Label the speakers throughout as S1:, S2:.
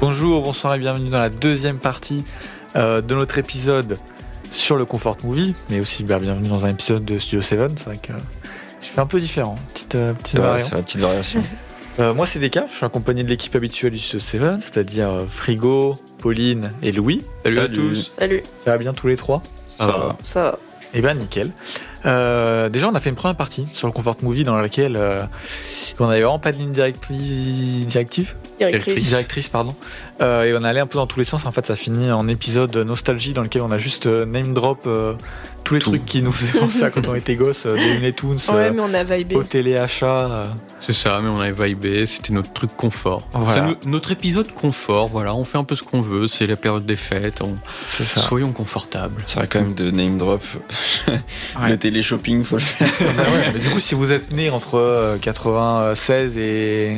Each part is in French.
S1: Bonjour, bonsoir et bienvenue dans la deuxième partie euh, de notre épisode sur le Comfort Movie, mais aussi bah, bienvenue dans un épisode de Studio 7. C'est vrai que euh, je fais un peu différent. Petite, euh, petite
S2: C'est vrai,
S1: variante.
S2: c'est la petite variation.
S1: Euh, moi, c'est Deka, je suis accompagné de l'équipe habituelle du Studio 7, c'est-à-dire euh, Frigo, Pauline et Louis.
S2: Salut
S3: à tous.
S4: Salut,
S1: Ça va bien tous les trois
S2: Ça
S3: Ah,
S2: va.
S4: ça va.
S1: Eh ben nickel. Euh, déjà, on a fait une première partie sur le Comfort Movie dans laquelle euh, on n'avait vraiment pas de ligne directri- directive,
S4: Directrice.
S1: directrice, pardon. Euh, et on allait un peu dans tous les sens. En fait, ça finit en épisode nostalgie dans lequel on a juste euh, name drop euh, tous les
S2: Tout.
S1: trucs qui nous faisaient penser à quand on était gosse, euh, des Looney Tunes,
S4: Ah Ouais,
S1: euh,
S4: mais on a vibé.
S2: oh,
S1: au téléachat. euh,
S3: C'est ça, mais on avait vibé, c'était notre truc confort.
S1: Voilà.
S3: C'est no- notre épisode confort, voilà, on fait un peu ce qu'on veut, c'est la période des fêtes, on-
S1: c'est ça.
S3: soyons confortables.
S2: Ça va quand même de name drop.
S1: Ouais.
S2: Le télé-shopping, faut le faire.
S1: Bah ouais, mais du coup, si vous êtes né entre euh, 96 et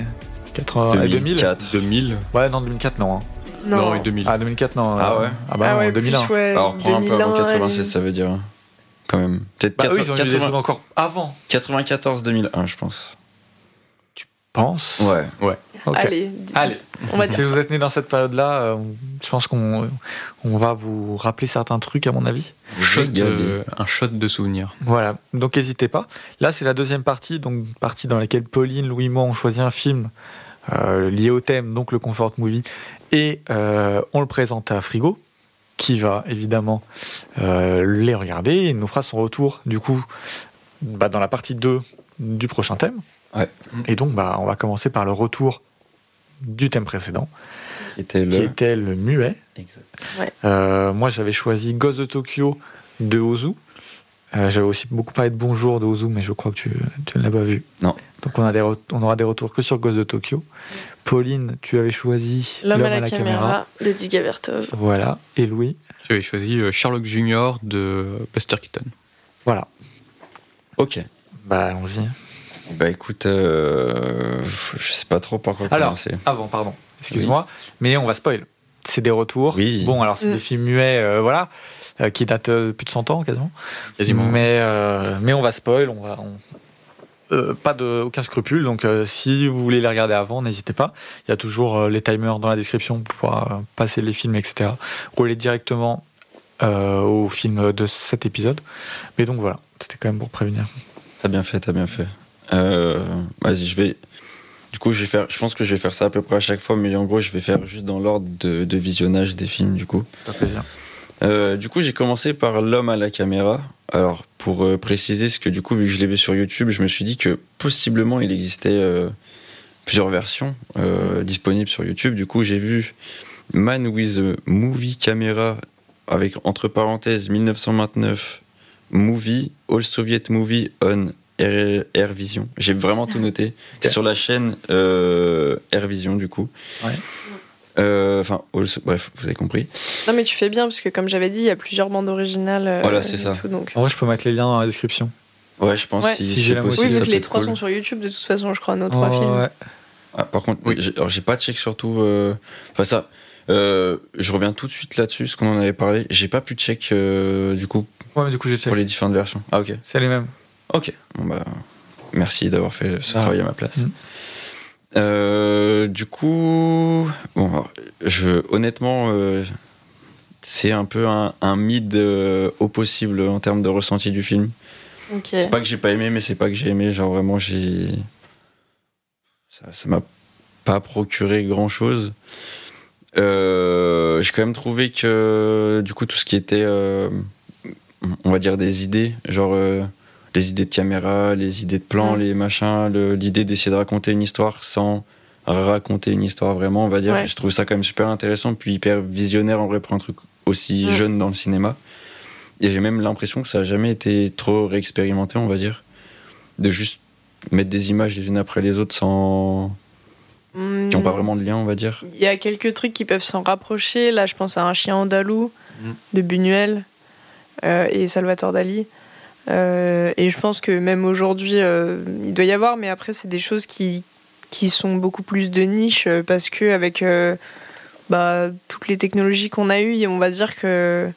S1: 80, et 2000,
S3: 2000
S1: ouais, non 2004 non. hein.
S4: Non,
S3: et 2000.
S1: Ah 2004 non.
S2: Ah
S1: euh,
S2: ouais.
S1: Ah bah
S4: ah
S1: non,
S4: ouais,
S1: 2001.
S4: plus, ouais,
S2: Alors, on reprend un peu avant
S4: 2001,
S2: 96, ça veut dire. hein. Quand même. Peut-être
S1: Bah, eux,
S2: 80-
S1: ils ont eu des
S2: 80-
S1: trucs encore avant.
S2: 94-2001, je pense.
S1: Pense.
S2: Ouais.
S1: Ok.
S4: Allez, dis-
S1: Allez.
S4: on va
S1: Si
S4: dire ça.
S1: vous êtes né dans cette période-là, euh, je pense qu'on on va vous rappeler certains trucs, à mon avis.
S3: Shot,
S2: Régalé.
S3: euh, un shot de souvenirs.
S1: Voilà. Donc, n'hésitez pas. Là, c'est la deuxième partie, donc partie dans laquelle Pauline, Louis, moi, on choisit un film euh, lié au thème, donc le comfort movie, et euh, on le présente à Frigo, qui va évidemment euh, les regarder. Il nous fera son retour, du coup, bah, dans la partie 2 du prochain thème.
S2: Ouais.
S1: Et donc, bah, on va commencer par le retour du thème précédent,
S2: Qui était
S1: qui
S2: le.
S1: était le muet.
S2: Exact.
S1: Euh, moi, j'avais choisi Ghost de Tokyo de Ozu. Euh, j'avais aussi beaucoup parlé de Bonjour de Ozu, mais je crois que tu, tu ne l'as pas vu.
S2: Non.
S1: Donc on, a des re- on aura des retours que sur Ghost de Tokyo. Pauline, tu avais choisi
S4: L'homme à la, caméra, d'Eddie Gavertov.
S1: Voilà. Et Louis.
S3: J'avais choisi euh, Sherlock Junior de Buster Keaton.
S1: Voilà.
S2: Ok.
S1: Bah allons-y.
S2: Bah écoute, euh, je sais pas trop par quoi
S1: Alors,
S2: commencer.
S1: avant, pardon. Excuse-moi. Mais on va spoil. C'est des retours.
S2: Oui.
S1: Bon, alors c'est
S4: Mm.
S1: des films muets, euh, voilà, euh, qui datent euh, plus de 100 ans quasiment.
S3: Quasiment.
S1: Mais, euh, mais on va spoil, on va. on- euh, pas de aucun scrupule, donc euh, si vous voulez les regarder avant, n'hésitez pas. Il y a toujours euh, les timers dans la description pour pouvoir euh, passer les films, etc. Ou aller directement euh, au film de cet épisode. Mais donc voilà, c'était quand même pour prévenir.
S2: T'as bien fait, t'as bien fait. Euh, Vas-y, je vais. Du coup, je vais faire. Je pense que je vais faire ça à peu près à chaque fois, mais en gros, je vais faire juste dans l'ordre de, de visionnage des films, du coup. Euh, du coup, j'ai commencé par l'homme à la caméra. Alors, pour euh, préciser, ce que du coup, vu que je l'ai vu sur YouTube, je me suis dit que possiblement il existait euh, plusieurs versions euh, disponibles sur YouTube. Du coup, j'ai vu Man with a Movie Camera avec entre parenthèses 1929 Movie All Soviet Movie on Air, Air Vision. J'ai vraiment tout noté C'est sur la chaîne euh, Air Vision du coup.
S1: Ouais.
S2: Euh, Enfin, All So- bref, vous avez compris.
S4: Non, mais tu fais bien, parce que comme j'avais dit, il y a plusieurs bandes originales. euh,
S2: Voilà, c'est
S4: et
S2: ça.
S4: tout, donc.
S1: En vrai, je peux mettre les liens dans la description.
S2: Ouais, je pense
S4: Ouais.
S2: si,
S1: Si
S2: c'est
S1: j'ai la
S2: possible,
S4: Oui,
S1: ça
S4: vu
S2: ça
S4: que
S2: peut
S4: les
S2: être
S4: trois
S2: cool.
S4: sont sur YouTube, de toute façon, je crois, nos trois
S1: Oh,
S4: films.
S1: ouais.
S2: Ah, par contre,
S3: Oui.
S2: j'ai- alors, j'ai pas check surtout. euh, Enfin, ça. euh, je reviens tout de suite là-dessus, ce qu'on en avait parlé. J'ai pas pu check euh, du coup
S1: Ouais, mais du coup, j'ai check.
S2: pour les différentes versions. Ah, ok.
S1: C'est les mêmes.
S2: Ok. Bon, bah, merci d'avoir fait ce
S1: Ah.
S2: travail à ma place.
S1: Mm.
S2: Euh, du coup, bon, alors, je, honnêtement, euh, c'est un peu un, un mid euh, au possible en termes de ressenti du film.
S4: Ok.
S2: C'est pas que j'ai pas aimé, mais c'est pas que j'ai aimé. Genre vraiment, j'ai. Ça ça m'a pas procuré grand chose. j'ai quand même trouvé que, du coup, tout ce qui était, euh, on va dire, des idées, genre euh, les idées de caméra, les idées de plan,
S4: Mm.
S2: les machins, le- l'idée d'essayer de raconter une histoire sans raconter une histoire vraiment, on va dire.
S4: Ouais.
S2: Je trouve ça quand même super intéressant, puis hyper visionnaire en vrai pour un truc aussi
S4: Mm.
S2: jeune dans le cinéma. Et j'ai même l'impression que ça n'a jamais été trop réexpérimenté, on va dire. De juste mettre des images les unes après les autres sans.
S4: Hmm,
S2: qui n'ont pas vraiment de lien, on va dire.
S4: Il y a quelques trucs qui peuvent s'en rapprocher. Là, je pense à un chien andalou
S3: Mm.
S4: de Buñuel euh, et Salvatore Dali. Euh, et je pense que même aujourd'hui, euh, il doit y avoir, mais après, c'est des choses qui, qui sont beaucoup plus de niche euh, parce que avec euh, bah, toutes les technologies qu'on a eues, on va dire que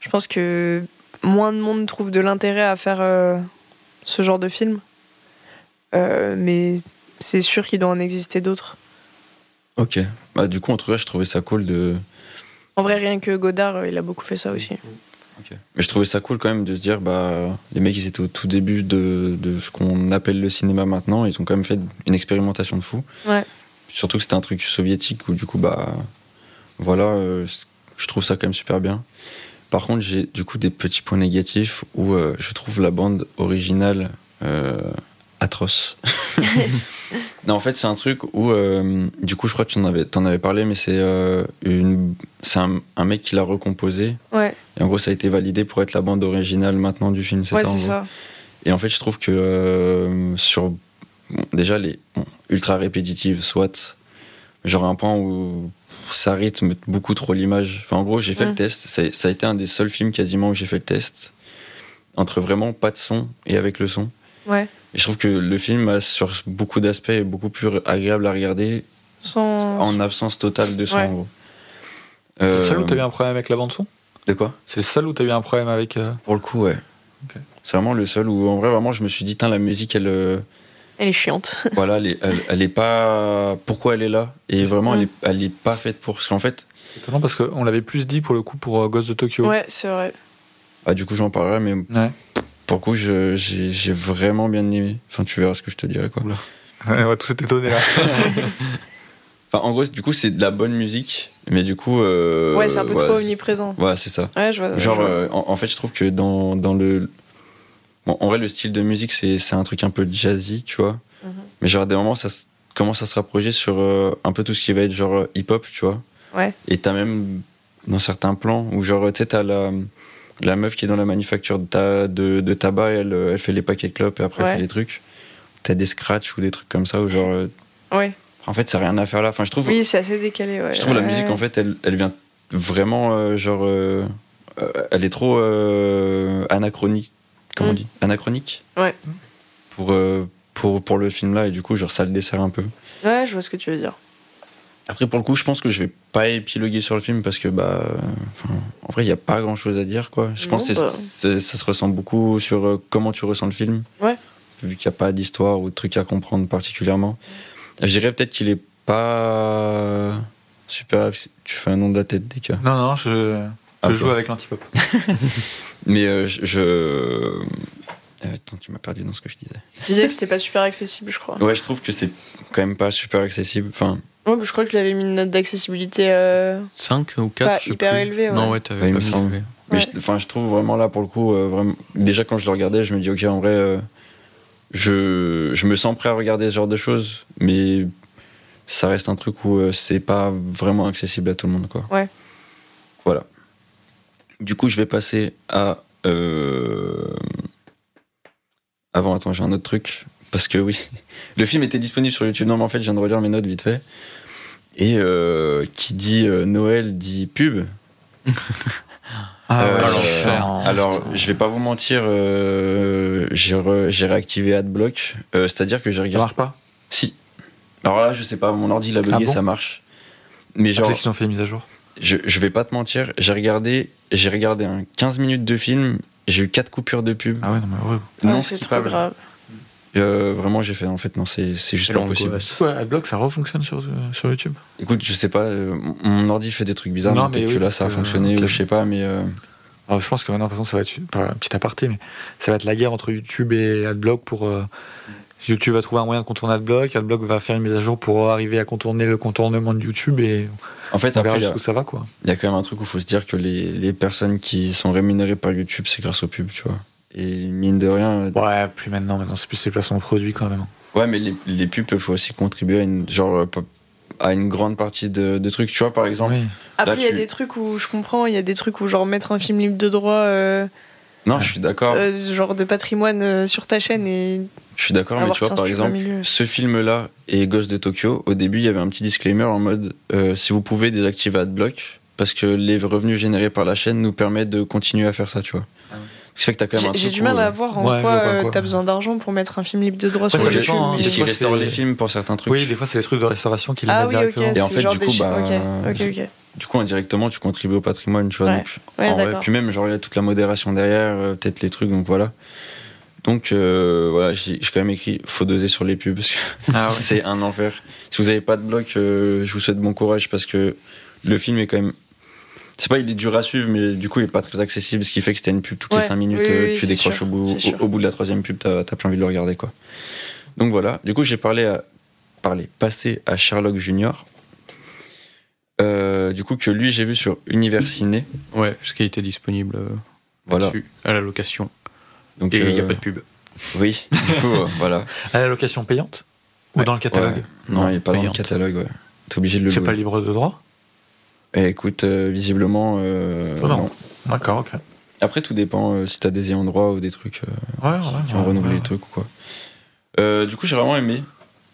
S4: je pense que moins de monde trouve de l'intérêt à faire euh, ce genre de film. Euh, mais c'est sûr qu'il doit en exister d'autres.
S2: Ok. Bah, du coup, en tout cas, je trouvais ça cool de.
S4: En vrai, rien que Godard, euh, il a beaucoup fait ça aussi.
S2: Ok. Mais je trouvais ça cool quand même de se dire, bah, les mecs, ils étaient au tout début de, de ce qu'on appelle le cinéma maintenant. Ils ont quand même fait une expérimentation de fou.
S4: Ouais.
S2: Surtout que c'était un truc soviétique où, du coup, bah, voilà, euh, c- je trouve ça quand même super bien. Par contre, j'ai du coup des petits points négatifs où euh, je trouve la bande originale euh, atroce. non, en fait, c'est un truc où, euh, du coup, je crois que tu en avais, t'en avais parlé, mais c'est euh, une, c'est un, un mec qui l'a recomposé.
S4: Ouais,
S2: Et en gros, ça a été validé pour être la bande originale maintenant du film, c'est
S4: ouais,
S2: ça en
S4: c'est
S2: gros
S4: ça.
S2: et en fait, je trouve que euh, sur. bon, déjà, les bon, ultra répétitives, soit. Genre un point où ça rythme beaucoup trop l'image. Enfin, en gros, j'ai fait
S4: Ouais.
S2: le test. Ça, ça a été un des seuls films quasiment où j'ai fait le test. Entre vraiment pas de son et avec le son.
S4: Ouais.
S2: Et je trouve que le film, a, sur beaucoup d'aspects, est beaucoup plus agréable à regarder
S4: Sans...
S2: en absence totale de son,
S4: Ouais.
S2: en gros.
S1: C'est le seul où
S2: Euh,
S1: t'as eu un problème avec la bande-son
S2: De quoi
S1: C'est le seul où t'as eu un problème avec. euh,
S2: Pour le coup, ouais.
S1: Ok.
S2: C'est vraiment le seul où, en vrai, vraiment, je me suis dit, tiens, la musique, elle. euh,
S4: Elle est chiante.
S2: voilà, elle est, elle- elle est pas. Pourquoi elle est là Et vraiment, elle est, elle est pas faite pour. Parce qu'en fait,
S1: C'est étonnant parce qu'on l'avait plus dit pour le coup pour euh, Ghost de Tokyo.
S4: ouais, c'est vrai.
S2: ah, du coup, j'en parlerai, mais
S1: Ouais.
S2: pour le coup, je- j'ai j'ai vraiment bien aimé. Enfin, tu verras ce que je te dirai, quoi.
S1: On va tous hein. être étonnés là.
S2: Enfin, en gros, c'est- du coup, c'est de la bonne musique, mais du coup. euh,
S4: ouais, c'est un peu trop
S2: c'est-
S4: omniprésent.
S2: Voilà, c'est ça.
S4: Ouais, je vois. je
S2: Genre,
S4: vois.
S2: euh, en, en fait, je trouve que dans, dans le. Bon, en vrai, le style de musique, c'est c'est un truc un peu jazzy, tu vois.
S4: Mhm.
S2: Mais genre, à des moments, ça se- commence à se rapprocher sur euh, un peu tout ce qui va être genre euh, hip-hop, tu vois.
S4: Ouais.
S2: Et t'as même, dans certains plans, où genre, tu sais, t'as la, la meuf qui est dans la manufacture de, ta- de, de tabac, elle, euh, elle fait les paquets de clopes et après
S4: Ouais.
S2: elle fait les trucs. T'as des scratchs ou des trucs comme ça, où genre. euh,
S4: Ouais.
S2: En fait, ça n'a rien à faire là. Enfin, je trouve.
S4: Oui, c'est assez décalé. Ouais.
S2: Je trouve la
S4: Ouais.
S2: musique, en fait, elle, elle vient vraiment, euh, genre, euh, euh, elle est trop euh, anachronique. Comment on
S4: Mm.
S2: dit Anachronique
S4: Ouais.
S2: Pour, euh, pour, pour le film là, et du coup, genre, ça le dessert un peu.
S4: Ouais, je vois ce que tu veux dire.
S2: Après, pour le coup, je pense que je vais pas épiloguer sur le film parce que, bah, euh, enfin, en vrai, il n'y a pas grand chose à dire, quoi. Je
S4: Non,
S2: pense que c'est-
S4: bah.
S2: c'est- ça se ressent beaucoup sur euh, comment tu ressens le film.
S4: Ouais.
S2: Vu qu'il n'y a pas d'histoire ou de trucs à comprendre particulièrement. Je dirais peut-être qu'il est pas super. Tu fais un nom de la tête, des cas.
S1: Non, non, je,
S2: Ah,
S1: je
S2: toi.
S1: joue avec l'antipop.
S2: Mais euh, je. je- euh, Attends, tu m'as perdu dans ce que je disais.
S4: Je disais que c'était pas super accessible, je crois.
S2: Ouais, je trouve que c'est quand même pas super accessible. Enfin,
S4: Ouais, bah, je crois que j'avais mis une note d'accessibilité. euh,
S3: 5 ou 4
S4: Pas
S3: je sais
S4: hyper
S3: plus.
S4: élevé, ouais.
S3: Non, ouais,
S2: Ouais, il
S3: t'avais pas
S2: me
S3: mis
S2: semble.
S3: élevé.
S2: mais
S4: Ouais.
S2: je, enfin, je trouve vraiment là pour le coup, euh, vraiment... déjà quand je le regardais, je me dis, ok, en vrai, euh, je, je me sens prêt à regarder ce genre de choses, mais ça reste un truc où euh, c'est pas vraiment accessible à tout le monde, quoi.
S4: Ouais.
S2: Voilà. Du coup, je vais passer à. euh, Avant, attends, j'ai un autre truc. Parce que oui, le film était disponible sur YouTube. Non, mais en fait, je viens de relire mes notes vite fait. Et euh, qui dit euh, Noël dit pub.
S3: Ah
S2: Euh,
S3: ouais,
S2: alors,
S3: c'est chiant.
S2: alors,
S3: Putain.
S2: je vais pas vous mentir, euh, j'ai re- j'ai réactivé AdBlock, euh, c'est-à-dire que j'ai
S1: Ça
S2: regardé.
S1: marche pas
S2: Si. Alors là, je sais pas, mon ordi l'a bugué,
S1: Ah bon
S2: ça marche. Mais
S1: Genre...
S2: genre,
S1: qu'ils ont fait une mise à jour.
S2: je, je vais pas te mentir, j'ai regardé, j'ai regardé un 15 minutes de film, j'ai eu quatre coupures de pub.
S1: Ah ouais, non, mais horrible.
S4: ouais,
S2: non,
S4: c'est trop
S2: skippable.
S4: grave.
S2: Euh, vraiment, j'ai fait, en fait, non, c'est c'est juste
S3: Quelle
S2: pas possible.
S3: angoisse.
S1: Ouais, Adblock, ça refonctionne sur, euh, sur YouTube.
S2: Écoute, je sais pas, euh, mon ordi fait des trucs bizarres,
S1: Non,
S2: donc
S1: mais
S2: peut-être
S1: oui,
S2: que là,
S1: parce
S2: ça a
S1: que-
S2: fonctionné,
S1: ok.
S2: ou je sais pas, mais. euh,
S1: Alors, je pense que maintenant, de toute façon, ça va être enfin, un petit aparté, mais ça va être la guerre entre YouTube et Adblock pour. euh, YouTube va trouver un moyen de contourner Adblock, Adblock va faire une mise à jour pour arriver à contourner le contournement de YouTube et
S2: En fait,
S1: on verra
S2: après, il y a-
S1: jusqu'où ça va quoi.
S2: Il y a quand même un truc où il faut se dire que les, les personnes qui sont rémunérées par YouTube, c'est grâce aux pubs, tu vois. Et mine de rien.
S1: Ouais, plus maintenant, maintenant c'est plus les placements de produits quand même.
S2: Ouais, mais les, les pubs, il faut aussi contribuer à une, genre, euh, à une grande partie de, de trucs. Tu vois, par exemple.
S1: Oui.
S4: Après, il y a
S2: tu-
S4: des trucs où je comprends, il y a des trucs où, genre, mettre un film libre de droit, euh,
S2: Non, je suis d'accord.
S4: euh, genre de patrimoine euh, sur ta chaîne et
S2: Je suis d'accord, mais
S4: avoir
S2: tu vois,
S4: 15
S2: par
S4: films au
S2: exemple,
S4: milieu.
S2: ce film-là et Ghost de Tokyo, au début, il y avait un petit disclaimer en mode euh, si vous pouvez désactiver AdBlock, parce que les revenus générés par la chaîne nous permettent de continuer à faire ça, tu vois. Ce qui fait que t'as quand même un
S4: Ah J'ai j'ai
S2: truc
S4: du mal
S2: où-
S4: à voir en
S1: Ouais, je
S4: quoi,
S1: vois
S4: euh,
S1: quoi.
S4: t'as besoin d'argent pour mettre un film libre de droit
S1: ça
S4: sur
S2: Parce que
S4: YouTube.
S2: les
S1: dépend, hein.
S4: mais-
S1: Des
S2: Ils
S1: fois,
S2: restaurent
S1: c'est-
S2: les films pour certains trucs.
S1: Oui, des fois c'est les trucs de restauration qui les
S4: Ah
S1: mettent
S4: oui, ok,
S1: directement.
S4: c'est
S2: Et en fait,
S4: genre
S2: du
S4: des
S2: coup,
S4: chiffres.
S2: bah,
S4: ok, ok, ok.
S2: Du coup, indirectement, tu contribues au patrimoine, tu vois.
S4: Ouais.
S2: donc,
S4: Ouais,
S2: en vrai,
S4: d'accord.
S2: puis même, genre, il y a toute la modération derrière, euh, peut-être les trucs, donc voilà. Donc euh, voilà, j'ai j'ai quand même écrit faut doser sur les pubs parce que
S1: Ah ouais.
S2: c'est un enfer. Si vous n'avez pas de blog, euh, je vous souhaite bon courage parce que le film est quand même. C'est pas, il est dur à suivre, mais du coup, il est pas très accessible, ce qui fait que si t'as une pub toutes
S4: Ouais,
S2: les 5 minutes,
S4: oui, oui,
S2: euh,
S4: oui,
S2: tu
S4: c'est
S2: décroches
S4: sûr,
S2: au, bout,
S4: c'est sûr.
S2: au, au bout de la troisième pub, t'as t'as plus envie de le regarder, quoi. Donc voilà. Du coup, j'ai parlé à, parlé, passé à Sherlock Junior. Euh, du coup, que lui, j'ai vu sur Universiné.
S3: Ouais, ce qui était disponible euh,
S2: Voilà.
S3: là-dessus, à la location.
S2: Donc,
S3: Et il n'y a
S2: euh,
S3: pas de pub.
S2: Oui. Du coup, euh, voilà.
S1: À la location payante Ou
S3: Ouais.
S1: dans le catalogue
S2: Ouais. Non, il est pas dans le
S3: payante.
S2: catalogue, ouais. T'es obligé de le
S1: C'est
S2: louer.
S1: pas libre de droit
S2: Eh, écoute, euh, visiblement. euh,
S1: Oh non.
S2: non.
S1: D'accord, ok. Ouais,
S2: Après, tout dépend euh, si t'as des ayants droit ou des trucs. euh,
S1: Ah ouais,
S2: qui
S1: ouais,
S2: ont
S1: ouais,
S2: renouvelé les
S1: ouais.
S2: trucs ou quoi. Euh, du coup, j'ai vraiment aimé.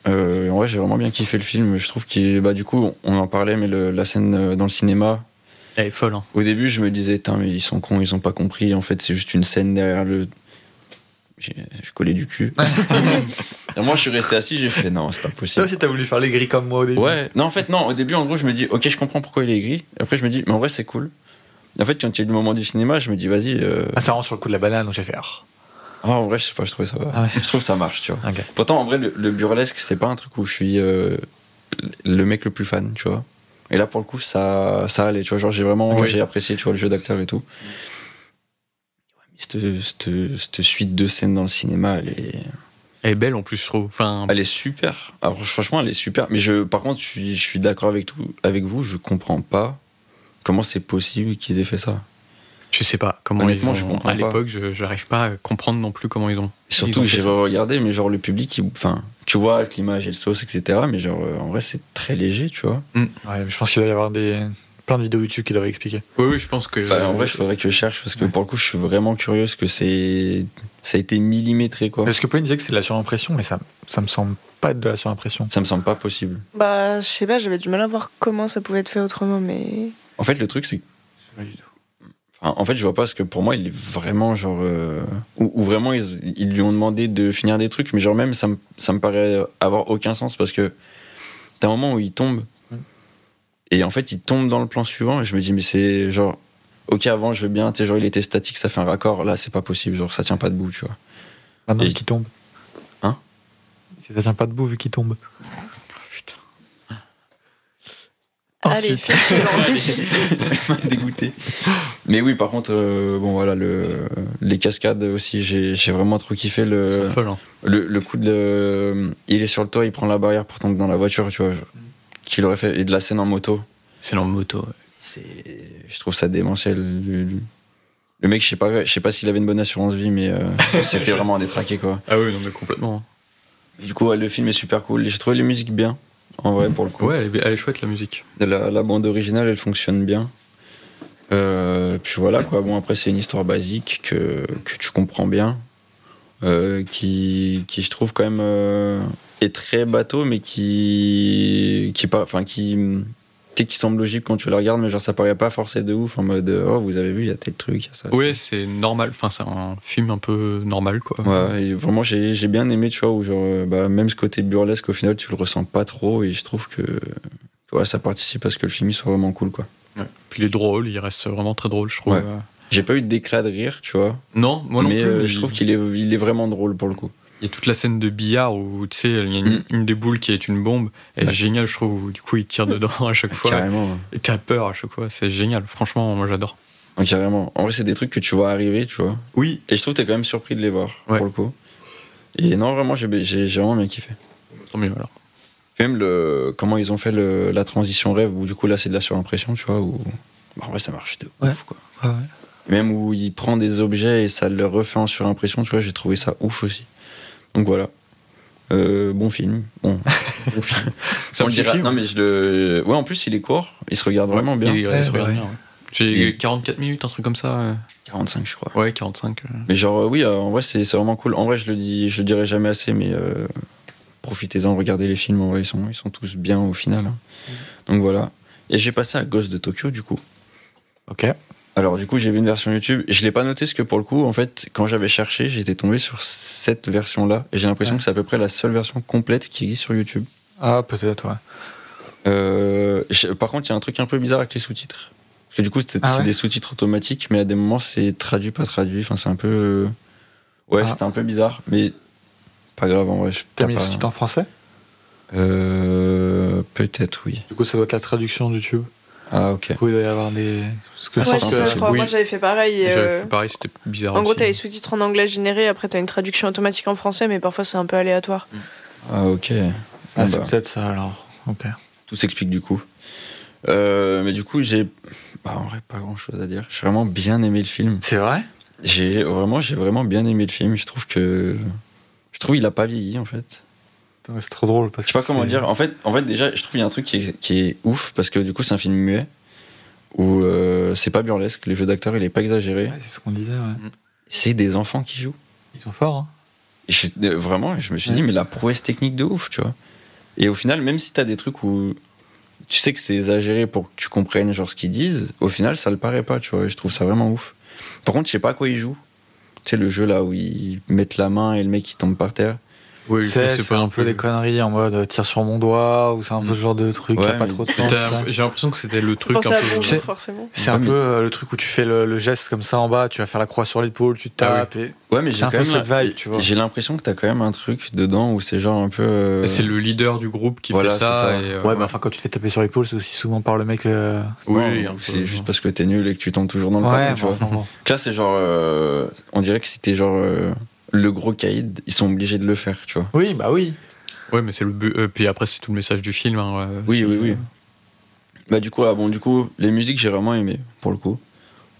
S2: Euh, en vrai, j'ai vraiment bien kiffé le film. Je trouve qu'il. Bah, du coup, on en parlait, mais le- la scène euh, dans le cinéma.
S3: Elle est folle. hein.
S2: Au début, je me disais, Tain, mais ils sont cons, ils ont pas compris. En fait, c'est juste une scène derrière le. J'ai j'ai collé du cul. Et moi, je suis resté assis, j'ai fait, non, c'est pas
S1: Toi
S2: possible.
S1: aussi, t'as voulu faire les grilles comme moi au début.
S2: Ouais, non, en fait, non, au début, en gros, je me dis, ok, je comprends pourquoi il est gris. Après, je me dis, mais en vrai, c'est cool. En fait, quand il y a eu le moment du cinéma, je me dis, vas-y. euh,
S1: Ah, ça rend sur le coup de la banane, donc j'ai fait. ah.
S2: Ah, en vrai, je sais pas, je trouvais ça.
S1: Ah ouais.
S2: Je trouve ça marche, tu vois.
S1: Ok.
S2: Pourtant, en vrai, le, le burlesque, c'est pas un truc où je suis euh, le mec le plus fan, tu vois. Et là, pour le coup, ça, ça allait, tu vois. Genre, j'ai vraiment
S3: Oui.
S2: j'ai apprécié, tu vois, le jeu d'acteur et tout. Cette, cette- cette suite de scènes dans le cinéma, elle est,
S3: Elle est belle en plus, je trouve. Enfin,
S2: elle est super. Alors, franchement, elle est super. Mais je, par contre, je suis, je suis d'accord avec, tout- avec vous, je comprends pas comment c'est possible qu'ils aient fait ça.
S3: je sais pas comment ils
S2: Honnêtement,
S3: ont.
S2: je comprends
S3: à
S2: pas.
S3: l'époque, je j'arrive pas à comprendre non plus comment ils ont.
S2: Surtout
S3: ils ont
S2: que
S3: fait
S2: j'ai
S3: ça.
S2: regardé, mais genre le public, il- enfin, tu vois, avec l'image et le sauce, etc. Mais genre, euh, en vrai, c'est très léger, tu vois.
S1: Ouais, mais je pense qu'il doit y avoir des... plein de vidéos YouTube qui devraient expliquer.
S3: Oui, oui, je pense que.
S2: Bah, en vrai, il faudrait que je cherche parce que pour le coup, je suis vraiment curieux parce que c'est. Ça a été millimétré, quoi.
S1: Parce que Pauline disait que c'est de la surimpression, mais ça, ça me semble pas être de la surimpression.
S2: Ça me semble pas possible.
S4: Bah, je sais pas, j'avais du mal à voir comment ça pouvait être fait autrement, mais.
S2: En fait, le truc, c'est. Enfin, en fait, je vois pas parce que pour moi, il est vraiment genre. euh, Ou, ou vraiment, ils, ils lui ont demandé de finir des trucs, mais genre, même, ça me, ça me paraît avoir aucun sens parce que t'as un moment où il tombe. Et en fait, il tombe dans le plan suivant et je me dis, mais c'est genre. Ok, avant, je veux bien, tu sais, genre, il était statique, ça fait un raccord. Là, c'est pas possible, genre, ça tient pas debout, tu vois.
S1: Ah non,
S2: Et-
S1: vu qu'il tombe.
S2: Hein
S1: Si ça tient pas debout vu qu'il tombe.
S3: Putain. Oh,
S4: Allez,
S1: Ensuite,
S2: dégoûté. Mais oui, par contre, euh, bon voilà, le, les cascades aussi, j'ai j'ai vraiment trop kiffé
S3: Ils
S2: le,
S3: sont folles. hein.
S2: le, le coup de. le- il est sur le toit, il prend la barrière pour tomber dans la voiture, tu vois, qu'il aurait fait. Et de la scène en moto.
S3: C'est dans le moto. ouais.
S2: C'est- Je trouve ça démentiel. Le, le- le mec, je sais pas, je sais pas s'il avait une bonne assurance vie, mais euh, c'était vraiment un détraqué quoi.
S3: Ah oui, non, mais complètement.
S2: Du coup, ouais, le film est super cool. J'ai trouvé les musiques bien, en vrai, pour le coup.
S3: Ouais, elle est, elle est chouette la musique.
S2: De La, la bande originale, elle fonctionne bien. Euh, puis voilà, quoi. Bon, après, c'est une histoire basique que, que tu comprends bien, euh, qui, qui, je trouve, quand même, euh, est très bateau, mais qui. qui, par- enfin, qui tu sais, qui semble logique quand tu la regardes, mais genre, ça paraît pas forcé de ouf en mode, oh, vous avez vu, il y a tel truc, il y a ça.
S3: Ouais, c'est normal. Enfin, c'est un film un peu normal, quoi.
S2: Ouais, et vraiment, j'ai j'ai bien aimé, tu vois, où genre, euh, bah, même ce côté burlesque, au final, tu le ressens pas trop, et je trouve que, tu vois, ça participe à ce que le film il soit vraiment cool, quoi.
S3: Puis il est drôle, il reste vraiment très drôle, je trouve.
S2: Ouais. J'ai pas eu d'éclat de rire, tu vois.
S3: Non, moi non
S2: mais
S3: plus.
S2: euh,
S3: mais
S2: je trouve qu'il est, il est vraiment drôle pour le coup.
S3: Il y a toute la scène de billard où, tu sais, il y a une,
S2: Mm.
S3: une des boules qui est une bombe. Elle est géniale, je trouve. où, Du coup, il tire dedans à chaque fois.
S2: Carrément. ouais.
S3: Et t'as peur à chaque fois. C'est génial. Franchement, moi j'adore.
S2: Ouais, carrément. En vrai, c'est des trucs que tu vois arriver, tu vois.
S3: Oui.
S2: Et je trouve que t'es quand même surpris de les voir
S3: Ouais.
S2: pour le coup. Et non, vraiment, j'ai j'ai- j'ai vraiment bien kiffé.
S3: Tant mieux alors.
S2: Même le, comment ils ont fait le- la transition rêve, où du coup là c'est de la surimpression, tu vois. Où, bah, en vrai, ça marche de
S1: Ouais.
S2: ouf, quoi.
S1: Ouais, ouais.
S2: Même où il prend des objets et ça le refait en surimpression, tu vois, j'ai trouvé ça ouf aussi. Donc voilà. Euh, bon film. Bon,
S3: C'est
S2: On
S3: un
S2: le
S3: petit
S2: dira-
S3: film.
S2: Non, mais je le. Ouais, en plus, il est court. Il se regarde vraiment bien.
S3: Il reste
S1: Ouais,
S3: rien.
S1: ouais.
S3: J'ai
S2: Il-
S3: 44 minutes, un truc comme ça. euh.
S2: 45, je crois.
S3: Ouais, 45. euh.
S2: Mais genre, euh, oui, euh, en vrai, c'est c'est vraiment cool. En vrai, je le, dis, je le dirai jamais assez, mais euh, profitez-en, regardez les films. En vrai, ils sont, ils sont tous bien au final. hein. Donc voilà. Et j'ai passé à Ghost de Tokyo, du coup.
S1: ok.
S2: Alors, du coup, j'ai vu une version YouTube. Je l'ai pas noté, parce que pour le coup, en fait, quand j'avais cherché, j'étais tombé sur cette version-là. Et j'ai l'impression
S1: Ouais.
S2: que c'est à peu près la seule version complète qui existe sur YouTube.
S1: Ah, peut-être, ouais.
S2: Euh, je- par contre, il y a un truc un peu bizarre avec les sous-titres. Parce que du coup, c'est
S1: Ah
S2: c'est
S1: ouais
S2: des sous-titres automatiques, mais à des moments, c'est traduit, pas traduit. Enfin, c'est un peu. euh, Ouais,
S1: Ah.
S2: c'était un peu bizarre, mais pas grave en vrai. je-
S1: T'as mis les
S2: pas-
S1: sous-titres en français
S2: Euh, Peut-être, oui.
S1: Du coup, ça doit être la traduction de YouTube.
S2: Ah, ok.
S1: Du coup, il doit y avoir des. Parce que
S2: Ah,
S1: je
S4: Ouais,
S1: pense
S4: c'est
S2: c'est
S1: que-
S4: ça, je crois.
S3: oui.
S4: Moi, j'avais fait pareil. et,
S3: J'avais
S4: euh,
S3: fait pareil, c'était bizarre.
S4: En gros,
S3: aussi.
S4: t'as les sous-titres en anglais générés, après t'as une traduction automatique en français, mais parfois c'est un peu aléatoire.
S2: Ah, ok.
S1: Ah,
S2: Bon,
S1: c'est
S2: bah,
S1: peut-être ça alors. Ok.
S2: tout s'explique du coup. Euh, mais du coup, j'ai. Bah, en vrai, pas grand chose à dire. J'ai vraiment bien aimé le film.
S1: C'est vrai
S2: J'ai vraiment, j'ai vraiment bien aimé le film. Je trouve que. Je trouve qu'il a pas vieilli en fait.
S1: Putain, mais C'est trop drôle. Parce
S2: Je sais pas
S1: que
S2: comment
S1: c'est-
S2: dire. En fait, en fait déjà, je trouve qu'il y a un truc qui est, qui est ouf parce que du coup, c'est un film muet où euh, c'est pas burlesque. Le jeu d'acteur, il est pas exagéré.
S1: Ouais, c'est ce qu'on disait, ouais.
S2: C'est des enfants qui jouent.
S1: Ils sont forts, hein.
S2: Et je- euh, vraiment, je me suis dit, mais la prouesse technique de ouf, tu vois. Et au final, même si t'as des trucs où tu sais que c'est exagéré pour que tu comprennes genre ce qu'ils disent, au final, ça le paraît pas, tu vois. Et je trouve ça vraiment ouf. Par contre, je sais pas à quoi ils jouent. Tu sais, le jeu là où ils mettent la main et le mec il tombe par terre.
S3: Oui,
S1: Tu
S3: je
S1: sais,
S3: sais
S1: C'est
S3: pas
S1: un peu des conneries en mode euh, tire sur mon doigt ou c'est un peu
S3: Mm.
S1: ce genre de truc qui
S2: Ouais,
S1: a pas
S2: mais
S1: trop de
S3: Mais
S1: sens.
S3: t'as- J'ai l'impression que c'était le
S4: Je
S3: truc un
S4: pensais à
S3: peu.
S1: Tu sais-
S4: bonjour, forcément.
S1: C'est un
S2: Ouais, mais-
S1: peu euh, le truc où tu fais le, le geste comme ça en bas, tu vas faire la croix sur l'épaule, tu
S2: Ah
S1: tapes et.
S2: Ouais, mais
S1: C'est
S2: j'ai
S1: un
S2: quand
S1: peu
S2: même.
S1: cette
S2: la-
S1: vibe, tu vois.
S2: J'ai l'impression que t'as quand même un truc dedans où c'est genre un peu. euh,
S3: C'est le leader du groupe qui
S2: Voilà,
S3: fait
S2: c'est
S3: ça.
S2: ça.
S3: et, euh,
S1: Ouais, mais enfin, quand tu te fais taper sur l'épaule, c'est aussi souvent par le mec. euh,
S2: ouais,
S3: oui, un peu,
S2: c'est juste parce que t'es nul et que tu tombes toujours dans le
S1: Ouais,
S2: panneau, tu
S1: bon,
S2: vois.
S1: enfin, bon.
S2: Que Là, c'est genre. euh, on dirait que si t'es genre euh, le gros caïd, ils sont obligés de le faire, tu vois.
S1: Oui, bah oui.
S3: Ouais, mais c'est le but. euh, puis après, c'est tout le message du film. hein, ouais.
S2: Oui, oui, oui. Bah, du coup, ah, bon, du coup, les musiques, j'ai vraiment aimé, pour le coup.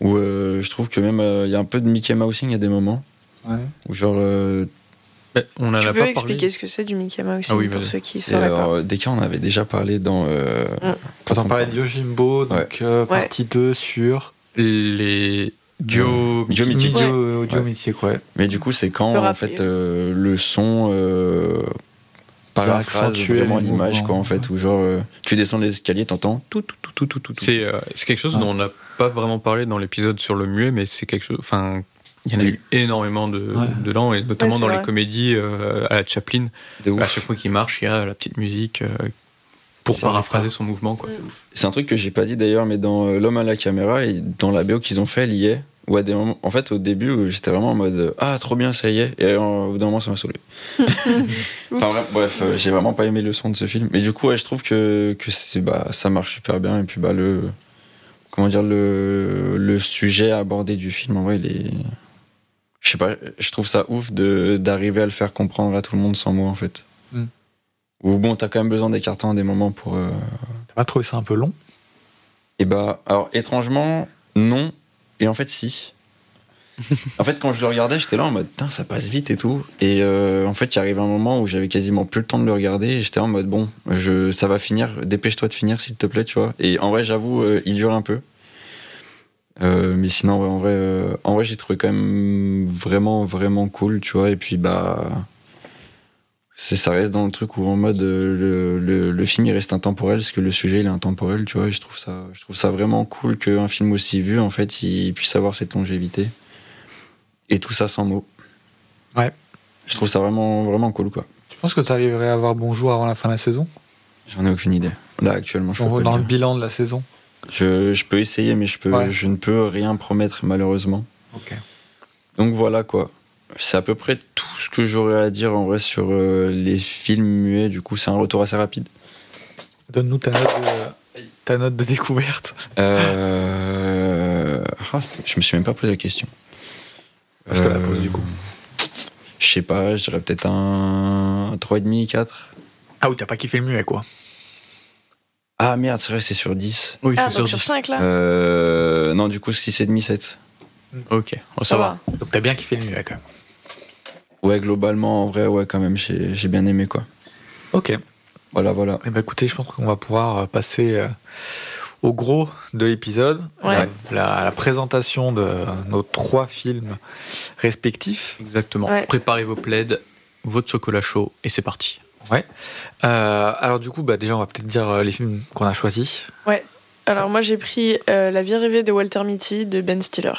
S2: Où euh, je trouve que même. Il y a un peu de Mickey Mousing à des moments.
S1: Ouais.
S2: Où genre. euh,
S3: Mais on en a
S4: Tu
S3: pas
S4: peux
S3: parlé.
S4: expliquer ce que c'est du Mickey Mouse
S3: Ah oui,
S4: pour
S3: vas-y.
S4: ceux qui ne
S2: et, euh,
S4: sauraient pas.
S2: alors, des cas, on avait déjà parlé dans. euh,
S4: Mm.
S1: Quand on parlait de Yojimbo, donc euh,
S4: Ouais.
S1: partie 2 sur.
S3: Les duos.
S2: Duo mythique.
S1: Midio, euh, Duo
S2: Ouais.
S1: mythique, ouais.
S2: Mais du coup, c'est quand,
S4: Le
S2: en
S4: rap,
S2: fait,
S4: oui.
S2: euh, le son euh, paraphrase
S1: accentuer
S2: vraiment
S1: les
S2: l'image,
S1: mouvements.
S2: quoi, en fait, où genre, euh, tu descends les escaliers, t'entends tout, tout, tout, tout, tout, tout. tout.
S3: C'est euh, c'est quelque chose
S1: Ouais.
S3: dont on n'a pas vraiment parlé dans l'épisode sur le muet, mais c'est quelque chose. Enfin, il y en a eu énormément de,
S1: Ouais.
S3: dedans, et notamment
S4: Ouais, c'est
S3: dans les
S4: vrai.
S3: comédies euh, à la Chaplin.
S2: De ouf.
S3: À chaque fois qu'il marche, il y a la petite musique euh, pour
S1: C'est vrai,
S3: paraphraser son mouvement. Quoi.
S2: C'est un truc que j'ai pas dit d'ailleurs, mais dans euh, L'homme à la caméra et dans la BO qu'ils ont fait, elle y est. Ou à des moments, en fait, au début, euh, j'étais vraiment en mode euh, Ah, trop bien, ça y est. Et euh, au bout d'un moment, ça m'a saoulé. Enfin,
S4: Oups.
S2: bref, bref, euh, j'ai vraiment pas aimé le son de ce film. Mais du coup, ouais, je trouve que, que c'est- bah, ça marche super bien. Et puis, bah, le. Comment dire, le, le sujet abordé du film, en vrai, il est. Je sais pas, je trouve ça ouf de- d'arriver à le faire comprendre à tout le monde sans mots, en fait.
S1: Mm.
S2: Ou bon, t'as quand même besoin d'écartant à des moments pour. euh,
S1: T'as pas trouvé ça un peu long
S2: et bah, alors étrangement, non. Et en fait, si. en fait, quand je le regardais, j'étais là en mode, putain, ça passe vite et tout. Et euh, en fait, il arrive un moment où j'avais quasiment plus le temps de le regarder. Et j'étais en mode, bon, je, ça va finir, dépêche-toi de finir, s'il te plaît, tu vois. Et en vrai, j'avoue, euh, il dure un peu. Euh, mais sinon, ouais, en vrai, euh, en vrai, j'ai trouvé quand même vraiment, vraiment cool, tu vois. Et puis, bah. C'est, ça reste dans le truc où en mode euh, le, le, le film il reste intemporel parce que le sujet il est intemporel tu vois et je trouve ça je trouve ça vraiment cool qu'un film aussi vu en fait il puisse avoir cette longévité et tout ça sans mots
S1: Ouais.
S2: je trouve ça vraiment vraiment cool quoi
S1: Tu penses que t'arriverais à avoir bonjour avant la fin de la saison
S2: j'en ai aucune idée là actuellement
S1: Si
S2: je
S1: on va
S2: peux, pas
S1: dans le
S2: le dire.
S1: bilan de la saison
S2: je, je peux essayer mais je peux
S1: Ouais.
S2: je ne peux rien promettre malheureusement
S1: Ok.
S2: Donc voilà quoi. C'est à peu près tout ce que j'aurais à dire en vrai sur euh, les films muets. Du coup, c'est un retour assez rapide.
S1: Donne-nous ta note de, ta note de découverte.
S2: Euh... ah, je me suis même pas posé la question.
S1: Ah, Je te la
S2: Euh,
S1: pose du coup.
S2: Je sais pas, je dirais peut-être un 3,5, 4.
S1: Ah oui, t'as pas kiffé le muet quoi.
S2: Ah merde, c'est vrai, c'est sur 10.
S3: Oui,
S4: Ah,
S3: c'est
S4: donc
S3: sur
S4: sur
S3: 10.
S4: 5 là
S2: Euh... Non, du coup, 6,5, 7.
S3: Ok, Oh,
S4: Ça va.
S1: Donc t'as bien kiffé le muet quand même.
S2: Ouais, globalement, en vrai, ouais, quand même, j'ai j'ai bien aimé quoi.
S1: Ok.
S2: Voilà, voilà.
S1: Eh ben, écoutez, je pense qu'on va pouvoir euh, passer euh, au gros de l'épisode,
S4: Ouais.
S1: la, la présentation de nos trois films respectifs.
S3: Exactement.
S4: Ouais.
S3: Préparez vos plaids, votre chocolat chaud, et c'est parti.
S1: Euh, alors du coup, bah, déjà, on va peut-être dire euh, les films qu'on a choisis.
S4: Alors moi j'ai pris euh, La vie rêvée de Walter Mitty de Ben Stiller.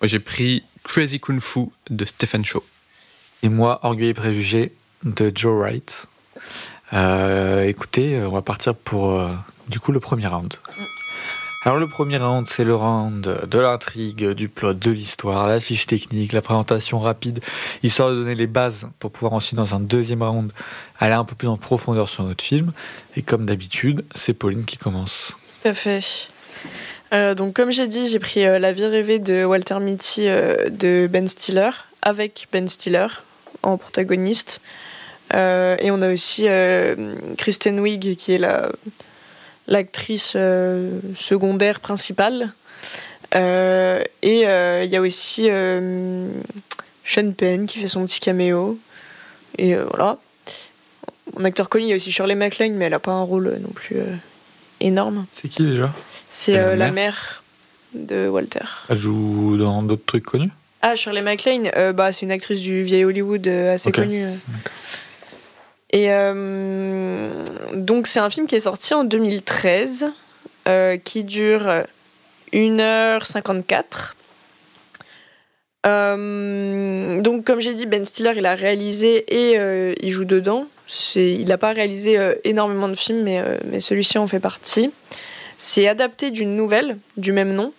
S3: Moi, J'ai pris Crazy Kung Fu de Stephen Chow.
S1: Et moi, Orgueil et préjugés de Joe Wright. Euh, écoutez, euh, on va partir pour euh, du coup le premier round. Alors le premier round, c'est le round de l'intrigue, du plot, de l'histoire, la fiche technique, la présentation rapide, histoire de donner les bases pour pouvoir ensuite dans un deuxième round aller un peu plus en profondeur sur notre film. Et comme d'habitude, c'est Pauline qui commence.
S4: Tout à fait. Euh, donc, comme j'ai dit, j'ai pris euh, La vie rêvée de Walter Mitty euh, de Ben Stiller, avec Ben Stiller en protagoniste. Euh, et on a aussi euh, Kristen Wiig, qui est la, l'actrice euh, secondaire principale. Euh, et il y a aussi euh, Sean Penn qui fait son petit caméo. Et euh, voilà. En acteur connu, il y a aussi Shirley MacLaine, mais elle n'a pas un rôle non plus euh, énorme.
S1: C'est qui déjà
S4: C'est
S1: Et la
S4: euh, la
S1: mère
S4: mère de Walter.
S1: Elle joue dans d'autres trucs connus
S4: Ah, Shirley MacLaine, euh, bah, c'est une actrice du vieil Hollywood euh, assez
S1: Ok.
S4: connue. euh. Et euh, donc, c'est un film qui est sorti en 2013, euh, qui dure 1h54. Euh, donc, comme j'ai dit, Ben Stiller, il a réalisé et euh, il joue dedans. C'est- Il n'a pas réalisé euh, énormément de films, mais, euh, mais celui-ci en fait partie. C'est adapté d'une nouvelle du même nom.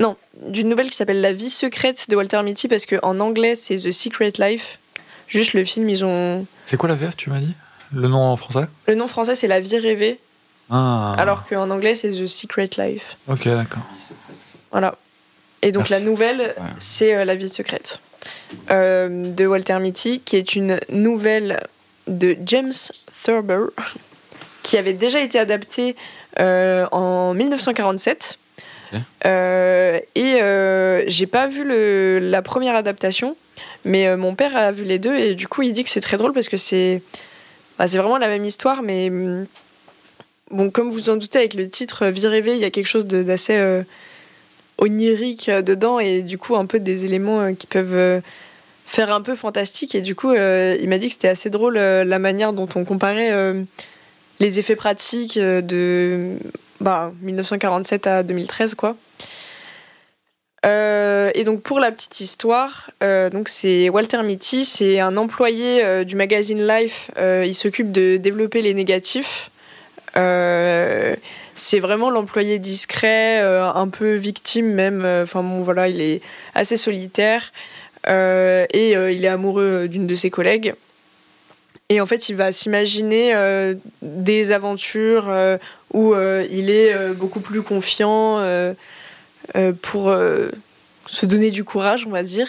S4: Non, d'une nouvelle qui s'appelle La vie secrète de Walter Mitty, parce qu'en anglais, c'est The Secret Life. Juste le film, ils ont.
S1: C'est quoi la VF, tu m'as dit Le nom en français
S4: Le nom français, c'est La vie rêvée,
S1: ah,
S4: alors qu'en anglais, c'est The Secret Life.
S1: Ok, d'accord.
S4: Voilà. Et donc,
S1: Merci.
S4: la nouvelle,
S2: Ouais.
S4: c'est euh, La vie secrète euh, de Walter Mitty, qui est une nouvelle de James Thurber, qui avait déjà été adaptée euh, en 1947.
S2: Ok.
S4: Euh, et euh, j'ai pas vu le, la première adaptation, mais euh, mon père a vu les deux et du coup il dit que c'est très drôle parce que c'est bah, c'est vraiment la même histoire, mais hum, bon comme vous en doutez avec le titre euh, Vie rêvée, il y a quelque chose de- d'assez euh, onirique euh, dedans et du coup un peu des éléments euh, qui peuvent euh, faire un peu fantastique et du coup euh, il m'a dit que c'était assez drôle euh, la manière dont on comparait euh, les effets pratiques euh, de bah, 1947 à 2013 quoi. Euh, et donc pour la petite histoire, euh, donc c'est Walter Mitty, c'est un employé euh, du magazine Life. Euh, il s'occupe de développer les négatifs. Euh, c'est vraiment l'employé discret, euh, un peu victime même. euh, Enfin bon, voilà, il est assez solitaire euh, et euh, il est amoureux euh, d'une de ses collègues. Et en fait, il va s'imaginer euh, des aventures euh, où euh, il est euh, beaucoup plus confiant euh, euh, pour euh, se donner du courage, on va dire.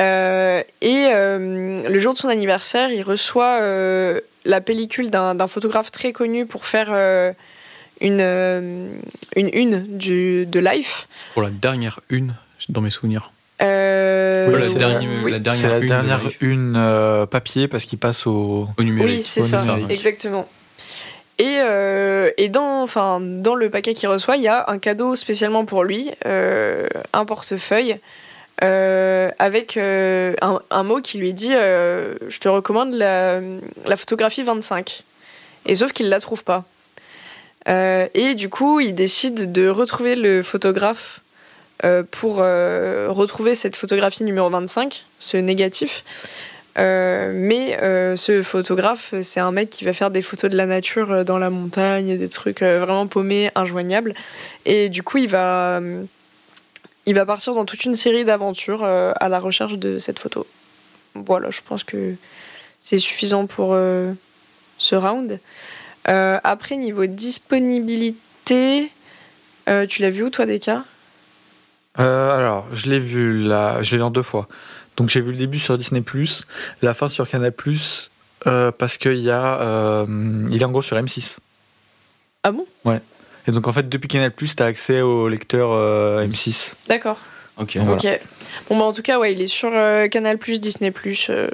S4: Euh, et euh, le jour de son anniversaire, il reçoit euh, la pellicule d'un d'un photographe très connu pour faire euh, une, euh, une une du, de Life.
S3: Pour la dernière une, dans mes souvenirs.
S4: Euh,
S1: Oui,
S3: la,
S1: c'est
S3: dernière,
S4: oui.
S3: la dernière
S1: C'est la
S3: une, de
S1: dernière
S3: Life,
S1: une euh, papier parce qu'il passe au.
S3: au numérique.
S4: Oui, c'est
S1: au
S4: ça,
S1: numérique.
S4: exactement. Et, euh, et dans, enfin, dans le paquet qu'il reçoit, il y a un cadeau spécialement pour lui, euh, un portefeuille, euh, avec euh, un, un mot qui lui dit euh, Je te recommande la, la photographie 25. Et sauf qu'il ne la trouve pas. Euh, et du coup, il décide de retrouver le photographe euh, pour euh, retrouver cette photographie numéro 25, ce négatif. Euh, mais euh, ce photographe, c'est un mec qui va faire des photos de la nature euh, dans la montagne, des trucs euh, vraiment paumés, injoignables. Et du coup, il va, euh, il va partir dans toute une série d'aventures euh, à la recherche de cette photo. Voilà, je pense que c'est suffisant pour euh, ce round. Euh, après, niveau disponibilité, euh, tu l'as vu où, toi, Deka
S1: Euh, alors, je l'ai vu là, je l'ai vu en deux fois. Donc j'ai vu le début sur Disney+, la fin sur Canal+, euh, parce qu'il y a, euh, il est en gros sur M6.
S4: Ah bon
S1: Et donc en fait, depuis Canal+, t'as accès au lecteur euh, M6.
S4: D'accord.
S2: Ok.
S1: Voilà.
S4: Ok. Bon, bah, en tout cas, ouais, il est sur euh, Canal, Disney, euh,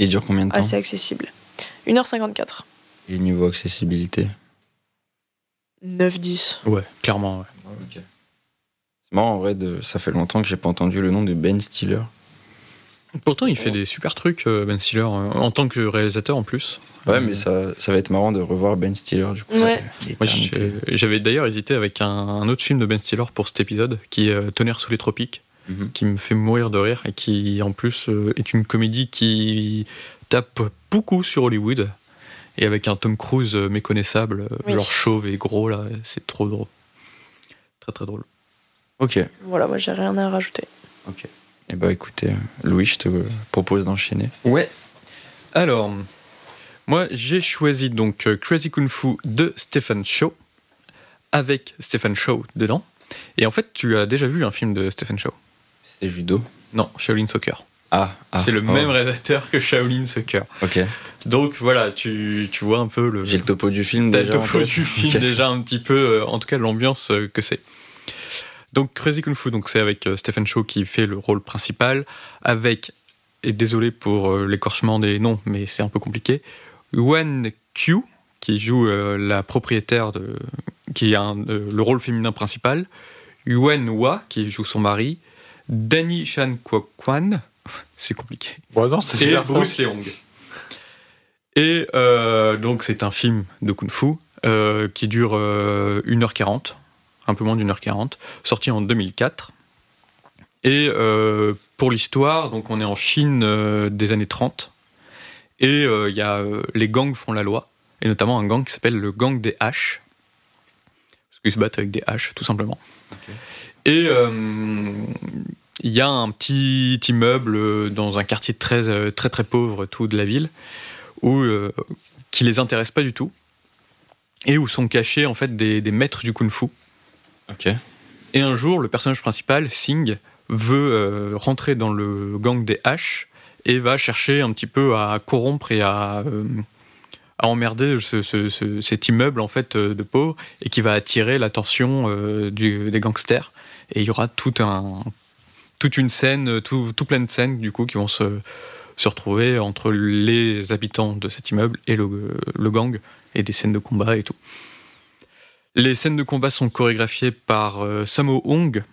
S2: Il dure combien de temps
S4: assez accessible. 1h54.
S2: Et niveau accessibilité
S4: 9-10.
S3: Ouais, clairement. ouais.
S1: Ah,
S2: C'est marrant en vrai, de... ça fait longtemps que j'ai pas entendu le nom de Ben Stiller.
S3: Pourtant, il fait des super trucs, euh, Ben Stiller, euh, en tant que réalisateur en plus.
S2: Ouais,
S3: Euh,
S2: mais ça, ça va être marrant de revoir Ben Stiller du coup.
S4: Ouais.
S2: Ça fait
S3: Moi,
S2: l'éternité.
S3: je- j'avais d'ailleurs hésité avec un, un autre film de Ben Stiller pour cet épisode, qui est euh, Tonnerre sous les tropiques,
S2: Mhm.
S3: qui me fait mourir de rire et qui, en plus, euh, est une comédie qui tape beaucoup sur Hollywood. Et avec un Tom Cruise euh, méconnaissable, euh,
S4: Oui.
S3: genre chauve et gros, là, c'est trop drôle. Très très drôle.
S2: Ok.
S4: Voilà, moi j'ai rien à rajouter.
S2: Et bah écoutez, euh, Louis, je te euh, propose d'enchaîner.
S3: Ouais. Alors, moi, j'ai choisi donc euh, Crazy Kung Fu de Stephen Chow, avec Stephen Chow dedans. Et en fait, tu as déjà vu un film de Stephen Chow
S2: C'est judo.
S3: Non, Shaolin Soccer.
S2: Ah, ah,
S3: C'est le
S2: oh,
S3: même réalisateur que Shaolin Soccer.
S2: Ok.
S3: Donc voilà, tu, tu vois un peu le,
S2: J'ai le topo du film
S3: T'as
S2: déjà.
S3: le
S2: en
S3: topo
S2: fait.
S3: du film
S2: Ok.
S3: déjà un petit peu, euh, en tout cas l'ambiance euh, que c'est. Donc Crazy Kung Fu, donc c'est avec euh, Stephen Chow qui fait le rôle principal, avec et désolé pour euh, l'écorchement des noms, mais c'est un peu compliqué. Wen Q qui joue euh, la propriétaire de, qui a un- euh, le rôle féminin principal, Yuen Hua qui joue son mari, Danny Shan Kwok Kwan, c'est compliqué
S1: Bon, non, c'est
S3: et
S1: super
S3: Bruce Leong. Et euh, donc, c'est un film de Kung Fu euh, qui dure euh, 1h40, un peu moins d'une heure 40, sorti en 2004. Et euh, pour l'histoire, donc on est en Chine euh, des années 30. Et euh, il y a, euh, les gangs font la loi, et notamment un gang qui s'appelle le gang des haches. Parce qu'ils se battent avec des haches, tout simplement. Et euh, il y a un petit immeuble euh, dans un quartier très euh, très très pauvre tout de la ville où euh, qui les intéresse pas du tout et où sont cachés en fait des, des maîtres du kung-fu.
S2: Ok.
S3: Et un jour, le personnage principal, Singh, veut euh, rentrer dans le gang des haches et va chercher un petit peu à corrompre et à, euh, à emmerder ce- ce- ce- cet immeuble en fait euh, de pauvres et qui va attirer l'attention euh, du- des gangsters. Et il y aura tout un, toute une scène, tout, tout plein de scènes du coup qui vont se, se retrouver entre les habitants de cet immeuble et le, le gang et des scènes de combat et tout. Les scènes de combat sont chorégraphiées par euh, Sammo Hung,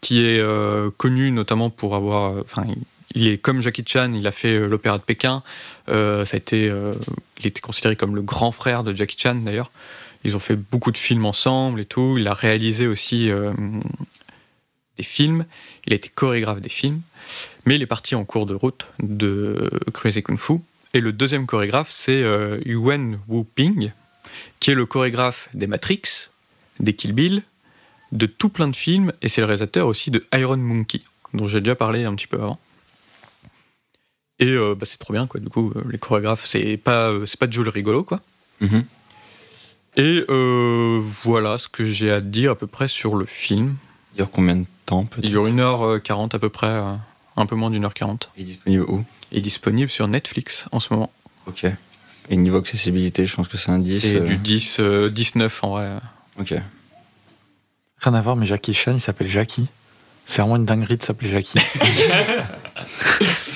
S3: qui est euh, connu notamment pour avoir. euh, Enfin, il est comme Jackie Chan, il a fait euh, l'opéra de Pékin. Euh, ça a été, euh, il était considéré comme le grand frère de Jackie Chan d'ailleurs. Ils ont fait beaucoup de films ensemble et tout. Il a réalisé aussi euh, des films. Il a été chorégraphe des films. Mais il est parti en cours de route de euh, Crazy Kung Fu. Et le deuxième chorégraphe, c'est euh, Yuen Wu Ping, qui est le chorégraphe des Matrix, des Kill Bill, de tout plein de films, et c'est le réalisateur aussi de Iron Monkey, dont j'ai déjà parlé un petit peu avant. Et euh, bah, c'est trop bien, quoi. Du coup, euh, les chorégraphes, c'est pas, euh, c'est pas Joe le rigolo, quoi.
S2: Mhm.
S3: Et euh, voilà ce que j'ai à dire à peu près sur le film.
S2: Il dure combien de temps peut-être
S3: Il dure 1h40 à peu près, euh, un peu moins d'une heure 40.
S2: Il est disponible où
S3: Il est disponible sur Netflix en ce moment.
S2: Ok. Et niveau accessibilité, je pense que c'est un 10.
S3: C'est
S2: euh,
S3: du 10, euh, 19 en vrai.
S2: Ok.
S1: Rien à voir, mais Jackie Chan, il s'appelle Jackie. C'est vraiment une dinguerie de s'appeler Jackie.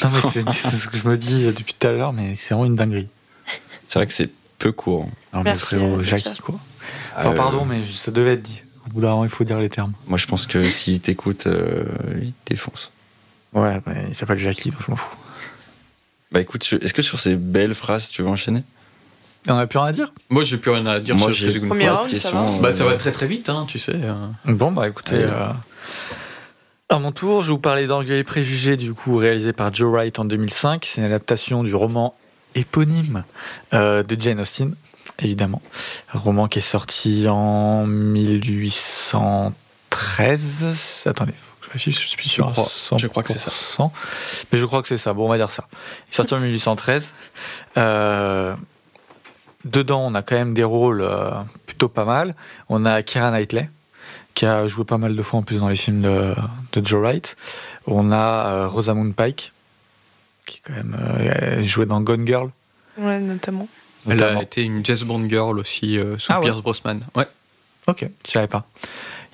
S1: non, mais c'est c'est ce que je me dis depuis tout à l'heure, mais c'est vraiment une dinguerie.
S2: C'est vrai que c'est peu court.
S1: Non, mais
S4: Merci,
S1: frérot,
S4: euh,
S1: Jackie,
S4: Jackie.
S1: quoi. Enfin,
S2: Euh,
S1: pardon, mais ça devait être dit. Au bout d'un moment, il faut dire les termes.
S2: Moi, je pense que s'il t'écoute, euh, il te défonce.
S1: Ouais, mais il s'appelle Jackie, donc je m'en fous.
S2: Bah écoute, sur- est-ce que sur ces belles phrases, tu veux enchaîner
S1: Et on a plus rien à dire
S3: Moi, j'ai plus rien à dire
S2: Moi,
S3: sur
S2: j'ai
S3: Crazy Kung Fu.
S4: Premier
S2: pas de
S4: round, ça
S2: questions,
S3: Bah, ça va
S2: euh,
S3: très très vite, hein, tu sais. euh.
S1: Bon, bah écoutez,
S2: Allez.
S1: euh, à mon tour, je vais vous parler d'Orgueil et Préjugés, du coup, réalisé par Joe Wright en 2005. C'est une adaptation du roman éponyme euh, de Jane Austen, évidemment. Un roman qui est sorti en 1813. Attendez, faut que je vérifie, je suis plus sûr.
S3: Je crois- je crois que c'est ça.
S1: ça. Mais je crois que c'est ça, bon, on va dire ça. Il est sorti en 1813. Euh, dedans, on a quand même des rôles euh, plutôt pas mal. On a Kira Knightley, qui a joué pas mal de fois en plus dans les films de, de Joe Wright. On a euh, Rosamund Pike, qui est quand même euh, jouée dans Gone Girl.
S4: Ouais, notamment.
S3: Elle
S1: notamment.
S3: a été une jazz band girl aussi euh, sous
S1: Ah ouais.
S3: Pierce Brosnan. Ouais.
S1: Ok, je savais pas.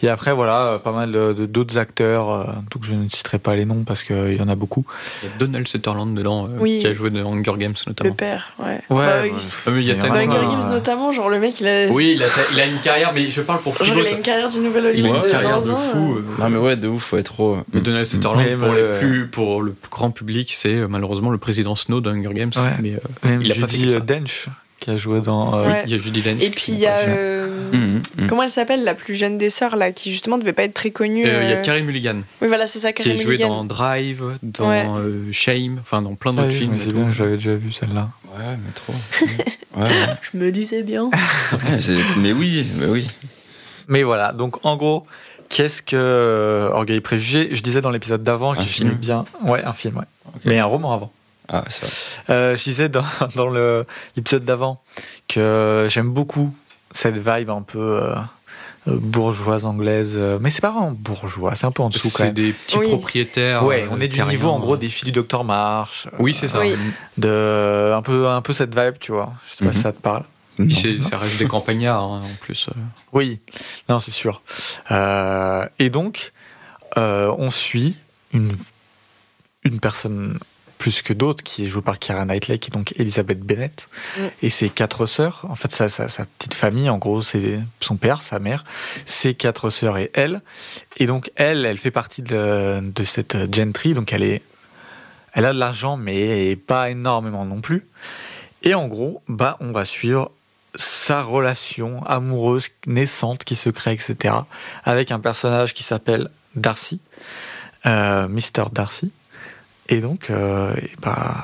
S1: Et après, voilà, euh, pas mal de- de- d'autres acteurs, euh, donc je ne citerai pas les noms parce qu'il y en a beaucoup.
S3: Il y a Donald Sutherland dedans euh,
S4: Oui.
S3: qui a joué dans Hunger Games
S4: Le
S3: notamment.
S4: père, ouais.
S1: Ouais,
S4: Bah,
S1: ouais.
S4: il-
S3: Ah, mais il y a
S1: Et
S4: Dans
S1: Ah,
S4: Hunger
S1: ouais.
S3: tellement.
S4: Games notamment, genre le mec il a,
S3: Oui, il a, il a une carrière, mais je parle pour
S4: genre,
S3: Frigo,
S4: il a
S3: quoi.
S4: une carrière du Nouvel Hollywood.
S3: Il a une
S4: de
S3: carrière de
S4: 15 ans,
S3: fou.
S4: euh.
S3: euh.
S2: Non, mais ouais, de ouf, faut être trop.
S3: Mais Donald
S1: Mais,
S3: Sutherland, pour,
S1: euh,
S3: les
S4: bah,
S3: plus, pour le plus grand public, c'est euh, malheureusement le président Snow de Hunger Games.
S1: Ouais.
S3: Mais, euh,
S1: Même
S3: Il a pas fait que
S1: Judy
S3: ça.
S1: euh, Dench, qui a joué dans. euh,
S4: Ouais.
S3: il y a Judy Dench.
S4: Et puis il y a. euh,
S2: Hum, hum, hum.
S4: Comment elle s'appelle, la plus jeune des sœurs, là, qui justement devait pas être très
S3: Euh,
S4: connue
S3: Il y a
S4: euh,
S3: Carey Mulligan
S4: Oui, voilà, c'est ça,
S3: qui est
S4: Carrie
S3: joué
S4: Mulligan.
S3: dans Drive, dans
S4: Ouais.
S3: euh, Shame, enfin dans plein
S1: ah
S3: d'autres
S1: oui,
S3: films.
S1: mais
S3: et
S1: c'est
S3: tout.
S1: bien, j'avais déjà vu celle-là.
S2: Ouais, mais trop. Ouais, ouais.
S4: Je me disais bien.
S2: Ouais, c'est- mais oui, mais oui.
S1: Mais voilà, donc en gros, qu'est-ce que euh, Orgueil et Préjugé Je disais dans l'épisode d'avant
S2: Un
S1: que
S2: film
S1: j'aimais bien. Ouais, un film, ouais.
S2: Ok.
S1: Mais un roman avant.
S2: Ah, c'est vrai.
S1: Euh, je disais dans, dans le- l'épisode d'avant que j'aime beaucoup cette vibe un peu euh, euh, bourgeoise anglaise. euh, Mais c'est pas vraiment bourgeois, c'est un peu en dessous quand
S3: C'est
S1: même.
S3: des petits
S4: Oui.
S3: propriétaires.
S1: Ouais,
S3: euh,
S1: on est du
S3: terriens.
S1: niveau en gros des filles du Docteur Marsh, euh,
S3: Oui, c'est ça.
S4: Oui.
S1: de un peu un peu cette vibe, tu vois. Je sais pas
S2: Mhm.
S1: si ça te parle.
S3: Puis c'est- ça reste des campagnards hein, en plus.
S1: Oui, non, c'est sûr. Euh, et donc, euh, on suit une, une personne plus que d'autres qui est jouée par Kara Knightley, qui est donc Elisabeth Bennett,
S4: Mm.
S1: et ses quatre sœurs. En fait, sa, sa, sa petite famille, en gros, c'est son père, sa mère, ses quatre sœurs et elle. Et donc, elle, elle fait partie de, de cette gentry, donc elle est. Elle a de l'argent, mais pas énormément non plus. Et en gros, bah, on va suivre sa relation amoureuse naissante qui se crée, etc. Avec un personnage qui s'appelle Darcy, euh, Mr. Darcy. Et donc, euh, et bah,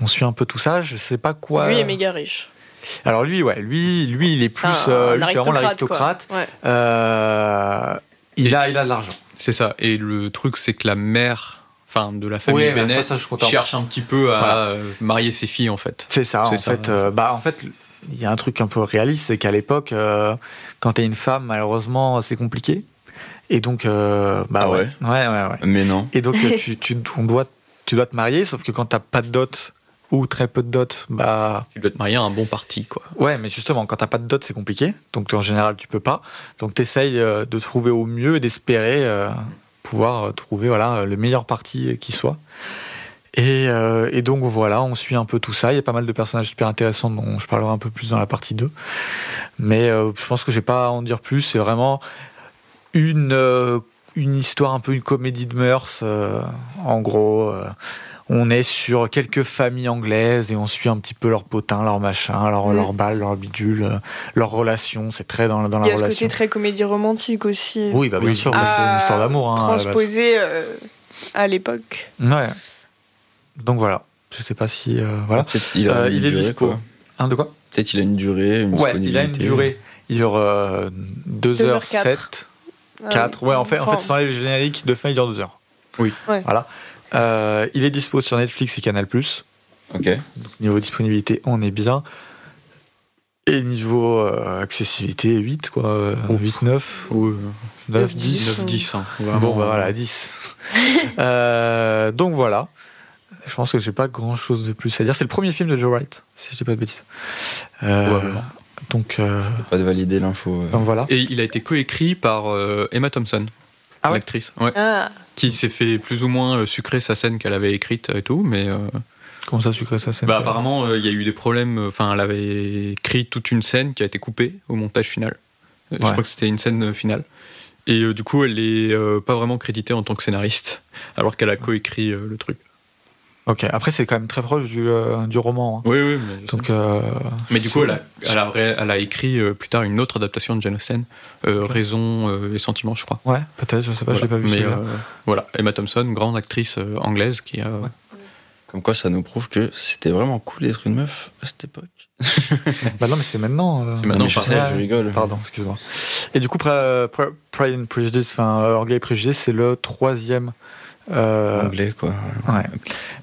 S1: on suit un peu tout ça. Je sais pas quoi.
S4: Lui est méga riche.
S1: Alors lui, ouais, lui, lui, il est plus,
S4: Enfin,
S1: euh,
S4: un
S1: lui, c'est vraiment
S4: quoi.
S1: l'aristocrate.
S4: Ouais.
S1: Euh, il a, il a de l'argent.
S3: C'est ça. Et le truc, c'est que la mère enfin, de la famille
S1: Ouais, bah,
S3: Bennett
S1: ça, je suis content.
S3: cherche un petit peu à
S1: Voilà.
S3: euh, marier ses filles, en fait.
S1: C'est ça,
S3: C'est
S1: en
S3: ça,
S1: fait.
S3: ouais.
S1: euh, bah, en fait, il y a un truc un peu réaliste, c'est qu'à l'époque, euh, quand t'es une femme, malheureusement, c'est compliqué. Et donc, euh, bah
S2: Ah ouais.
S1: ouais, ouais, ouais, ouais.
S2: Mais non.
S1: Et donc, euh, tu, tu, on doit, tu dois te marier, sauf que quand t'as pas de dot ou très peu de dot, bah
S3: Tu dois te marier à un bon parti, quoi.
S1: ouais, mais justement, quand t'as pas de dot, c'est compliqué. Donc en général, tu peux pas. Donc t'essayes euh, de trouver au mieux et d'espérer euh, pouvoir euh, trouver voilà euh, le meilleur parti euh, qui soit. Et, euh, et donc voilà, on suit un peu tout ça. Il y a pas mal de personnages super intéressants dont je parlerai un peu plus dans la partie 2. Mais euh, je pense que j'ai pas à en dire plus. C'est vraiment une, euh, une histoire, un peu une comédie de mœurs. euh, en gros, euh, on est sur quelques familles anglaises et on suit un petit peu leurs potins, leurs machins, leurs
S4: Mm.
S1: leurs balles, leurs bidules, euh, leurs relations. C'est très dans, dans
S4: Il y
S1: la
S4: a ce
S1: relation.
S4: côté très comédie romantique aussi.
S1: Oui, bah bien
S3: Oui.
S1: sûr, bah, c'est une histoire
S4: à
S1: d'amour. hein, à la base.
S4: Transposé euh, à l'époque.
S1: Ouais. Donc voilà. Je sais pas si. euh, voilà.
S2: Peut-être il a
S1: Euh,
S2: une
S1: il est
S2: durée,
S1: dispo.
S2: quoi.
S1: Un de quoi
S2: Peut-être il a une durée, une
S1: Ouais, il a une
S2: disponibilité.
S1: durée. Il euh, y aura 2h07, 4. Ouais, en fait, en
S4: Euh, Enfin,
S1: fait sans les génériques de fin, il dure 2h.
S3: Oui.
S4: Ouais.
S1: Voilà. Euh, il est dispo sur Netflix et Canal.
S2: Ok.
S1: Donc, niveau disponibilité, on est bien. Et niveau euh, accessibilité, 8, quoi. euh,
S3: Ouf.
S1: 8, 9,
S3: Ou, euh,
S1: 9,
S4: 10.
S1: 10.
S3: 9-10. hein,
S1: Bon,
S3: vraiment.
S1: bah voilà, 10. Euh, donc voilà. Je pense que j'ai pas grand chose de plus à dire. C'est le premier film de Joe Wright, si je dis pas de bêtises. Euh,
S3: Probablement.
S1: donc, euh,
S2: Pas de valider l'info. euh.
S1: donc voilà.
S3: Et il a été coécrit par euh, Emma Thompson,
S1: Ah ouais
S3: l'actrice, ouais,
S4: Ah,
S3: qui s'est fait plus ou moins euh, sucrer sa scène qu'elle avait écrite et tout, mais euh,
S1: Comment ça, sucre ça c'est
S3: bah, apparemment euh, il y a eu des problèmes. Enfin, elle avait écrit toute une scène qui a été coupée au montage final. Euh, Je
S1: Ouais.
S3: crois que c'était une scène euh, finale. Et euh, du coup, elle est euh, pas vraiment créditée en tant que scénariste, alors qu'elle a coécrit euh, le truc.
S1: Ok, après, c'est quand même très proche du, euh, du roman. hein.
S3: Oui, oui, mais, je sais.
S1: Donc, euh,
S3: Mais du coup, elle a, elle a, vrai- elle a écrit euh, plus tard une autre adaptation de Jane Austen, euh, Raison euh, et Sentiments, je crois.
S1: ouais, peut-être, je sais pas, je l'ai
S3: Voilà.
S1: pas vu.
S3: Mais
S1: celui-là.
S3: euh, voilà, Emma Thompson, grande actrice euh, anglaise qui a.
S2: Comme quoi, ça nous prouve que c'était vraiment cool d'être une meuf à cette époque.
S1: Bah non, mais c'est maintenant. euh,
S3: euh, C'est maintenant,
S2: Mais je
S3: pardon.
S2: sais,
S1: Ouais.
S2: je rigole.
S1: Pardon, excuse-moi. Et du coup, Pre- Pre- Pride and Prejudice, enfin, euh, Orgueil et Préjudice, c'est le troisième. euh,
S2: Anglais, quoi.
S1: Ouais.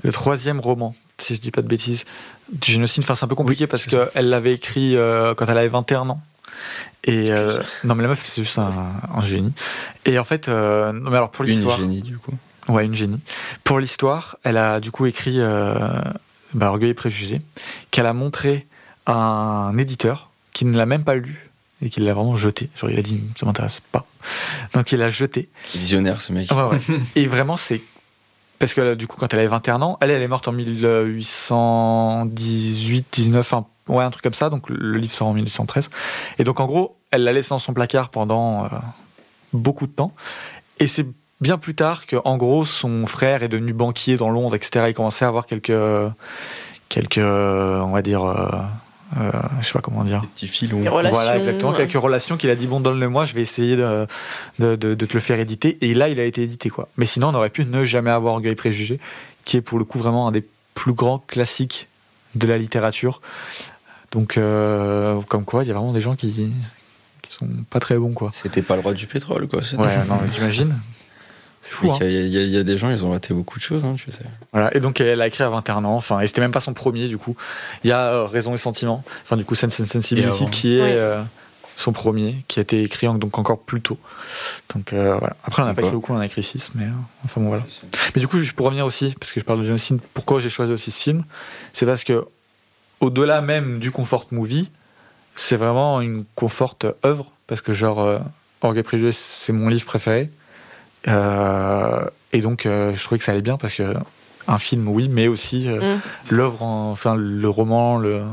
S1: Le troisième roman, si je dis pas de bêtises, du génocide. Enfin, c'est un peu compliqué parce qu'elle l'avait écrit euh, quand elle avait 21 ans. Et euh, non, mais la meuf, c'est juste un, un génie. Et en fait, euh, non, mais alors pour
S2: Une
S1: l'histoire,
S2: génie, du coup.
S1: ouais, une génie. Pour l'histoire, elle a du coup écrit euh, bah, Orgueil et préjugés, qu'elle a montré à un éditeur qui ne l'a même pas lu et qui l'a vraiment jeté. Genre, il a dit, ça m'intéresse pas. Donc, il l'a jeté.
S2: Visionnaire, ce mec.
S1: Ah ouais, ouais. Et vraiment, c'est. Parce que du coup, quand elle avait 21 ans, elle, elle est morte en 1818, 19, un, ouais, un truc comme ça. Donc le livre sort en 1813. Et donc en gros, elle l'a laissé dans son placard pendant euh, beaucoup de temps. Et c'est bien plus tard que, en gros, son frère est devenu banquier dans Londres, etc. Il commençait à avoir quelques. quelques. euh, on va dire. euh, euh, je sais pas comment dire.
S2: Des petits filons.
S4: les relations.
S1: Voilà, exactement. Quelques relations qu'il a dit, bon, donne-le-moi, je vais essayer de, de, de- de te le faire éditer. Et là, il a été édité, quoi. Mais sinon, on aurait pu ne jamais avoir Orgueil et Préjugé, qui est pour le coup vraiment un des plus grands classiques de la littérature. Donc, euh, comme quoi, il y a vraiment des gens qui, qui sont pas très bons, quoi.
S2: C'était pas le roi du pétrole, quoi. c'était-
S1: Ouais, non, mais t'imagines C'est
S2: Il
S1: fou,
S2: y,
S1: hein.
S2: a- il y a- il y a des gens, ils ont raté beaucoup de choses, hein, tu sais.
S1: Voilà. Et donc, elle a écrit à 21 ans, enfin, et c'était même pas son premier, du coup. Il y a euh, Raison et Sentiment, enfin, du coup, Sense and
S3: Et
S1: Sensibility,
S3: avant.
S1: qui est
S4: Ouais.
S1: euh, son premier, qui a été écrit en- donc encore plus tôt. Donc, euh, voilà. Après, on n'a pas
S2: D'accord.
S1: écrit beaucoup, on en a écrit 6, mais euh, enfin, bon, voilà. Mais du coup, je- pour revenir aussi, parce que je parle de génocide, pourquoi j'ai choisi aussi ce film C'est parce que, au-delà même du comfort movie, c'est vraiment une confort œuvre, parce que, genre, euh, Orgue et Préjugés, c'est mon livre préféré. Euh, et donc, euh, je trouvais que ça allait bien, parce que un film, oui, mais aussi euh,
S4: Mm.
S1: l'œuvre, en- enfin, le roman, le.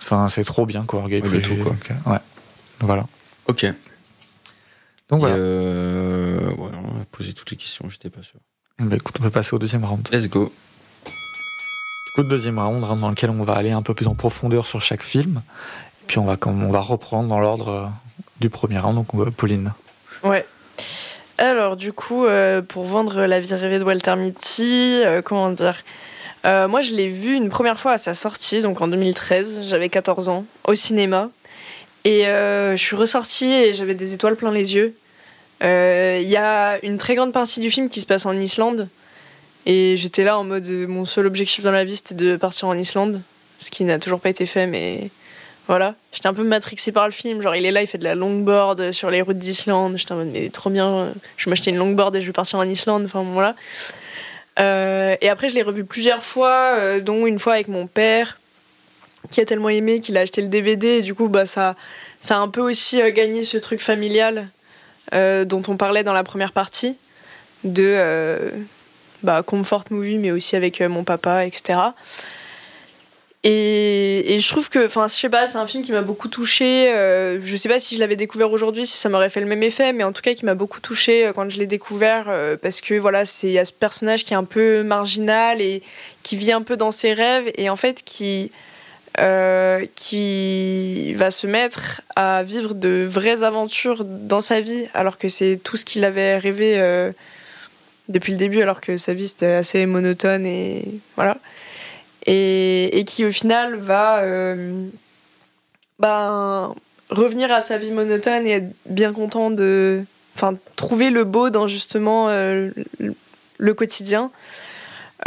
S1: Enfin, c'est trop bien, quoi, Orgue et
S2: Oui, le
S1: Préjugés,
S2: tout, quoi.
S1: donc, euh, ouais. Donc, voilà.
S2: Ok.
S1: Donc,
S2: Et,
S1: voilà.
S2: euh, ouais, on a posé toutes les questions, j'étais pas sûr.
S1: Bah, écoute, on peut passer au deuxième round.
S2: Let's go.
S1: coup de deuxième round hein, dans lequel on va aller un peu plus en profondeur sur chaque film. Et puis on va, comme, on va reprendre dans l'ordre euh, du premier round. Donc euh, Pauline.
S4: Ouais. Alors, du coup, euh, pour vendre La vie rêvée de Walter Mitty, euh, comment dire Euh, Moi, je l'ai vu une première fois à sa sortie, donc en 2013, j'avais 14 ans, au cinéma. Et euh, je suis ressortie et j'avais des étoiles plein les yeux. Euh, Il y a une très grande partie du film qui se passe en Islande. Et j'étais là en mode, euh, mon seul objectif dans la vie, c'était de partir en Islande. Ce qui n'a toujours pas été fait, mais voilà, j'étais un peu matrixée par le film. Genre, il est là, il fait de la longboard sur les routes d'Islande. J'étais en mode, mais trop bien, euh, je vais m'acheter une longboard et je vais partir en Islande. Enfin, bon, voilà. Euh, et après, je l'ai revu plusieurs fois, euh, dont une fois avec mon père, qui a tellement aimé qu'il a acheté le DVD. Et du coup, bah, ça, ça a un peu aussi euh, gagné ce truc familial euh, dont on parlait dans la première partie, de euh, bah, comfort movie, mais aussi avec euh, mon papa, etc. Et, et je trouve que, enfin, je sais pas, c'est un film qui m'a beaucoup touchée. Euh, je sais pas si je l'avais découvert aujourd'hui, si ça m'aurait fait le même effet, mais en tout cas qui m'a beaucoup touchée euh, quand je l'ai découvert, euh, parce que voilà, c'est il y a ce personnage qui est un peu marginal et qui vit un peu dans ses rêves et en fait qui euh, qui va se mettre à vivre de vraies aventures dans sa vie, alors que c'est tout ce qu'il avait rêvé euh, depuis le début, alors que sa vie c'était assez monotone et voilà et, et qui au final va euh, ben, revenir à sa vie monotone et être bien content de enfin, trouver le beau dans justement euh, le- le quotidien.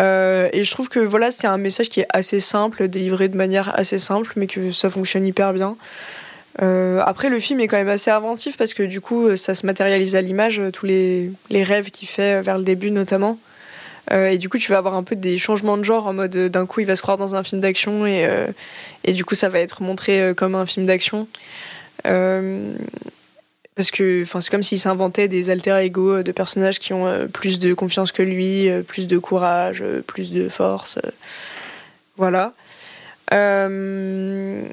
S4: Euh, et je trouve que voilà, c'est un message qui est assez simple, délivré de manière assez simple, mais que ça fonctionne hyper bien. Euh, après, le film est quand même assez inventif parce que du coup, ça se matérialise à l'image, euh, tous les, les rêves qu'il fait euh, vers le début notamment. Euh, et du coup, tu vas avoir un peu des changements de genre en mode euh, d'un coup, il va se croire dans un film d'action et, euh, et du coup, ça va être montré euh, comme un film d'action. Euh, parce que enfin, c'est comme s'il s'inventait des alter ego euh, de personnages qui ont euh, plus de confiance que lui, euh, plus de courage, euh, plus de force. euh. voilà. Euh,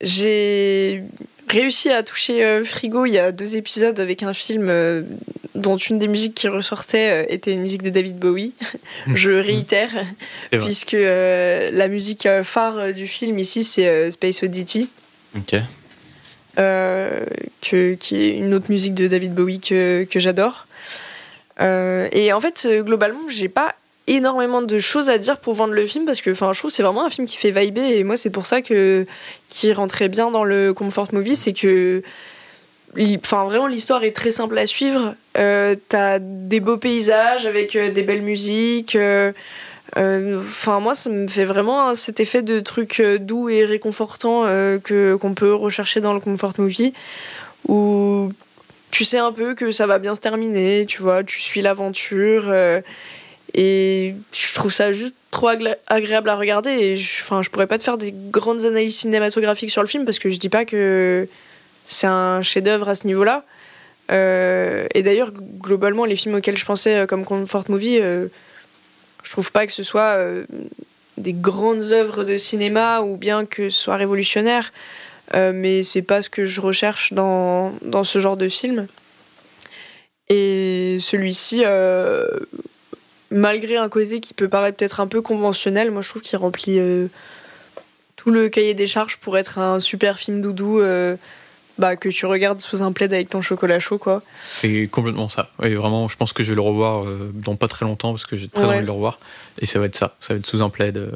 S4: J'ai réussi à toucher euh, Frigo il y a deux épisodes avec un film euh, dont une des musiques qui ressortait euh, était une musique de David Bowie. Je réitère,
S3: C'est vrai.
S4: puisque euh, la musique euh, phare euh, du film ici, c'est euh, Space Oddity
S2: Ok.
S4: euh, que, qui est une autre musique de David Bowie que, que j'adore. Euh, et en fait, euh, globalement, j'ai pas énormément de choses à dire pour vendre le film parce que enfin je trouve que c'est vraiment un film qui fait vibrer et moi c'est pour ça que qui rentrait bien dans le comfort movie c'est que il- enfin vraiment l'histoire est très simple à suivre Euh, t'as des beaux paysages avec euh, des belles musiques euh, euh, Enfin, moi, ça me fait vraiment hein, cet effet de truc euh, doux et réconfortant euh, que qu'on peut rechercher dans le comfort movie, où tu sais un peu que ça va bien se terminer, tu vois, tu suis l'aventure, euh, et je trouve ça juste trop agla- agréable à regarder. Et je, enfin, je pourrais pas te faire des grandes analyses cinématographiques sur le film parce que je dis pas que c'est un chef-d'œuvre à ce niveau-là. Euh, et d'ailleurs, globalement, les films auxquels je pensais euh, comme comfort movie. euh, je trouve pas que ce soit euh, des grandes œuvres de cinéma ou bien que ce soit révolutionnaire, euh, mais c'est pas ce que je recherche dans, dans ce genre de film. Et celui-ci, euh, malgré un côté qui peut paraître peut-être un peu conventionnel, moi je trouve qu'il remplit euh, tout le cahier des charges pour être un super film doudou euh, bah, que tu regardes sous un plaid avec ton chocolat chaud, quoi.
S3: C'est complètement ça. Et vraiment, je pense que je vais le revoir euh, dans pas très longtemps parce que j'ai très
S4: Ouais.
S3: envie de le revoir. Et ça va être ça. Ça va être sous un plaid. euh.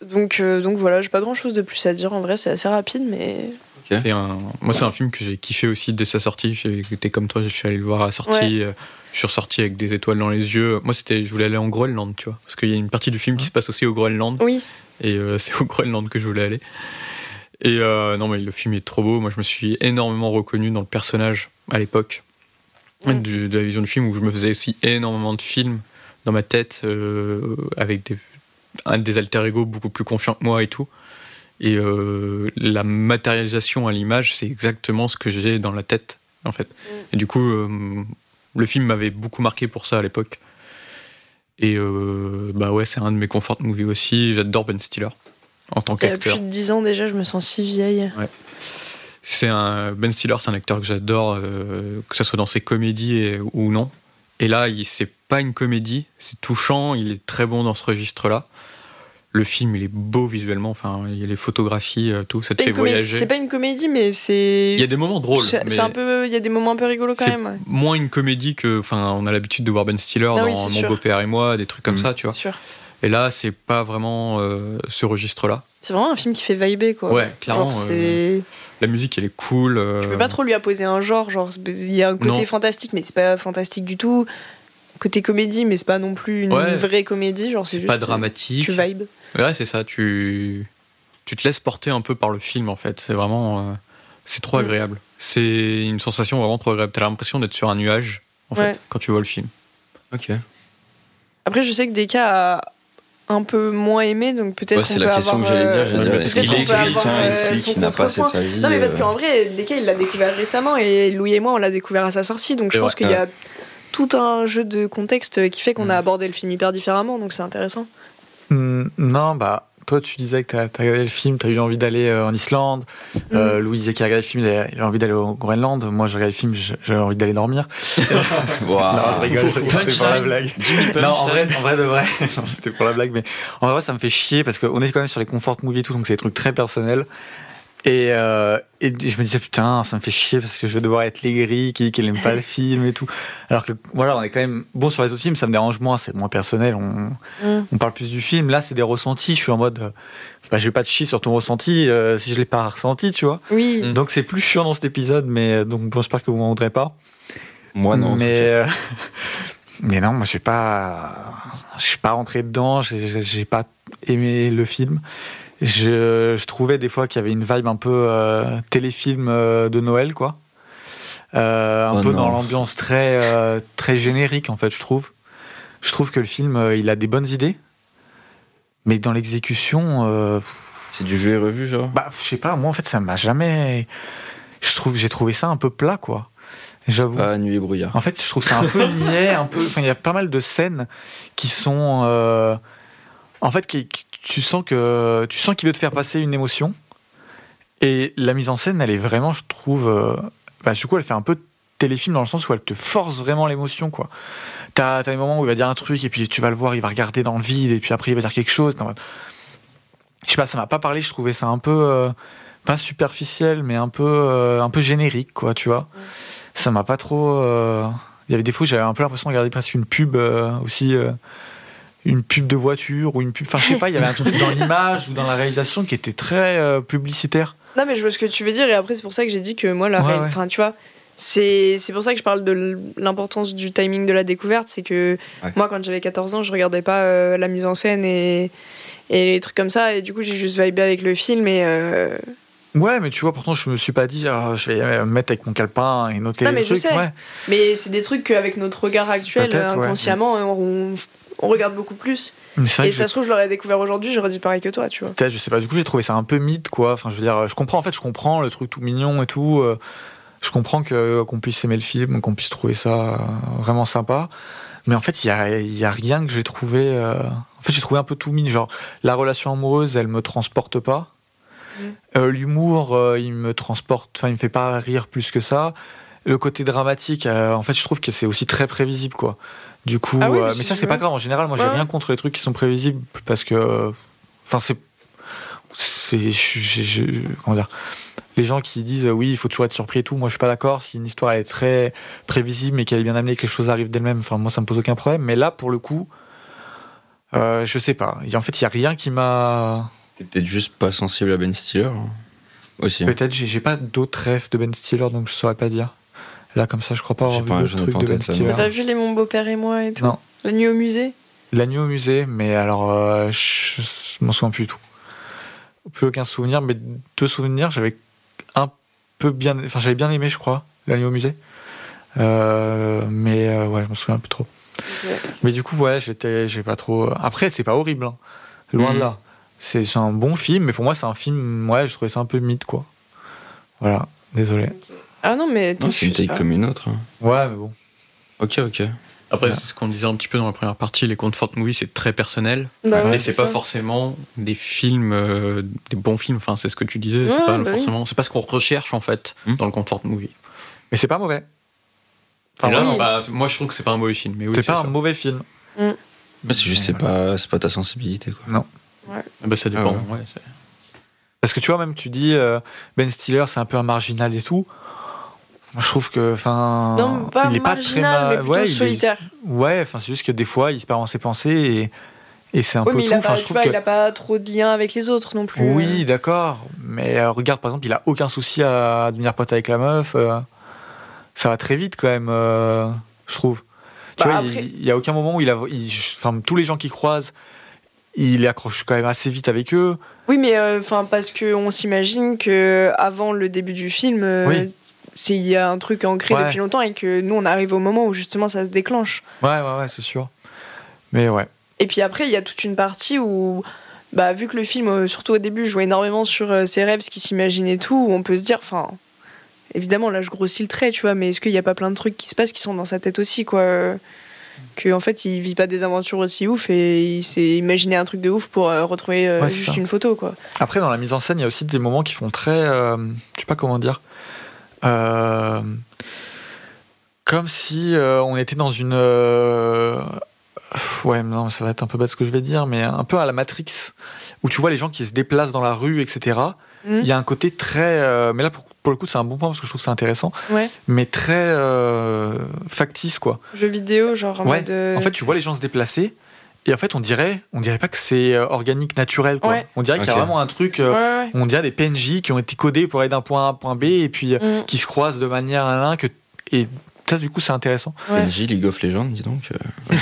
S4: Donc, euh, donc voilà, j'ai pas grand chose de plus à dire en vrai, c'est assez rapide, mais
S3: C'est un... Moi, c'est un film que j'ai kiffé aussi dès sa sortie. J'étais comme toi, je suis allé le voir à la sortie. euh, Je suis ressorti avec des étoiles dans les yeux. Moi, c'était, je voulais aller en Groenland, tu vois. Parce qu'il y a une partie du film qui se passe aussi au Groenland.
S4: Oui,
S3: Et euh, c'est au Groenland que je voulais aller. Et euh, non, mais le film est trop beau. Moi, je me suis énormément reconnu dans le personnage à l'époque
S4: Mm.
S3: du- de la vision du film où je me faisais aussi énormément de films dans ma tête euh, avec des, un des alter ego beaucoup plus confiants que moi et tout. Et euh, la matérialisation à l'image, c'est exactement ce que j'ai dans la tête, en fait. Et du coup, euh, le film m'avait beaucoup marqué pour ça à l'époque. Et euh, bah ouais, c'est un de mes comfort movies aussi. J'adore Ben Stiller en tant
S4: il y a
S3: qu'acteur.
S4: plus de 10 ans déjà, je me sens si vieille.
S3: C'est un Ben Stiller, c'est un acteur que j'adore, euh, que ce soit dans ses comédies et- ou non. Et là, il- c'est pas une comédie, c'est touchant, il est très bon dans ce registre-là. Le film, il est beau visuellement, enfin, il y a les photographies, euh, tout, ça te
S4: C'est
S3: fait
S4: une comédie-
S3: voyager.
S4: c'est pas une comédie, mais c'est.
S3: Il y a des moments drôles,
S4: c'est-
S3: mais
S4: c'est un peu, il y a des moments un peu rigolos quand
S3: C'est-
S4: même. ouais,
S3: moins une comédie que, enfin, on a l'habitude de voir Ben Stiller
S4: Ah
S3: dans
S4: oui, c'est
S3: Mon
S4: sûr.
S3: beau-père et moi, des trucs comme
S2: Mm.
S3: ça, tu vois.
S4: c'est sûr.
S3: Et là, c'est pas vraiment euh, ce registre-là.
S4: C'est vraiment un film qui fait vibrer quoi.
S3: Ouais, clairement, euh,
S4: Genre, c'est.
S3: La musique, elle est cool. euh,
S4: Tu peux pas trop lui apposer un genre, genre c'est- il y a un côté
S3: Non.
S4: fantastique, mais c'est pas fantastique du tout. Côté comédie, mais c'est pas non plus une
S3: Ouais.
S4: vraie comédie, genre c'est
S3: C'est
S4: juste. euh,
S3: pas dramatique.
S4: Tu vibes.
S3: Ouais, c'est ça. Tu, tu te laisses porter un peu par le film, en fait. C'est vraiment. euh, c'est trop
S4: Mm.
S3: agréable. C'est une sensation vraiment trop agréable. T'as l'impression d'être sur un nuage, en
S4: Ouais.
S3: fait, quand tu vois le film.
S2: Ok.
S4: Après, je sais que Desca a un peu moins aimé, donc peut-être
S2: Ouais,
S4: on
S2: c'est
S4: peut
S2: la question que
S4: avoir,
S2: j'allais
S4: euh,
S2: dire. j'allais dire,
S3: peut-être
S2: Est-ce qu'il
S4: on
S2: est
S4: peut avoir,
S2: quelqu'un
S4: euh,
S2: ici
S4: son
S2: qui n'a pas
S4: contrepoint.
S2: cet avis
S4: Non, mais parce
S2: euh,
S4: qu'en vrai, Deka, il l'a découvert récemment et Louis et moi, on l'a découvert à sa sortie. Donc je
S3: C'est
S4: pense
S3: vrai,
S4: qu'il y a tout un jeu de contexte qui fait qu'on a
S3: Mm.
S4: abordé le film hyper différemment, donc c'est intéressant.
S1: Hmm, non, bah, toi, tu disais que t'as as regardé le film, t'as eu envie d'aller euh, en Islande. Euh, Louis disait qu'il a regardé le film, il a, il a envie d'aller au Groenland. Moi, j'ai regardé le film, j'ai- j'avais envie d'aller dormir.
S2: waouh.
S1: Non, je rigole, je rigole, c'est pour la blague. Non, en vrai, en vrai de vrai, non, c'était pour la blague, mais en vrai, ça me fait chier parce qu'on est quand même sur les comfort movies et tout, donc c'est des trucs très personnels. Et, euh, et je me disais, putain, ça me fait chier parce que je vais devoir être l'aigri qui, qui n'aime pas le film et tout. Alors que, voilà, on est quand même bon sur les autres films, ça me dérange moins, c'est moins personnel, on,
S4: Mm.
S1: on parle plus du film. Là, c'est des ressentis, je suis en mode, euh, bah, je vais pas te chier sur ton ressenti euh, si je l'ai pas ressenti, tu vois.
S4: Oui,
S3: Mm.
S1: Donc c'est plus chiant dans cet épisode, mais euh, donc bon, j'espère que vous m'en voudrez pas.
S2: Moi non.
S1: Mais, euh, mais non, moi, je suis pas, je suis pas rentré dedans. j'ai- J'ai j'ai pas aimé le film. Je, je trouvais des fois qu'il y avait une vibe un peu euh, téléfilm euh, de Noël, quoi. Euh, un
S2: Oh
S1: peu
S2: non.
S1: dans l'ambiance très, euh, très générique, en fait, je trouve. Je trouve que le film, euh, il a des bonnes idées. Mais dans l'exécution, euh,
S2: C'est du vu et revu, genre.
S1: bah, je sais pas, moi, en fait, ça m'a jamais. Je trouve, j'ai trouvé ça un peu plat, quoi. J'avoue.
S2: Pas nuit et brouillard.
S1: En fait, je trouve ça un peu niais, un peu. Enfin, il y a pas mal de scènes qui sont. euh, en fait, qui, qui- tu sens que tu sens qu'il veut te faire passer une émotion. Et la mise en scène, elle est vraiment, je trouve. euh, bah, du coup, elle fait un peu téléfilm dans le sens où elle te force vraiment l'émotion, quoi. T'as as des moments où il va dire un truc et puis tu vas le voir, il va regarder dans le vide et puis après il va dire quelque chose. Non, je sais pas, ça m'a pas parlé. Je trouvais ça un peu euh, pas superficiel, mais un peu euh, un peu générique, quoi. Tu vois ça m'a pas trop. euh, Il y avait des fois où j'avais un peu l'impression de regarder presque une pub euh, aussi, euh, une pub de voiture ou une pub. Enfin, je sais pas, il y avait un truc dans l'image ou dans la réalisation qui était très euh, publicitaire.
S4: Non, mais je vois ce que tu veux dire, et après, c'est pour ça que j'ai dit que moi, la
S1: Ouais,
S4: réelle-
S1: ouais.
S4: Enfin, tu vois, c'est c'est pour ça que je parle de l'importance du timing de la découverte. C'est que
S2: Ouais.
S4: moi, quand j'avais 14 ans, je regardais pas euh, la mise en scène et, et les trucs comme ça, et du coup, j'ai juste vibé avec le film. Et, euh,
S1: Ouais, mais tu vois, pourtant, je me suis pas dit, Ah, je vais me mettre avec mon calepin et noter
S4: Non,
S1: les
S4: mais je
S1: trucs.
S4: sais.
S1: Ouais.
S4: Mais c'est des trucs qu'avec notre regard actuel,
S1: Peut-être, ouais.
S4: inconsciemment, hein, on, on regarde beaucoup plus.
S1: Mais c'est vrai
S4: Et
S1: que
S4: ça se trouve, je l'aurais découvert aujourd'hui, j'aurais dit pareil que toi, tu vois.
S1: Peut-être, je sais pas. Du coup, j'ai trouvé ça un peu mythe, quoi. Enfin, je veux dire, je comprends. En fait, je comprends le truc tout mignon et tout. euh, Je comprends que euh, qu'on puisse aimer le film, qu'on puisse trouver ça euh, vraiment sympa. Mais en fait, il y a, il y a rien que j'ai trouvé. euh, En fait, j'ai trouvé un peu tout mignon. Genre, la relation amoureuse, elle me transporte pas.
S4: Mhm.
S1: Euh, L'humour, euh, il me transporte. Enfin, il me fait pas rire plus que ça. Le côté dramatique, euh, en fait, je trouve que c'est aussi très prévisible, quoi. Du coup,
S4: Ah oui, mais
S1: euh, mais,
S4: si
S1: ça,
S4: tu
S1: c'est
S4: veux.
S1: pas grave. En général, moi, j'ai
S4: Ouais.
S1: rien contre les trucs qui sont prévisibles parce que. euh, Enfin, c'est c'est je- je- je- comment dire les gens qui disent euh, oui il faut toujours être surpris et tout moi je suis pas d'accord si une histoire elle est très prévisible mais qu'elle est bien amenée que les choses arrivent d'elles-mêmes enfin moi ça me pose aucun problème mais là pour le coup euh, je sais pas Il y a- en fait il y a rien qui m'a
S2: T'es peut-être juste pas sensible à Ben Stiller. hein. aussi.
S1: Peut-être, j'ai j'ai pas d'autres rêves de Ben Stiller, donc je saurais pas dire. Là, comme ça, je crois pas
S2: Je sais
S1: avoir
S2: pas,
S1: vu d'autres
S2: j'en ai
S1: trucs
S2: pas en
S1: de
S2: tête,
S1: Ben
S2: ça,
S1: Stiller.
S2: non.
S4: T'as vu les Mon beau-père et moi et tout
S1: Non.
S4: La nuit au musée
S1: La nuit au musée, mais alors, euh, je, je m'en souviens plus du tout. Plus aucun souvenir, mais deux souvenirs, j'avais un peu bien. Enfin, j'avais bien aimé, je crois, la nuit au musée. Euh, mais euh, ouais, je m'en souviens plus trop. Mais du coup, ouais, j'étais, j'ai pas trop. Après, c'est pas horrible, hein. loin de
S2: Mhm.
S1: là. C'est c'est un bon film, mais pour moi, c'est un film. Ouais, je trouvais ça un peu mythe, quoi. Voilà, désolé.
S4: Ah non, mais
S2: Non, c'est une
S4: t'es
S2: taille comme une autre. hein.
S1: Ouais, mais bon.
S2: Ok, ok.
S3: Après,
S1: Voilà.
S3: c'est ce qu'on disait un petit peu dans la première partie, les comptes Fort Movie, c'est très personnel.
S4: Bah ouais,
S3: mais c'est
S4: c'est
S3: pas
S4: ça.
S3: forcément des films, euh, des bons films, enfin, c'est ce que tu disais,
S4: Ouais,
S3: c'est pas
S4: bah oui.
S3: forcément, c'est pas ce qu'on recherche en fait
S2: Hmm.
S3: dans le Comfort Movie.
S1: Mais c'est pas mauvais.
S3: Et là,
S4: oui.
S3: c'est pas- moi je trouve que c'est pas un mauvais film, mais oui,
S1: c'est pas
S3: sûr.
S1: un mauvais film.
S2: Bah, c'est juste, c'est pas, c'est pas ta sensibilité, quoi.
S3: Ah bah, ça dépend.
S2: Ah
S3: ouais, c'est-
S1: Parce que tu vois, même tu dis euh, Ben Stiller, c'est un peu un marginal et tout. Moi, je trouve que, enfin,
S4: Non, pas
S1: il est pas très
S4: marginal, mais
S1: ma-
S4: plutôt
S1: ouais, il est-
S4: solitaire.
S1: Ouais, enfin, c'est juste que des fois, il se part en ses pensées et, et c'est un
S4: Oui,
S1: peu
S4: mais
S1: tout.
S4: il a,
S1: Enfin,
S4: pas,
S1: je
S4: tu
S1: trouve
S4: vois,
S1: que-
S4: il a pas trop de lien avec les autres non plus. euh,
S1: Oui, d'accord. Mais euh, regarde, par exemple, il a aucun souci à devenir pote avec la meuf. euh, ça va très vite quand même, euh, je trouve. Tu
S4: Bah,
S1: vois, il-
S4: après-
S1: il n'y a aucun moment où il a. il- Enfin, tous les gens qu'il croise, il les accroche quand même assez vite avec eux.
S4: Oui, mais euh, enfin parce que on s'imagine que avant le début du film, euh,
S1: Oui.
S4: c'est il y a un truc ancré
S1: Ouais.
S4: depuis longtemps et que nous on arrive au moment où justement ça se déclenche.
S1: Ouais, ouais, ouais, c'est sûr. Mais ouais.
S4: Et puis après il y a toute une partie où bah vu que le film euh, surtout au début joue énormément sur euh, ses rêves, ce qu'il s'imagine et tout, on peut se dire enfin évidemment là je grossis le trait tu vois, mais est-ce qu'il n'y a pas plein de trucs qui se passent qui sont dans sa tête aussi quoi euh, que en fait il vit pas des aventures aussi ouf et il s'est imaginé un truc de ouf pour euh, retrouver euh,
S1: Ouais, c'est
S4: juste
S1: ça.
S4: une photo quoi.
S1: Après, dans la mise en scène, il y a aussi des moments qui font très. euh, je sais pas comment dire. euh, comme si euh, on était dans une. euh, ouais, mais non, ça va être un peu bas ce que je vais dire, mais un peu à la Matrix, où tu vois les gens qui se déplacent dans la rue, etc.
S4: Mhm.
S1: Il y a un côté très. euh, mais là, pour, pour le coup, c'est un bon point parce que je trouve que c'est intéressant,
S4: Hmm Ouais.
S1: mais très euh, factice, quoi.
S4: Jeux vidéo, genre en
S1: Ouais,
S4: mode. euh,
S1: En fait, tu vois les gens se déplacer. Et en fait, on dirait, on dirait pas que c'est euh, organique, naturel. Quoi.
S4: Ouais.
S1: On dirait qu'il y a
S2: Ok.
S1: vraiment un truc euh,
S4: ouais, ouais.
S1: on dirait des PNJ qui ont été codés pour aller d'un point A à un point B et puis euh,
S4: Mm.
S1: qui se croisent de manière à l'un que et ça du coup c'est intéressant.
S4: Hmm, Ouais.
S2: NJ, League of Legends, dis donc. euh.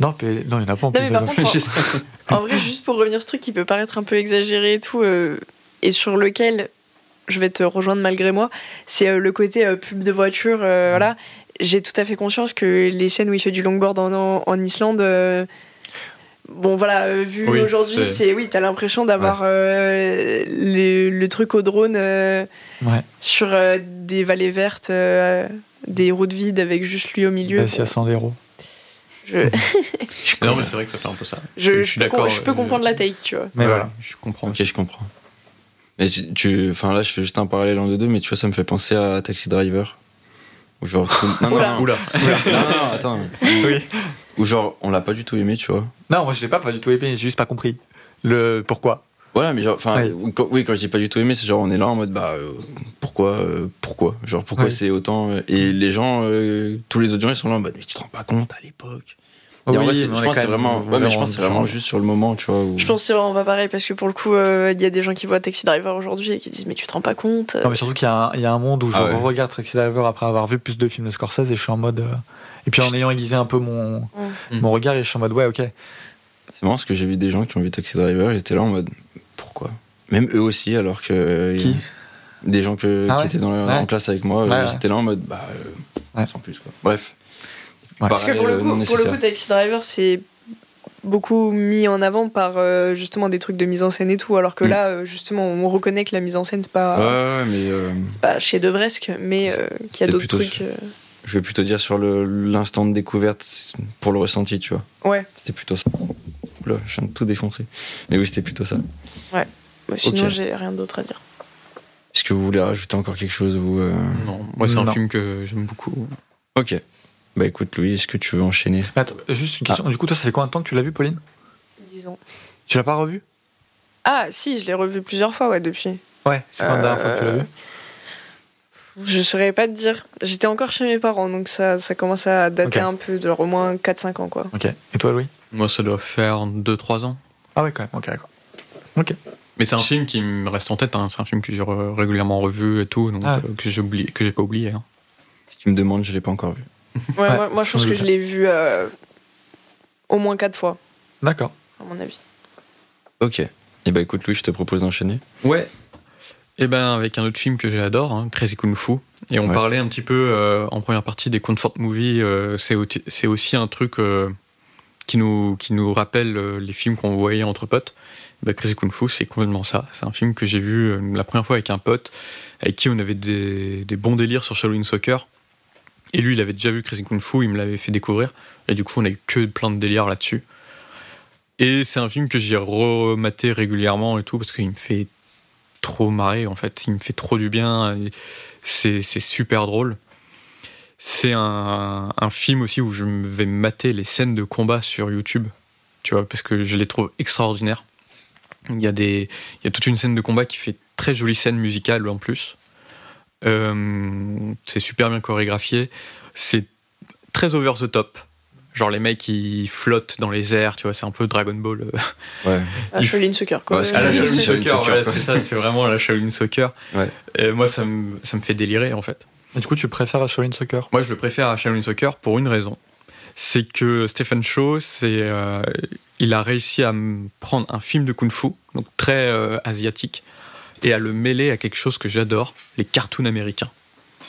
S1: Non, mais- non, il n'y en a pas en
S4: Non, mais
S1: plus.
S4: par
S1: de-
S4: contre, En vrai, juste pour revenir sur ce truc qui peut paraître un peu exagéré et tout, euh, et sur lequel je vais te rejoindre malgré moi, c'est euh, le côté euh, pub de voiture. euh, voilà. J'ai tout à fait conscience que les scènes où il fait du longboard en, en, en Islande. euh, Bon voilà, euh, vu
S3: Oui,
S4: aujourd'hui,
S3: c'est-
S4: c'est oui, t'as l'impression d'avoir euh, le, le truc au drone euh,
S1: Ouais.
S4: sur euh, des vallées vertes, euh, des routes vides avec juste lui au milieu.
S3: Bah,
S1: Dacia
S4: Bon,
S1: Sandero.
S4: je-
S3: Non, mais c'est vrai que ça fait un peu ça.
S4: Je,
S3: Je
S4: je
S3: suis
S4: peux
S3: d'accord,
S4: com- je peux
S3: euh,
S4: comprendre la take, tu vois.
S1: Mais
S3: Ouais,
S1: voilà.
S3: Je comprends.
S2: Ok,
S3: aussi.
S2: je comprends. Mais tu, tu- enfin là, je fais juste un parallèle entre les deux, mais tu vois, ça me fait penser à Taxi Driver. Ou genre, non, non,
S4: Oula.
S2: non,
S3: Oula.
S2: non, non, attends.
S1: Oui.
S2: Ou genre, on l'a pas du tout aimé, tu vois.
S1: Non, moi je l'ai pas, pas du tout aimé, j'ai juste pas compris le pourquoi.
S2: Voilà, mais genre, enfin,
S1: Ouais.
S2: quand- oui, quand je dis pas du tout aimé, c'est genre, on est là en mode, bah, euh, pourquoi, euh, pourquoi, genre, pourquoi
S1: Ouais.
S2: c'est autant. euh, et les gens, euh, tous les autres gens, ils sont là en mode, mais tu te rends pas compte à l'époque. Et en vrai,
S1: mais on est
S2: c'est- je pense
S1: quand
S2: que c'est
S1: même
S2: vraiment, ouais, mais je pense que c'est vraiment juste sur le moment, tu vois. où-
S4: Je pense que c'est vraiment pas pareil parce que pour le coup, euh, il y a des gens qui voient Taxi Driver aujourd'hui et qui disent Mais tu te rends pas compte euh.
S1: Non, mais surtout qu'il y, a un- il y a un monde où je
S2: Ah ouais.
S1: regarde Taxi Driver après avoir vu plus de films de Scorsese et je suis en mode. euh, Et puis en ayant aiguisé un peu mon,
S3: Mm.
S1: mon regard, et je suis en mode ouais, ok.
S2: C'est marrant parce que j'ai vu des gens qui ont vu Taxi Driver, j'étais là en mode pourquoi Même eux aussi, alors que. euh,
S1: Qui
S2: Des gens que,
S1: Ah
S2: qui
S1: ouais
S2: étaient dans la,
S1: Ouais.
S2: en classe avec moi, euh,
S1: Ouais, ouais.
S2: j'étais là en mode bah. euh,
S1: Ouais.
S2: Sans plus quoi. Bref.
S1: Ouais.
S4: Parce que pour le,
S2: Parallèle euh, non
S4: coup, pour le
S2: nécessaire.
S4: coup, Taxi Driver, c'est beaucoup mis en avant par euh, justement des trucs de mise en scène et tout. Alors que
S2: Mm.
S4: là, euh, justement, on reconnaît que la mise en scène, c'est pas,
S2: Ouais, ouais, mais euh,
S4: c'est pas chez Devresque, mais euh, qu'il y
S2: C'était
S4: a d'autres
S2: plutôt
S4: trucs. euh,
S2: je vais plutôt dire sur le- l'instant de découverte pour le ressenti, tu vois.
S4: Ouais,
S2: C'était plutôt ça. Oula, je viens de tout défoncer. Mais oui, c'était plutôt ça.
S4: Bah, sinon,
S2: Ok.
S4: j'ai rien d'autre à dire.
S2: Est-ce que vous voulez rajouter encore quelque chose ou. euh,
S3: Non, moi c'est un
S1: Non.
S3: film que j'aime beaucoup.
S2: Ok. Bah écoute, Louis, est-ce que tu veux enchaîner
S1: Mais attends, juste une
S2: Ah.
S1: question. Du coup, toi, ça fait combien de temps que tu l'as vu, Pauline
S4: Disons.
S1: Tu l'as pas revu
S4: Ah, si, je l'ai revu plusieurs fois ouais, depuis.
S1: Ouais, c'est quand la dernière fois que tu l'as vu
S4: Je saurais pas te dire. J'étais encore chez mes parents, donc ça, ça commence à dater
S1: Ok.
S4: un peu, genre au moins 4-5 ans, quoi.
S1: Ok. Et toi, Louis
S3: Moi ça doit faire 2-3 ans.
S1: Ah ouais, quand même. Ok, d'accord.
S3: Mais c'est un film qui me reste en tête, hein. c'est un film que j'ai re- régulièrement revu et tout, donc,
S1: Ah.
S3: euh, que j'ai oublié, que j'ai pas oublié. hein.
S2: Si tu me demandes, je l'ai pas encore vu.
S4: Ouais,
S1: Ouais,
S4: moi, moi, je pense
S1: je
S4: que
S1: le
S4: je
S1: fais.
S4: l'ai vu euh, au moins quatre fois,
S1: D'accord.
S4: à mon avis.
S2: Ok. Et bah écoute, Louis, je te propose d'enchaîner.
S3: Ouais. Et ben avec un autre film que j'adore, hein, Crazy Kung Fu. Et on
S2: Ouais.
S3: parlait un petit peu euh, en première partie des comfort movies. euh, c'est au- c'est aussi un truc euh, qui nous qui nous rappelle euh, les films qu'on voyait entre potes. Ben, Crazy Kung Fu, c'est complètement ça. C'est un film que j'ai vu euh, la première fois avec un pote avec qui on avait des, des bons délires sur Shaolin Soccer. Et lui, il avait déjà vu Crazy Kung Fu, il me l'avait fait découvrir. Et du coup, on a eu que plein de délires là-dessus. Et c'est un film que j'ai rematé régulièrement et tout, parce qu'il me fait trop marrer en fait. Il me fait trop du bien. Et C'est, c'est super drôle. C'est un, un film aussi où je me vais mater les scènes de combat sur YouTube, tu vois, parce que je les trouve extraordinaires. Il y a, des, il y a toute une scène de combat qui fait très jolie scène musicale en plus. Euh, c'est super bien chorégraphié. C'est très over the top. Genre les mecs ils flottent dans les airs, tu vois, c'est un peu Dragon Ball euh,
S2: Ouais.
S4: À
S3: Il-
S4: Shaolin Soccer, quoi.
S2: Ouais, c'est
S3: à la
S2: Shaolin
S3: Shaolin
S2: Soccer,
S3: Soccer,
S2: quoi.
S3: ouais, c'est ça, c'est vraiment la Shaolin Soccer.
S2: Ouais.
S3: Et moi, ça me, ça me fait délirer, en fait.
S1: Et du coup, tu préfères à Shaolin Soccer
S3: Moi, je le préfère à Shaolin Soccer pour une raison. C'est que Stephen Chow, c'est, euh, il a réussi à me prendre un film de kung-fu, donc très euh, asiatique, et à le mêler à quelque chose que j'adore, les cartoons américains.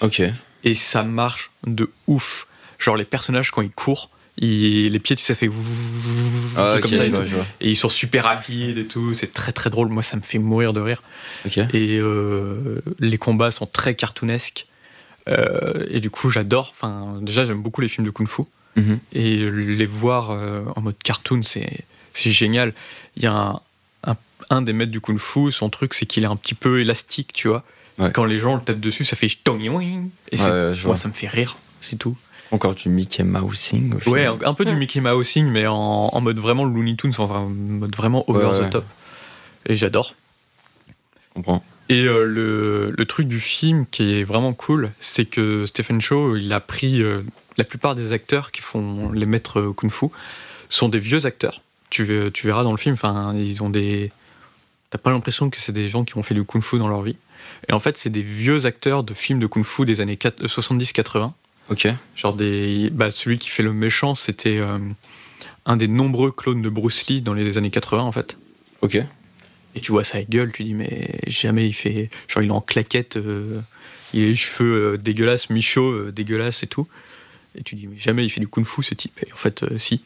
S2: Ok.
S3: Et ça marche de ouf. Genre, les personnages, quand ils courent, ils- les pieds, tu sais, ça fait vouh,
S2: Ah, ok,
S3: comme
S2: je
S3: ça. et
S2: vois,
S3: tout.
S2: je vois.
S3: Et ils sont super rapides et tout. C'est très, très drôle. Moi, ça me fait mourir de rire.
S2: Ok.
S3: Et euh, les combats sont très cartoonesques. Euh, et du coup, j'adore. Enfin, déjà, j'aime beaucoup les films de kung-fu.
S2: Mhm.
S3: Et les voir euh, en mode cartoon, c'est c'est génial. Il y a un, un- un des maîtres du kung-fu, son truc, c'est qu'il est un petit peu élastique, tu vois.
S2: Ouais.
S3: Quand les gens le tapent dessus, ça fait tong yoing. Et c'est-
S2: Ouais, ouais, je vois.
S3: moi, ça me fait rire. C'est tout.
S2: Encore du Mickey Mousing. au final.
S3: Ouais, un, un peu du
S4: Mm.
S3: Mickey Mousing, mais en, en mode vraiment Looney Tunes, enfin, en mode vraiment over
S2: Ouais,
S3: the
S2: ouais.
S3: top. Et j'adore.
S2: Je comprends.
S3: Et euh, le, le truc du film qui est vraiment cool, c'est que Stephen Chow, il a pris euh, la plupart des acteurs qui font les maîtres euh, kung-fu sont des vieux acteurs. Tu, ve- tu verras dans le film, enfin, ils ont des. T'as pas l'impression que c'est des gens qui ont fait du kung-fu dans leur vie. Et en fait, c'est des vieux acteurs de films de kung-fu des années 4- 70-80.
S2: Ok.
S3: Genre des, bah, celui qui fait le méchant, c'était euh, un des nombreux clones de Bruce Lee dans les années 80 en fait.
S2: Ok.
S3: Et tu vois sa gueule, tu dis, mais jamais il fait. Genre, il est en claquette, euh, il a les cheveux euh, dégueulasses, mi-chaud, euh, dégueulasses et tout. Et tu dis, mais jamais il fait du kung-fu ce type. Et en fait, euh, si.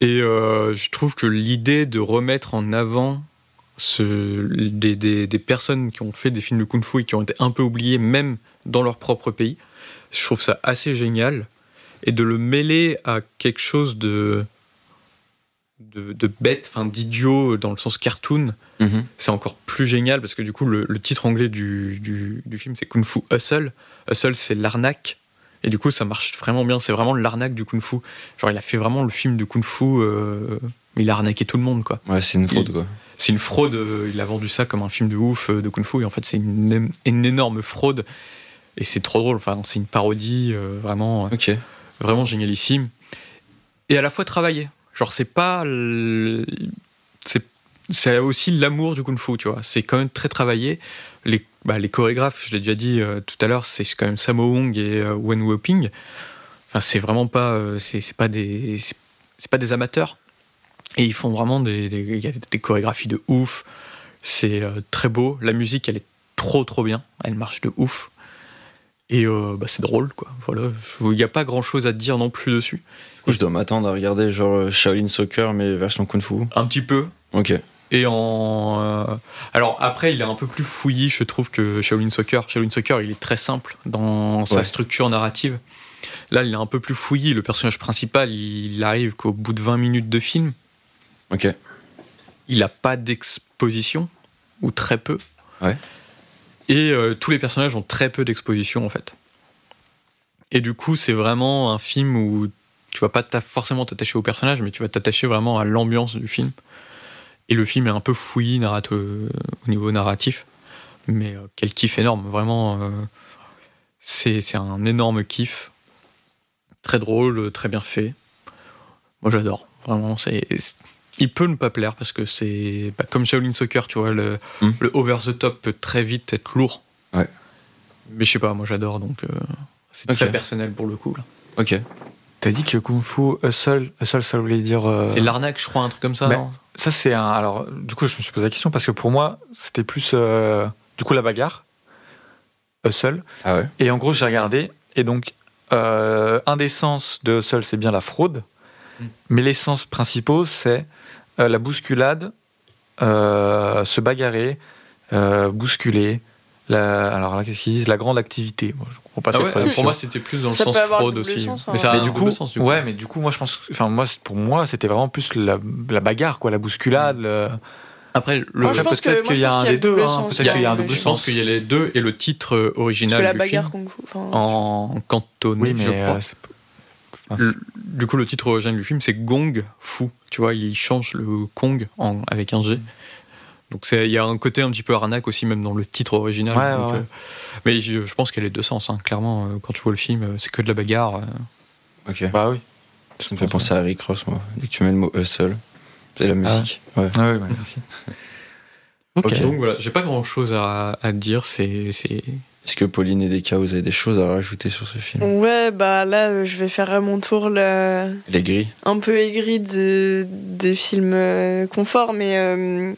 S3: Et euh, je trouve que l'idée de remettre en avant ce, des, des- des personnes qui ont fait des films de kung-fu et qui ont été un peu oubliées, même dans leur propre pays, je trouve ça assez génial. Et de le mêler à quelque chose de. De, de bête, enfin d'idiot dans le sens cartoon,
S2: Mhm.
S3: c'est encore plus génial parce que du coup, le, le titre anglais du, du- du film, c'est Kung Fu Hustle. Hustle, c'est l'arnaque. Et du coup, ça marche vraiment bien. C'est vraiment l'arnaque du Kung Fu. Genre, il a fait vraiment le film de Kung Fu. euh, il a arnaqué tout le monde, quoi.
S2: Ouais, c'est une fraude, quoi.
S3: C'est une fraude. euh, il a vendu ça comme un film de ouf euh, de Kung Fu. Et en fait, c'est une, éme- une énorme fraude. Et c'est trop drôle. Enfin, c'est une parodie euh, vraiment,
S2: Ok.
S3: vraiment génialissime. Et à la fois travaillée. Genre, c'est pas. le- C'est c'est aussi l'amour du kung fu, tu vois. C'est quand même très travaillé. Les, bah, les chorégraphes, je l'ai déjà dit euh, tout à l'heure, c'est quand même Sammo Hung et euh, Wen Woping. Enfin, c'est vraiment pas, euh, c'est c'est pas des, c'est- c'est pas des amateurs. Et ils font vraiment des, des, il y a des chorégraphies de ouf. C'est euh, très beau. La musique, elle est trop trop bien. Elle marche de ouf. Et euh, bah, c'est drôle, quoi. Voilà. Je- Il n'y a pas grand chose à dire non plus dessus.
S2: Du coup, je dois m'attendre à regarder genre euh, Shaolin Soccer, mais version Kung Fu.
S3: Un petit peu,
S2: Ok.
S3: Et en. euh, alors après, il est un peu plus fouillis, je trouve, que Shaolin Soccer. Shaolin Soccer, il est très simple dans sa
S2: Ouais.
S3: structure narrative. Là, il est un peu plus fouillis. Le personnage principal, il arrive qu'au bout de 20 minutes de film.
S2: Ok.
S3: Il n'a pas d'exposition, ou très peu.
S2: Ouais.
S3: Et euh, tous les personnages ont très peu d'exposition, en fait. Et du coup, c'est vraiment un film où tu vas pas t'a- forcément t'attacher au personnage, mais tu vas t'attacher vraiment à l'ambiance du film. Et le film est un peu fouillis narrat- euh, au niveau narratif, mais euh, quel kiff énorme, vraiment. euh, c'est c'est un énorme kiff. Très drôle, très bien fait. Moi j'adore, vraiment. c'est- c'est- il peut ne pas plaire parce que c'est bah, comme Shaolin Soccer, tu vois, le,
S2: Mm.
S3: le over the top peut très vite être lourd.
S2: Ouais.
S3: Mais je sais pas, moi j'adore donc euh, c'est
S2: Ok.
S3: très personnel pour le coup. là.
S2: Ok.
S1: T'as dit que Kung Fu euh, Hustle, Hustle ça voulait dire. euh,
S3: C'est l'arnaque, je crois, un truc comme ça.
S1: ben,
S3: non
S1: ça, c'est un. Alors, du coup, je me suis posé la question parce que pour moi, c'était plus. euh, du coup, la bagarre. Hustle.
S2: Ah ouais.
S1: Et en gros, j'ai regardé. Et donc, euh, un des sens de Hustle, c'est bien la fraude.
S3: Mm.
S1: Mais les sens principaux, c'est euh, la bousculade, euh, se bagarrer, euh, bousculer. La, alors là, qu'est-ce qu'ils disent La grande activité. Moi, je comprends pas
S3: Ah
S1: cette
S3: ouais,
S1: traduction.
S3: pour moi c'était plus dans le
S4: Ça
S3: sens
S4: peut avoir
S3: fraude
S4: double
S3: aussi.
S4: sens, hein.
S3: mais ça a
S1: mais
S3: un
S1: du
S3: double
S1: coup,
S3: sens du coup.
S1: ouais, mais du coup, moi, je pense, enfin, moi, c'est- pour moi, c'était vraiment plus la, la bagarre, quoi, la bousculade. le-
S3: Après, le,
S4: Moi, je pense que-
S1: peut-être
S4: moi,
S1: qu'il
S4: je
S1: y a
S4: pense
S1: un
S4: qu'il y a
S1: des deux,
S4: double
S1: hein,
S4: sens,
S1: peut-être
S4: ouais,
S1: qu'il y a un
S4: mais
S1: double
S4: je
S3: je pense
S1: sens.
S3: qu'il y a les deux et le titre euh,
S4: Parce que
S3: original
S4: la
S3: du
S4: bagarre
S3: film
S4: kung fu. enfin,
S3: en cantonais,
S1: Oui, mais
S3: je crois.
S1: euh, c'est- enfin,
S3: Le- du coup, le titre original du film, c'est Gong Fou. Tu vois, il change le Kong en- avec un G. Donc c'est- il y a un côté un petit peu arnaque aussi, même dans le titre original.
S1: Ouais,
S3: Donc,
S1: ouais.
S3: euh, mais je, je pense qu'elle est deux sens. hein. Clairement, euh, quand tu vois le film, euh, c'est que de la bagarre. euh.
S2: Ok.
S1: c'est- bah oui.
S2: Ça me fait penser à Rick Ross, moi. Dès que tu mets le mot hustle, c'est la musique. ouais.
S1: Ah oui, bah, merci. Ok.
S3: Donc voilà, j'ai pas grand chose à, à dire. C'est c'est-
S2: Est-ce que Pauline et Deka, vous avez des choses à rajouter sur ce film
S4: Ouais, bah là, euh, je vais faire à mon tour la...
S2: Les grilles
S4: un peu aigri de... des films euh, confort, mais. euh,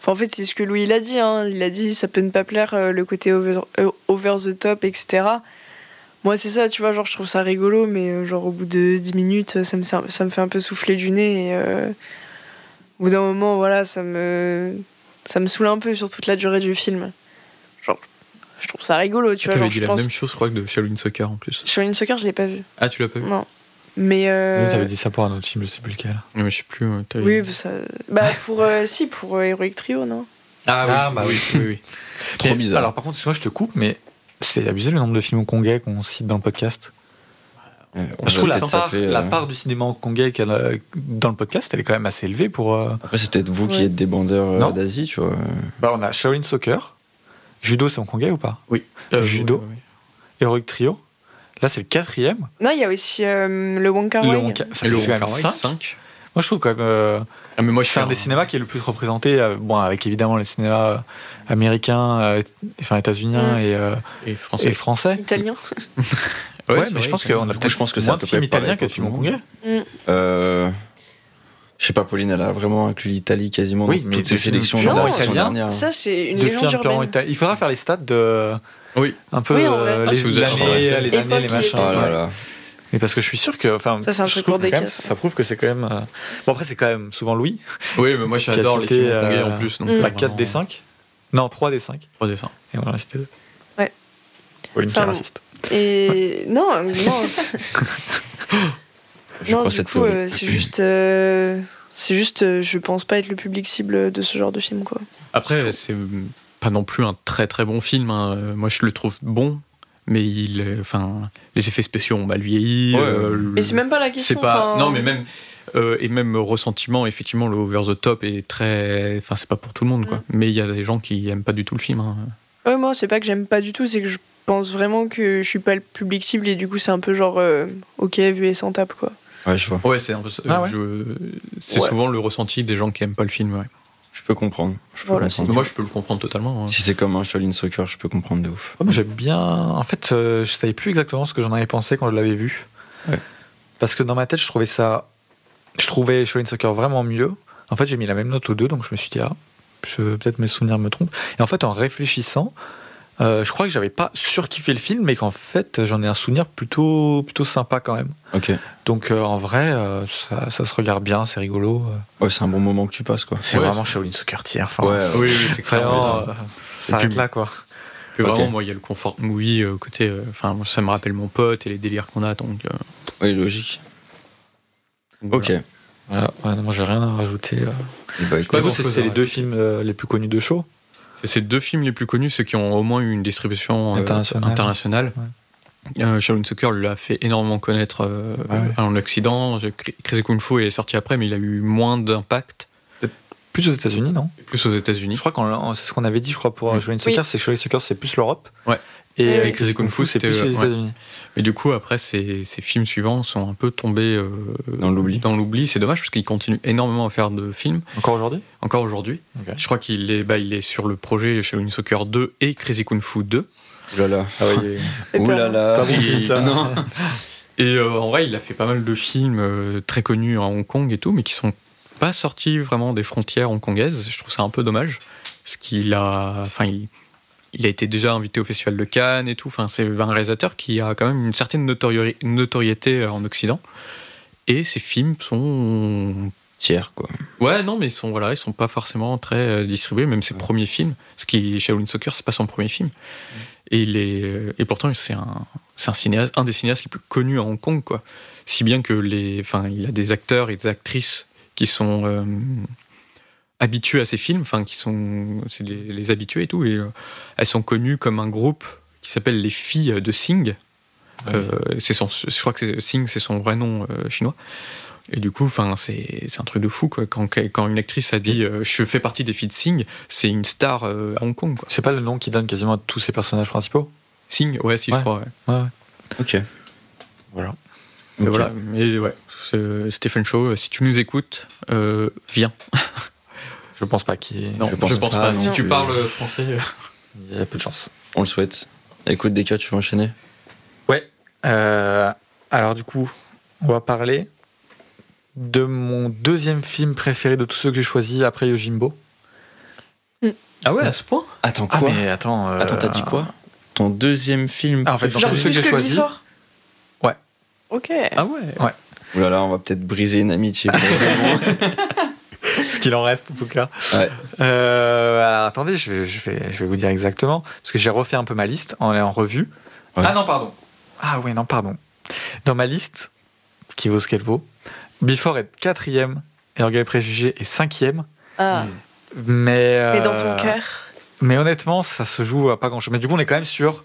S4: enfin, en fait, c'est ce que Louis l'a dit. hein. Il a dit ça peut ne pas plaire euh, le côté over, euh, over the top, etc. Moi, c'est ça, tu vois, genre, je trouve ça rigolo, mais euh, genre, au bout de 10 minutes, ça me, ser- ça me fait un peu souffler du nez. Et, euh, au bout d'un moment, voilà, ça me, ça me saoule un peu sur toute la durée du film. Genre, je trouve ça rigolo, tu vois.
S3: Ah, T'avais
S4: Genre,
S3: dit
S4: je
S3: la
S4: pense.
S3: même chose, je crois, que de Shaolin Soccer en plus.
S4: Sur une soccer, je l'ai pas vu.
S3: Ah, tu l'as pas vu
S4: Non. Mais. euh,
S1: Oui, T'avais dit ça pour un autre film, je sais plus lequel.
S3: Non, mais je sais plus. euh, t'avais-
S4: Oui, bah, ça... bah pour euh, si pour euh, Heroic Trio, non
S3: Ah, oui,
S1: Ah, bah
S3: oui, oui, oui.
S2: Trop
S1: Mais-
S2: bizarre.
S1: Alors, par contre, moi, je te coupe, mais c'est abusé le nombre de films hongkongais qu'on cite dans le podcast.
S2: Ouais, on
S1: je
S2: va
S1: trouve la
S2: peut-être
S1: part,
S2: s'appeler,
S1: la
S2: euh,
S1: part du cinéma hongkongais qu'elle a- dans le podcast, elle est quand même assez élevée pour. euh,
S2: Après, c'est peut-être vous qui
S4: Ouais.
S2: êtes des bandeurs euh,
S1: Non.
S2: d'Asie, tu vois.
S1: Bah, on a Shaolin Soccer. Judo, c'est hongkongais ou pas
S3: Euh,
S1: Judo.
S3: oui, oui.
S1: Heroic Trio. Là, c'est le quatrième.
S4: Non, il y a aussi euh, le Wong Kar
S1: Le
S4: Wai.
S1: Honka- ça fait
S3: Et le
S1: quand même
S3: Wong Kar-wai,
S1: cinq.
S3: cinq.
S1: Moi, je trouve quand même. euh,
S3: Ah, mais moi, je
S1: c'est
S3: suis
S1: un des cinémas qui est le plus représenté, euh, bon, avec évidemment les cinémas euh, américains, euh, enfin états-uniens
S4: Mm.
S1: et, euh,
S3: Et français.
S1: et français.
S4: Italien.
S1: Ouais,
S3: c'est
S1: mais je
S3: vrai,
S1: pense
S3: quand
S1: qu'on
S3: même.
S1: a
S2: coup,
S1: peut-être
S2: je pense que c'est
S1: moins
S2: à
S1: de
S2: peu
S1: films
S2: près pareil
S1: italiens que de
S2: pour
S1: films
S2: tout le monde.
S1: hongkongais.
S2: Euh, Je sais pas, Pauline, elle a vraiment inclus l'Italie quasiment
S1: Oui,
S2: dans
S1: mais
S2: toutes
S1: des
S2: ses
S1: films
S2: sélections
S1: purement
S2: de la saison
S1: italiens,
S2: dernière.
S4: Mm. Ça, c'est une
S1: de films
S4: légende
S1: purement
S4: urbaine.
S1: italiens. Il faudra faire les stats de.
S3: Oui.
S1: Un peu
S4: Oui, en vrai.
S1: euh,
S3: Ah,
S1: les
S3: si vous êtes
S1: années,
S3: intéressé.
S1: les, années, les
S4: Époque,
S1: machins.
S2: Oh là
S1: ouais.
S2: là.
S1: Mais parce que je suis sûr que. Enfin,
S4: Ça, c'est un
S1: je
S4: truc
S1: trouve
S4: hors des
S1: quand même-
S4: caisses,
S1: Ça prouve que c'est quand même. euh, Bon, après, c'est quand même souvent Louis,
S3: Oui, mais moi
S1: a
S3: j'adore les
S1: cité,
S3: films hongkongais
S1: euh,
S3: en plus. Donc,
S4: la
S1: la
S3: vraiment,
S1: 4 des 5. Non, 3 des 5.
S3: trois des cinq.
S1: Et on en a cité deux.
S4: Ouais.
S1: Pauline qui est
S4: Enfin,
S1: raciste.
S4: Et non, non, c'est-
S2: Je
S4: non
S2: crois
S4: du
S2: cette
S4: coup,
S2: théorie.
S4: euh, c'est juste, euh, c'est juste, euh, je pense pas être le public cible de ce genre de film, quoi.
S3: Après, c'est euh, pas non plus un très très bon film. hein. Euh, Moi je le trouve bon, mais il, euh, enfin, les effets spéciaux ont mal vieilli.
S2: Ouais,
S3: euh,
S2: ouais.
S3: le-
S4: Mais c'est même pas la
S3: c'est
S4: question.
S3: pas.
S4: enfin,
S3: Non, mais même. euh, et même ressentiment, effectivement, le over the top est très. Enfin, c'est pas pour tout le monde, quoi. Mais il y a des gens qui aiment pas du tout le film. hein.
S4: Ouais, moi, c'est pas que j'aime pas du tout, c'est que je pense vraiment que je suis pas le public cible et du coup, c'est un peu genre, euh, ok, vu et sans tape, quoi.
S2: Ouais, je vois.
S3: Ouais, c'est un peu. ça.
S1: Ah ouais.
S3: Je- C'est
S2: Ouais.
S3: souvent le ressenti des gens qui aiment pas le film. ouais.
S2: Je peux comprendre. Je peux
S4: Voilà,
S2: comprendre.
S3: Mais moi, je peux le comprendre totalement. hein.
S2: Si c'est comme un Shaolin Soccer, je peux comprendre de ouf.
S1: Ouais, moi, j'aime bien. En fait, euh, je savais plus exactement ce que j'en avais pensé quand je l'avais vu.
S2: Ouais.
S1: Parce que dans ma tête, je trouvais ça. Je trouvais Shaolin Soccer vraiment mieux. En fait, j'ai mis la même note aux deux, donc je me suis dit, ah, je- peut-être mes souvenirs me trompent. Et en fait, en réfléchissant, euh, je crois que j'avais pas surkiffé le film, mais qu'en fait, j'en ai un souvenir plutôt, plutôt sympa quand même.
S2: Ok.
S1: Donc, euh, en vrai, euh, ça, ça se regarde bien, c'est rigolo. euh.
S2: Ouais, c'est un bon moment que tu passes, quoi.
S1: C'est
S3: Ouais,
S1: vraiment Shaolin Soccer tiers. Enfin,
S2: Ouais, ouais.
S3: Ah, Oui, oui, c'est
S1: Vraiment,
S3: clair.
S1: euh, ça arrête
S3: puis-
S1: là, quoi.
S3: Puis
S2: Ok.
S3: vraiment, moi, il y a le confort movie euh, côté. euh, Enfin, moi, ça me rappelle mon pote et les délires qu'on a. Donc, euh,
S2: Ouais, logique.
S3: donc
S2: Ok.
S3: voilà.
S1: Voilà, ouais, non, moi j'ai rien à rajouter. euh.
S2: Bah,
S1: Du
S2: écoute,
S1: coup,
S3: grand
S1: c'est
S3: chose
S1: c'est
S3: à
S1: les deux films euh, les plus connus de show.
S3: C'est ces deux films les plus connus, ceux qui ont au moins eu une distribution euh,
S1: Internationale.
S3: internationale. Euh, Shaolin Soccer l'a fait énormément connaître euh,
S1: Ouais, ouais.
S3: en Occident. Crazy Kung Fu est sorti après, mais il a eu moins d'impact.
S1: Plus aux États-Unis, non
S3: Plus aux États-Unis.
S1: Je crois qu'on c'est ce qu'on avait dit, je crois, pour
S3: Oui.
S1: euh, Shaolin Soccer, c'est Shaolin Soccer, c'est plus l'Europe.
S3: Ouais.
S1: Et
S4: Et
S1: avec
S3: Crazy Kung Fu,
S1: c'est
S3: c'était,
S1: plus les
S3: euh, ouais.
S1: États-Unis.
S3: Mais du coup, après, ces, ces films suivants sont un peu tombés euh,
S2: Dans l'oubli.
S3: Dans l'oubli, c'est dommage parce qu'il continue énormément à faire de films,
S1: Encore aujourd'hui
S3: encore aujourd'hui.
S1: Ok.
S3: Je crois qu'il est, bah, il est sur le projet Shaolin Soccer 2 et Crazy Kung Fu 2.
S2: Ouh là là.
S1: Ah oui,
S4: Et
S2: Ouh
S4: puis,
S2: là
S4: on-
S2: là.
S1: c'est pas bon
S3: oui,
S1: signe, ça.
S2: non.
S3: Et euh, en vrai, il a fait pas mal de films euh, très connus à Hong Kong et tout, mais qui sont pas sortis vraiment des frontières hongkongaises. Je trouve ça un peu dommage, parce qu'il a, enfin, il, il a été déjà invité au Festival de Cannes et tout. Enfin, c'est un réalisateur qui a quand même une certaine notoriété, notoriété euh, en Occident. Et ses films sont,
S2: Tiers, quoi.
S3: ouais, non, mais ils sont voilà, ils sont pas forcément très euh, distribués, même ses premiers films. Parce qu'il Shaolin Soccer, c'est pas son premier film. Et il est, euh, et pourtant, c'est un, c'est un cinéaste, un des cinéastes les plus connus à Hong Kong, quoi. Si bien que les, enfin, il a des acteurs et des actrices qui sont euh, habitués à ses films, enfin, qui sont, c'est les, les habitués et tout, et euh, elles sont connues comme un groupe qui s'appelle les filles de Sing. Euh, c'est son, je crois que c'est- Sing, c'est son vrai nom euh, chinois. Et du coup, enfin, c'est c'est un truc de fou, quoi. Quand, quand une actrice a dit euh, je fais partie des filles de Sing, c'est une star euh, à Hong Kong, quoi.
S1: C'est pas le nom qui donne quasiment à tous ces personnages principaux
S3: Sing, ouais, si
S1: Ouais.
S3: je crois. ouais.
S2: Ok.
S1: Voilà.
S3: Mais
S2: Ok.
S3: voilà, mais ouais, c'est- Stephen Shaw, si tu nous écoutes, euh, viens.
S1: Je pense pas qu'il y ait-
S3: Non, je pense, pas.
S2: non
S3: Si
S2: plus.
S3: tu parles français, euh,
S1: il y a peu de chance.
S2: On le souhaite. Écoute, Deka, tu veux enchaîner
S1: Euh, alors du coup, on va parler de mon deuxième film préféré de tous ceux que j'ai choisi après Yojimbo.
S3: ah ouais,
S1: à
S3: à ce point
S2: Attends, quoi
S1: mais attends. euh,
S2: Attends, t'as dit quoi Ton deuxième film
S1: Ah, en fait, dans
S4: Genre
S1: tous ceux que j'ai
S4: plus que
S1: choisis.
S4: Before
S1: Ouais.
S4: Ok.
S3: Ah ouais.
S2: Ouh là là, on va peut-être briser une amitié.
S1: ce qu'il en reste en tout cas.
S2: Ouais.
S1: Euh, alors, attendez, je vais, je, vais, je vais vous dire exactement, parce que j'ai refait un peu ma liste en, en revue.
S2: Ouais.
S1: Ah non, pardon. Ah oui, non, pardon. Dans ma liste, qui vaut ce qu'elle vaut, Before est quatrième, et Orgueil et Préjugé est cinquième.
S4: Ah.
S1: Mais, euh,
S4: Et dans ton cœur
S1: Mais honnêtement, ça se joue à pas grand chose. Mais du coup, on est quand même sur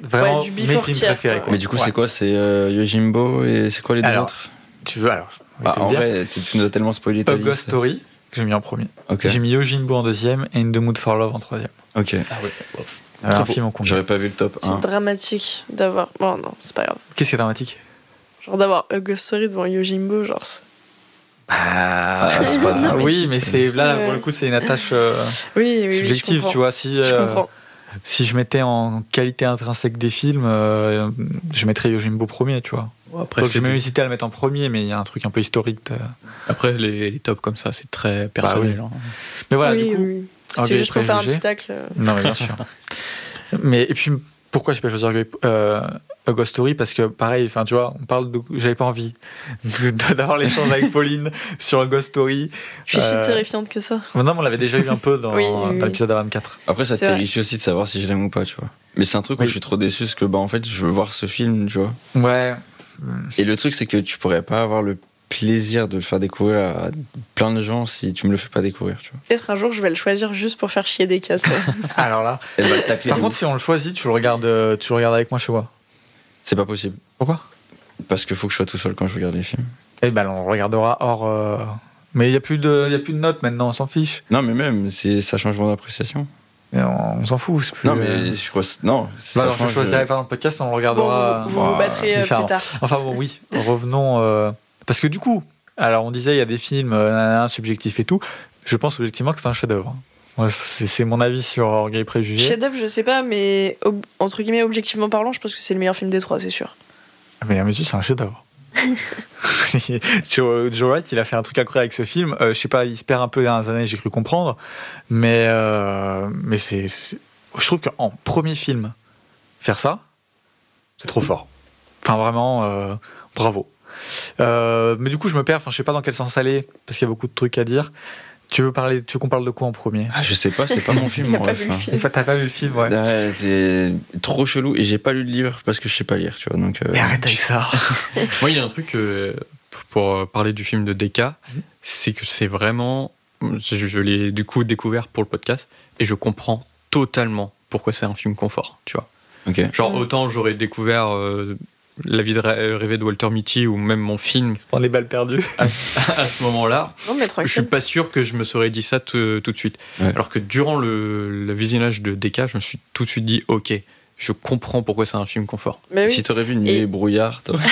S1: vraiment
S4: Ouais, du
S1: mes
S4: before
S1: films
S4: tier,
S1: préférés.
S4: quoi.
S1: quoi.
S2: mais du coup,
S1: Ouais.
S2: c'est quoi C'est euh, Yojimbo et c'est quoi les deux
S1: Alors,
S2: autres
S1: Tu veux alors je vais te
S2: Ah,
S1: le
S2: En
S1: dire.
S2: vrai, tu, tu nous as tellement spoilé ta
S1: A Ghost
S2: liste.
S1: Story, que j'ai mis en premier.
S2: Ok.
S1: J'ai mis Yojimbo en deuxième et In the Mood for Love en troisième.
S2: Ok.
S1: Ah Alors, un
S2: Bravo.
S1: film en compte.
S2: J'aurais pas vu le top
S4: C'est
S1: Hein
S2: 1.
S4: dramatique d'avoir. Bon, non, c'est pas grave.
S1: Qu'est-ce qui est dramatique
S4: Genre d'avoir A Ghost Story devant Yojimbo, genre. c'est-
S1: Ah,
S2: c'est pas-
S1: oui,
S2: oui,
S1: mais c'est là
S4: Ouais.
S1: pour le coup, c'est une attache euh,
S4: Oui, oui, oui. je
S1: subjective,
S4: comprends.
S1: tu vois. Si
S4: Je
S1: euh,
S4: comprends.
S1: si je mettais en qualité intrinsèque des films, euh, je mettrais Yojimbo premier, tu vois.
S3: Après,
S1: Donc,
S3: c'est
S1: j'ai même hésité à le mettre en premier, mais il y a un truc un peu historique. de-
S3: après les, les tops comme ça, c'est très personnel. hein.
S1: Mais voilà,
S4: oui,
S1: du coup.
S4: oui.
S1: Orgueil
S4: C'est
S1: et
S4: juste pour faire un
S1: préjugé.
S4: petit tacle. euh,
S1: Non, mais bien sûr. mais et puis pourquoi j'ai pas choisi Orgueil- euh, A Ghost Story Parce que pareil, enfin tu vois, on parle de, j'avais pas envie de- d'avoir l'échange avec Pauline sur A Ghost Story.
S4: Je suis si
S1: Euh,
S4: terrifiante que ça.
S1: Mais Non, mais on l'avait déjà eu un peu dans,
S4: Oui, oui,
S1: dans
S4: oui.
S1: l'épisode A24.
S2: Après, ça
S4: C'est vrai.
S2: terrifie aussi de savoir si je l'aime ou pas, tu vois. Mais c'est un truc où
S1: Oui.
S2: je suis trop déçu parce que, bah, en fait, je veux voir ce film, tu vois.
S1: Ouais.
S2: Et le truc, c'est que tu pourrais pas avoir le plaisir de le faire découvrir à plein de gens si tu me le fais pas découvrir, tu vois.
S4: Peut-être un jour, je vais le choisir juste pour faire chier des quatre.
S1: Alors là.
S2: Elle va le tacler
S1: Par
S2: de
S1: contre,
S2: ouf.
S1: si on le choisit, tu le regardes, euh, tu le regardes avec moi chez moi.
S2: c'est pas possible.
S1: Pourquoi
S2: Parce qu'il faut que je sois tout seul quand je regarde les films.
S1: Eh ben, on le regardera hors. euh, Mais il n'y a, plus de- il y a plus de notes maintenant, on s'en fiche.
S2: Non, mais même, c'est- ça change mon appréciation.
S1: Et On, on s'en fout. c'est Plus,
S2: Non,
S1: euh,
S2: mais je crois. Non,
S1: bah,
S2: ça
S1: alors, je
S2: change, euh,
S1: choisirai pas dans le podcast, on le regardera.
S4: Bon, vous vous, vous
S2: bah,
S4: battrez euh,
S1: différemment.
S4: plus tard.
S1: Enfin bon, oui, revenons. euh, Parce que du coup, alors on disait, il y a des films euh, nanana, subjectifs et tout. Je pense objectivement que c'est un chef-d'œuvre. Moi, C'est c'est mon avis sur Orgueil et Préjugé.
S4: Chef-d'œuvre, je sais pas, mais ob- entre guillemets, objectivement parlant, je pense que c'est le meilleur film des trois, c'est sûr.
S1: Mais à mes yeux, c'est un chef-d'œuvre. Joe, Joe Wright, il a fait un truc incroyable avec ce film. Euh, je sais pas, il se perd un peu dans les années, j'ai cru comprendre. Mais, euh, mais c'est. c'est- Je trouve qu'en premier film, faire ça, c'est trop fort. Enfin, vraiment, euh, bravo. Euh, mais du coup, je me perds. Enfin, je sais pas dans quel sens aller, parce qu'il y a beaucoup de trucs à dire. Tu veux parler, tu veux qu'on parle de quoi en premier
S2: Ah, je sais pas, c'est pas mon film,
S4: Il a
S2: mon
S4: pas
S2: ref,
S4: vu le
S2: hein.
S4: film.
S1: T'as pas vu le film, ouais.
S2: Ouais, c'est trop chelou et j'ai pas lu le livre parce que je sais pas lire, tu vois. Donc, euh,
S1: Mais arrête avec ça.
S3: Moi, il y a un truc euh, pour euh, parler du film de Deka, c'est que c'est vraiment. Je, je l'ai du coup découvert pour le podcast et je comprends totalement pourquoi c'est un film confort, tu vois.
S2: Ok.
S3: Genre,
S4: Mm.
S3: autant j'aurais découvert euh, La vie de rê- rêvée de Walter Mitty ou même mon film
S1: On les balles perdues.
S3: à, ce- à ce moment-là,
S4: Non, mais
S3: je suis
S4: tranquille.
S3: pas sûr que je me serais dit ça euh, tout, tout de suite.
S2: Ouais.
S3: Alors que durant le, le visionnage de DK, je me suis tout de suite dit ok, je comprends pourquoi c'est un film confort.
S4: Mais oui.
S2: Si t'aurais vu Nuit et,
S4: Et-
S2: brouillard, t'aurais-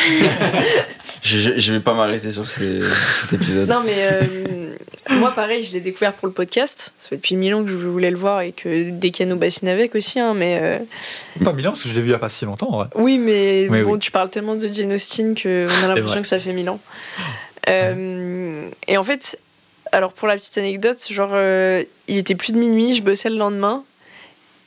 S2: je, je- je vais pas m'arrêter sur ces- cet épisode.
S4: Non, mais euh, moi, pareil, je l'ai découvert pour le podcast. Ça fait depuis mille ans que je voulais le voir et que des canaux bassinent avec aussi. hein, mais euh,
S1: Pas mille ans, parce que je l'ai vu il y a pas si longtemps. en vrai.
S4: Oui, mais
S1: Oui,
S4: bon,
S1: oui.
S4: tu parles tellement de Jane Austen qu'on a l'impression
S3: vrai.
S4: que ça fait mille ans. Euh, et en fait, alors pour la petite anecdote, genre, euh, il était plus de minuit, je bossais le lendemain.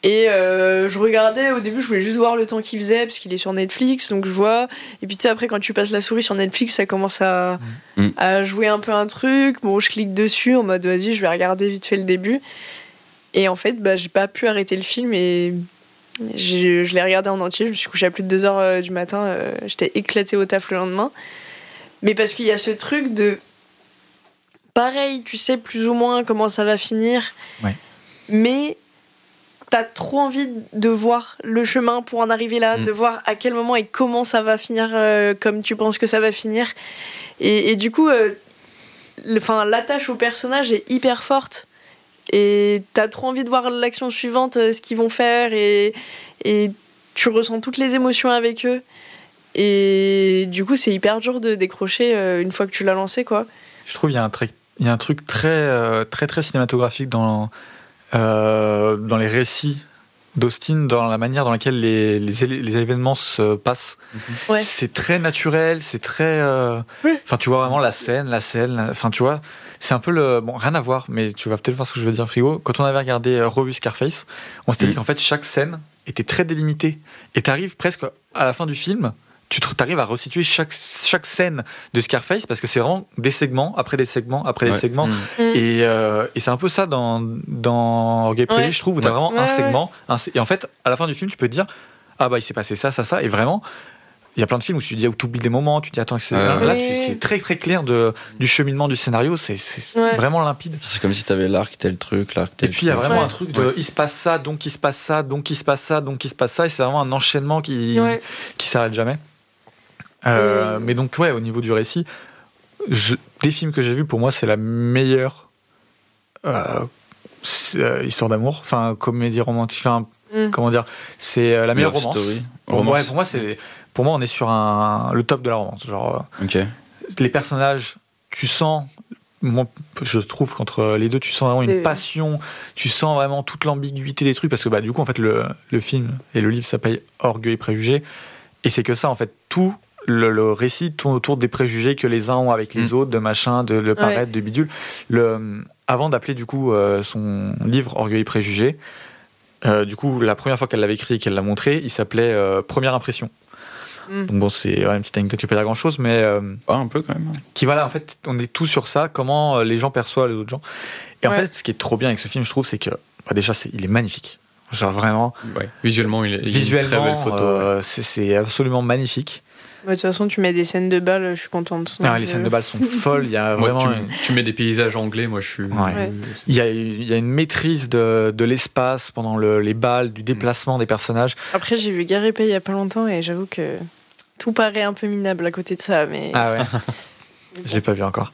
S4: Et euh, je regardais, au début, je voulais juste voir le temps qu'il faisait, parce qu'il est sur Netflix, donc je vois. Et puis tu sais, après, quand tu passes la souris sur Netflix, ça commence à,
S2: Mm.
S4: à jouer un peu un truc. Bon, je clique dessus en mode, vas-y, je vais regarder vite fait le début. Et en fait, bah, j'ai pas pu arrêter le film et je, je l'ai regardé en entier, je me suis couchée à plus de 2h du matin, euh, j'étais éclatée au taf le lendemain. Mais parce qu'il y a ce truc de. Pareil, tu sais plus ou moins comment ça va finir.
S1: Ouais.
S4: Mais t'as trop envie de voir le chemin pour en arriver là,
S3: Mm.
S4: de voir à quel moment et comment ça va finir euh, comme tu penses que ça va finir. Et, et du coup, euh, le- 'fin, l'attache au personnage est hyper forte. Et t'as trop envie de voir l'action suivante, euh, ce qu'ils vont faire, et, et tu ressens toutes les émotions avec eux. Et du coup, c'est hyper dur de décrocher euh, une fois que tu l'as lancé, quoi.
S1: Je trouve qu'il y a un truc, il y a un truc très, euh, très, très cinématographique dans, euh, dans les récits d'Austin, dans la manière dans laquelle les, les, élé- les événements se passent.
S4: Mhm. Ouais.
S1: C'est très naturel, c'est très. euh,
S4: Ouais.
S1: Enfin, tu vois vraiment la scène, la scène. la- Enfin, tu vois, c'est un peu le. Bon, rien à voir, mais tu vas peut-être voir ce que je veux dire, Frigo. Quand on avait regardé euh, Revu Scarface, on s'était dit
S2: Mhm.
S1: qu'en fait, chaque scène était très délimitée. Et t'arrives presque à la fin du film. Tu te- t'arrives à resituer chaque, chaque scène de Scarface parce que c'est vraiment des segments après des segments après des
S2: Ouais.
S1: segments.
S3: Mm.
S1: Et, euh, et c'est un peu ça dans, dans Orgueil Prairie,
S4: Ouais.
S1: je trouve, où t'as
S3: Ouais.
S1: vraiment
S4: Ouais,
S1: un
S4: ouais.
S1: segment. un se- et en fait, à la fin du film, tu peux te dire Ah bah il s'est passé ça, ça, ça. Et vraiment, il y a plein de films où tu dis où tu oublies des moments, tu dis Attends, c'est-
S2: Ouais, ouais.
S1: là,
S4: Oui,
S1: tu-
S4: oui.
S1: c'est très très clair de, du cheminement du scénario, c'est c'est
S4: Ouais.
S1: vraiment limpide.
S2: C'est comme si t'avais l'arc, tel truc, l'arc,
S1: Et
S2: tel
S1: puis il y a
S2: truc.
S1: vraiment
S4: Ouais.
S1: un truc de il se passe ça, donc il se passe ça, donc il se passe ça, donc il se passe ça, et c'est vraiment un enchaînement qui,
S4: Ouais.
S1: qui s'arrête jamais. Euh,
S4: Euh.
S1: Mais donc, ouais, au niveau du récit, je- des films que j'ai vus, pour moi, c'est la meilleure euh, c'est, euh, histoire d'amour, enfin, comédie romantique, enfin,
S4: Mm.
S1: comment dire, c'est euh, la meilleure
S2: Love
S1: romance.
S2: Story.
S1: Pour,
S2: Romance.
S1: ouais, pour moi, c'est, pour moi, on est sur un, le top de la romance. Genre, euh,
S2: Ok.
S1: les personnages, tu sens, moi, je trouve qu'entre les deux, tu sens vraiment
S4: Oui, oui.
S1: une passion, tu sens vraiment toute l'ambiguïté des trucs, parce que bah, du coup, en fait, le, le film et le livre s'appelle Orgueil et préjugés, et c'est que ça, en fait, tout le, le récit tourne autour des préjugés que les uns ont avec les
S2: Mm.
S1: autres, de machin, de le paraître, de bidule. Le, avant d'appeler, du coup, euh, son livre Orgueil et préjugés, euh, du coup, la première fois qu'elle l'avait écrit et qu'elle l'a montré, il s'appelait euh, Première impression.
S4: Mm.
S1: Donc bon, c'est ouais, une petite anecdote qui ne peut pas dire grand-chose, mais euh,
S2: Ah, un peu quand même.
S1: qui voilà en fait on est tous sur ça comment euh, les gens perçoivent les autres gens et en
S4: Ouais.
S1: fait ce qui est trop bien avec ce film je trouve c'est que bah, déjà c'est- il est magnifique genre vraiment
S3: Ouais. Visuellement, il est il est une très belle
S1: visuellement
S3: photo.
S1: euh, c'est- c'est absolument magnifique
S4: Bah, De toute façon, tu mets des scènes de balles, je suis contente. Euh,
S1: Ah, les scènes de balles sont folles il y a
S3: Moi,
S1: vraiment
S3: tu,
S1: une-
S3: tu mets des paysages anglais, moi je suis.
S1: Ouais.
S4: Ouais.
S1: il y, a, une- il y a une maîtrise de, de l'espace pendant le- les balles du déplacement des personnages
S4: Après, j'ai vu Gary Pay il y a pas longtemps et j'avoue que tout paraît un peu minable à côté de ça, mais.
S1: ah ouais je l'ai pas vu encore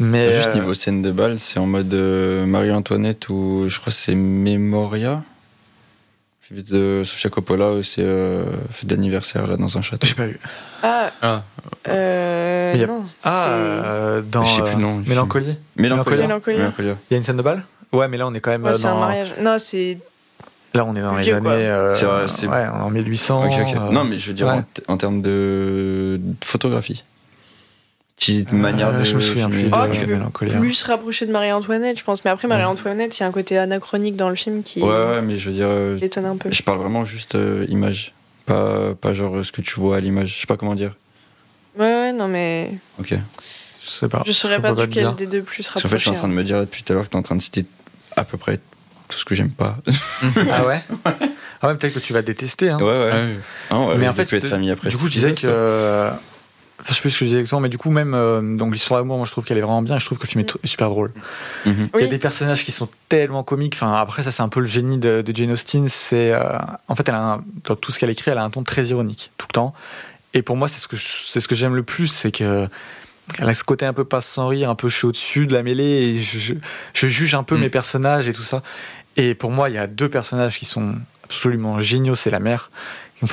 S1: mais
S2: Juste
S1: euh,
S2: niveau scène de balle, c'est en mode euh, Marie-Antoinette ou je crois que c'est Memoria. De Sofia Coppola, où c'est euh, fête d'anniversaire là dans un château.
S1: euh, j'ai pas vu
S4: Ah,
S3: Ah,
S4: euh,
S1: Mais il y a-
S4: non.
S1: ah
S4: c'est-
S1: euh, dans
S2: Je sais plus le nom
S1: euh,
S2: du film.
S1: Mélancolie
S2: Mélancolia.
S4: Mélancolia.
S1: il y a une scène de balle ouais mais là on est quand même
S4: Ouais,
S1: euh,
S4: c'est un
S1: dans-
S4: mariage. Non, c'est.
S1: Là, on est dans les
S4: Vieux,
S1: années.
S4: quoi.
S1: euh,
S2: C'est vrai, c'est-
S1: ouais, en 1800.
S2: Ok, ok.
S1: euh,
S2: non, mais je veux dire
S1: ouais.
S2: en, te- en termes de, de photographie. Petite
S1: euh,
S2: manière de.
S1: Je me souviens plus.
S2: filmer,
S1: de
S4: Ah,
S2: euh,
S4: tu veux
S1: Mélancolie. hein.
S4: Plus se rapprocher de Marie-Antoinette, je pense. Mais après, Marie-Antoinette, il y a un côté anachronique dans le film qui
S2: Ouais, ouais, mais je veux dire. euh,
S4: l'étonne un peu.
S2: Je parle vraiment juste euh, image. Pas, pas genre euh, ce que tu vois à l'image. Je sais pas comment dire.
S4: Ouais, ouais, non, mais.
S2: Ok.
S1: Je sais pas.
S4: Je saurais
S1: peux
S4: pas
S1: te dire.
S4: duquel des deux plus se
S2: Parce qu'en fait, je suis
S4: rapprocher.
S2: en train de me dire là, depuis tout à l'heure que t'es en train de citer à peu près tout ce que j'aime pas.
S1: Ah ouais Ah ouais, peut-être que tu vas détester. Hein.
S2: ouais, ouais.
S3: ouais.
S2: Ah, on va
S1: Mais
S2: risquer
S1: en fait,
S2: de plus être
S1: te-
S2: famille après.
S1: du coup,
S2: cet
S1: je disais que.
S2: épisode,
S1: euh, Enfin, je sais plus ce que je disais exactement, mais du coup, même euh, donc l'histoire d'amour, moi je trouve qu'elle est vraiment bien et je trouve que le film est tr- super drôle.
S2: quoi. Mhm.
S1: Il y a
S4: Mm. Oui.
S1: des personnages qui sont tellement comiques. Enfin, après, ça, c'est un peu le génie de, de Jane Austen. C'est, euh, en fait, elle a un- dans tout ce qu'elle écrit, elle a un ton très ironique tout le temps. Et pour moi, c'est ce que je- c'est ce que j'aime le plus, c'est que elle a ce côté un peu passe sans rire, un peu je suis au-dessus de la mêlée et je, je- je juge un peu
S3: Mm.
S1: mes personnages et tout ça. Et pour moi, il y a deux personnages qui sont absolument géniaux, c'est la mère.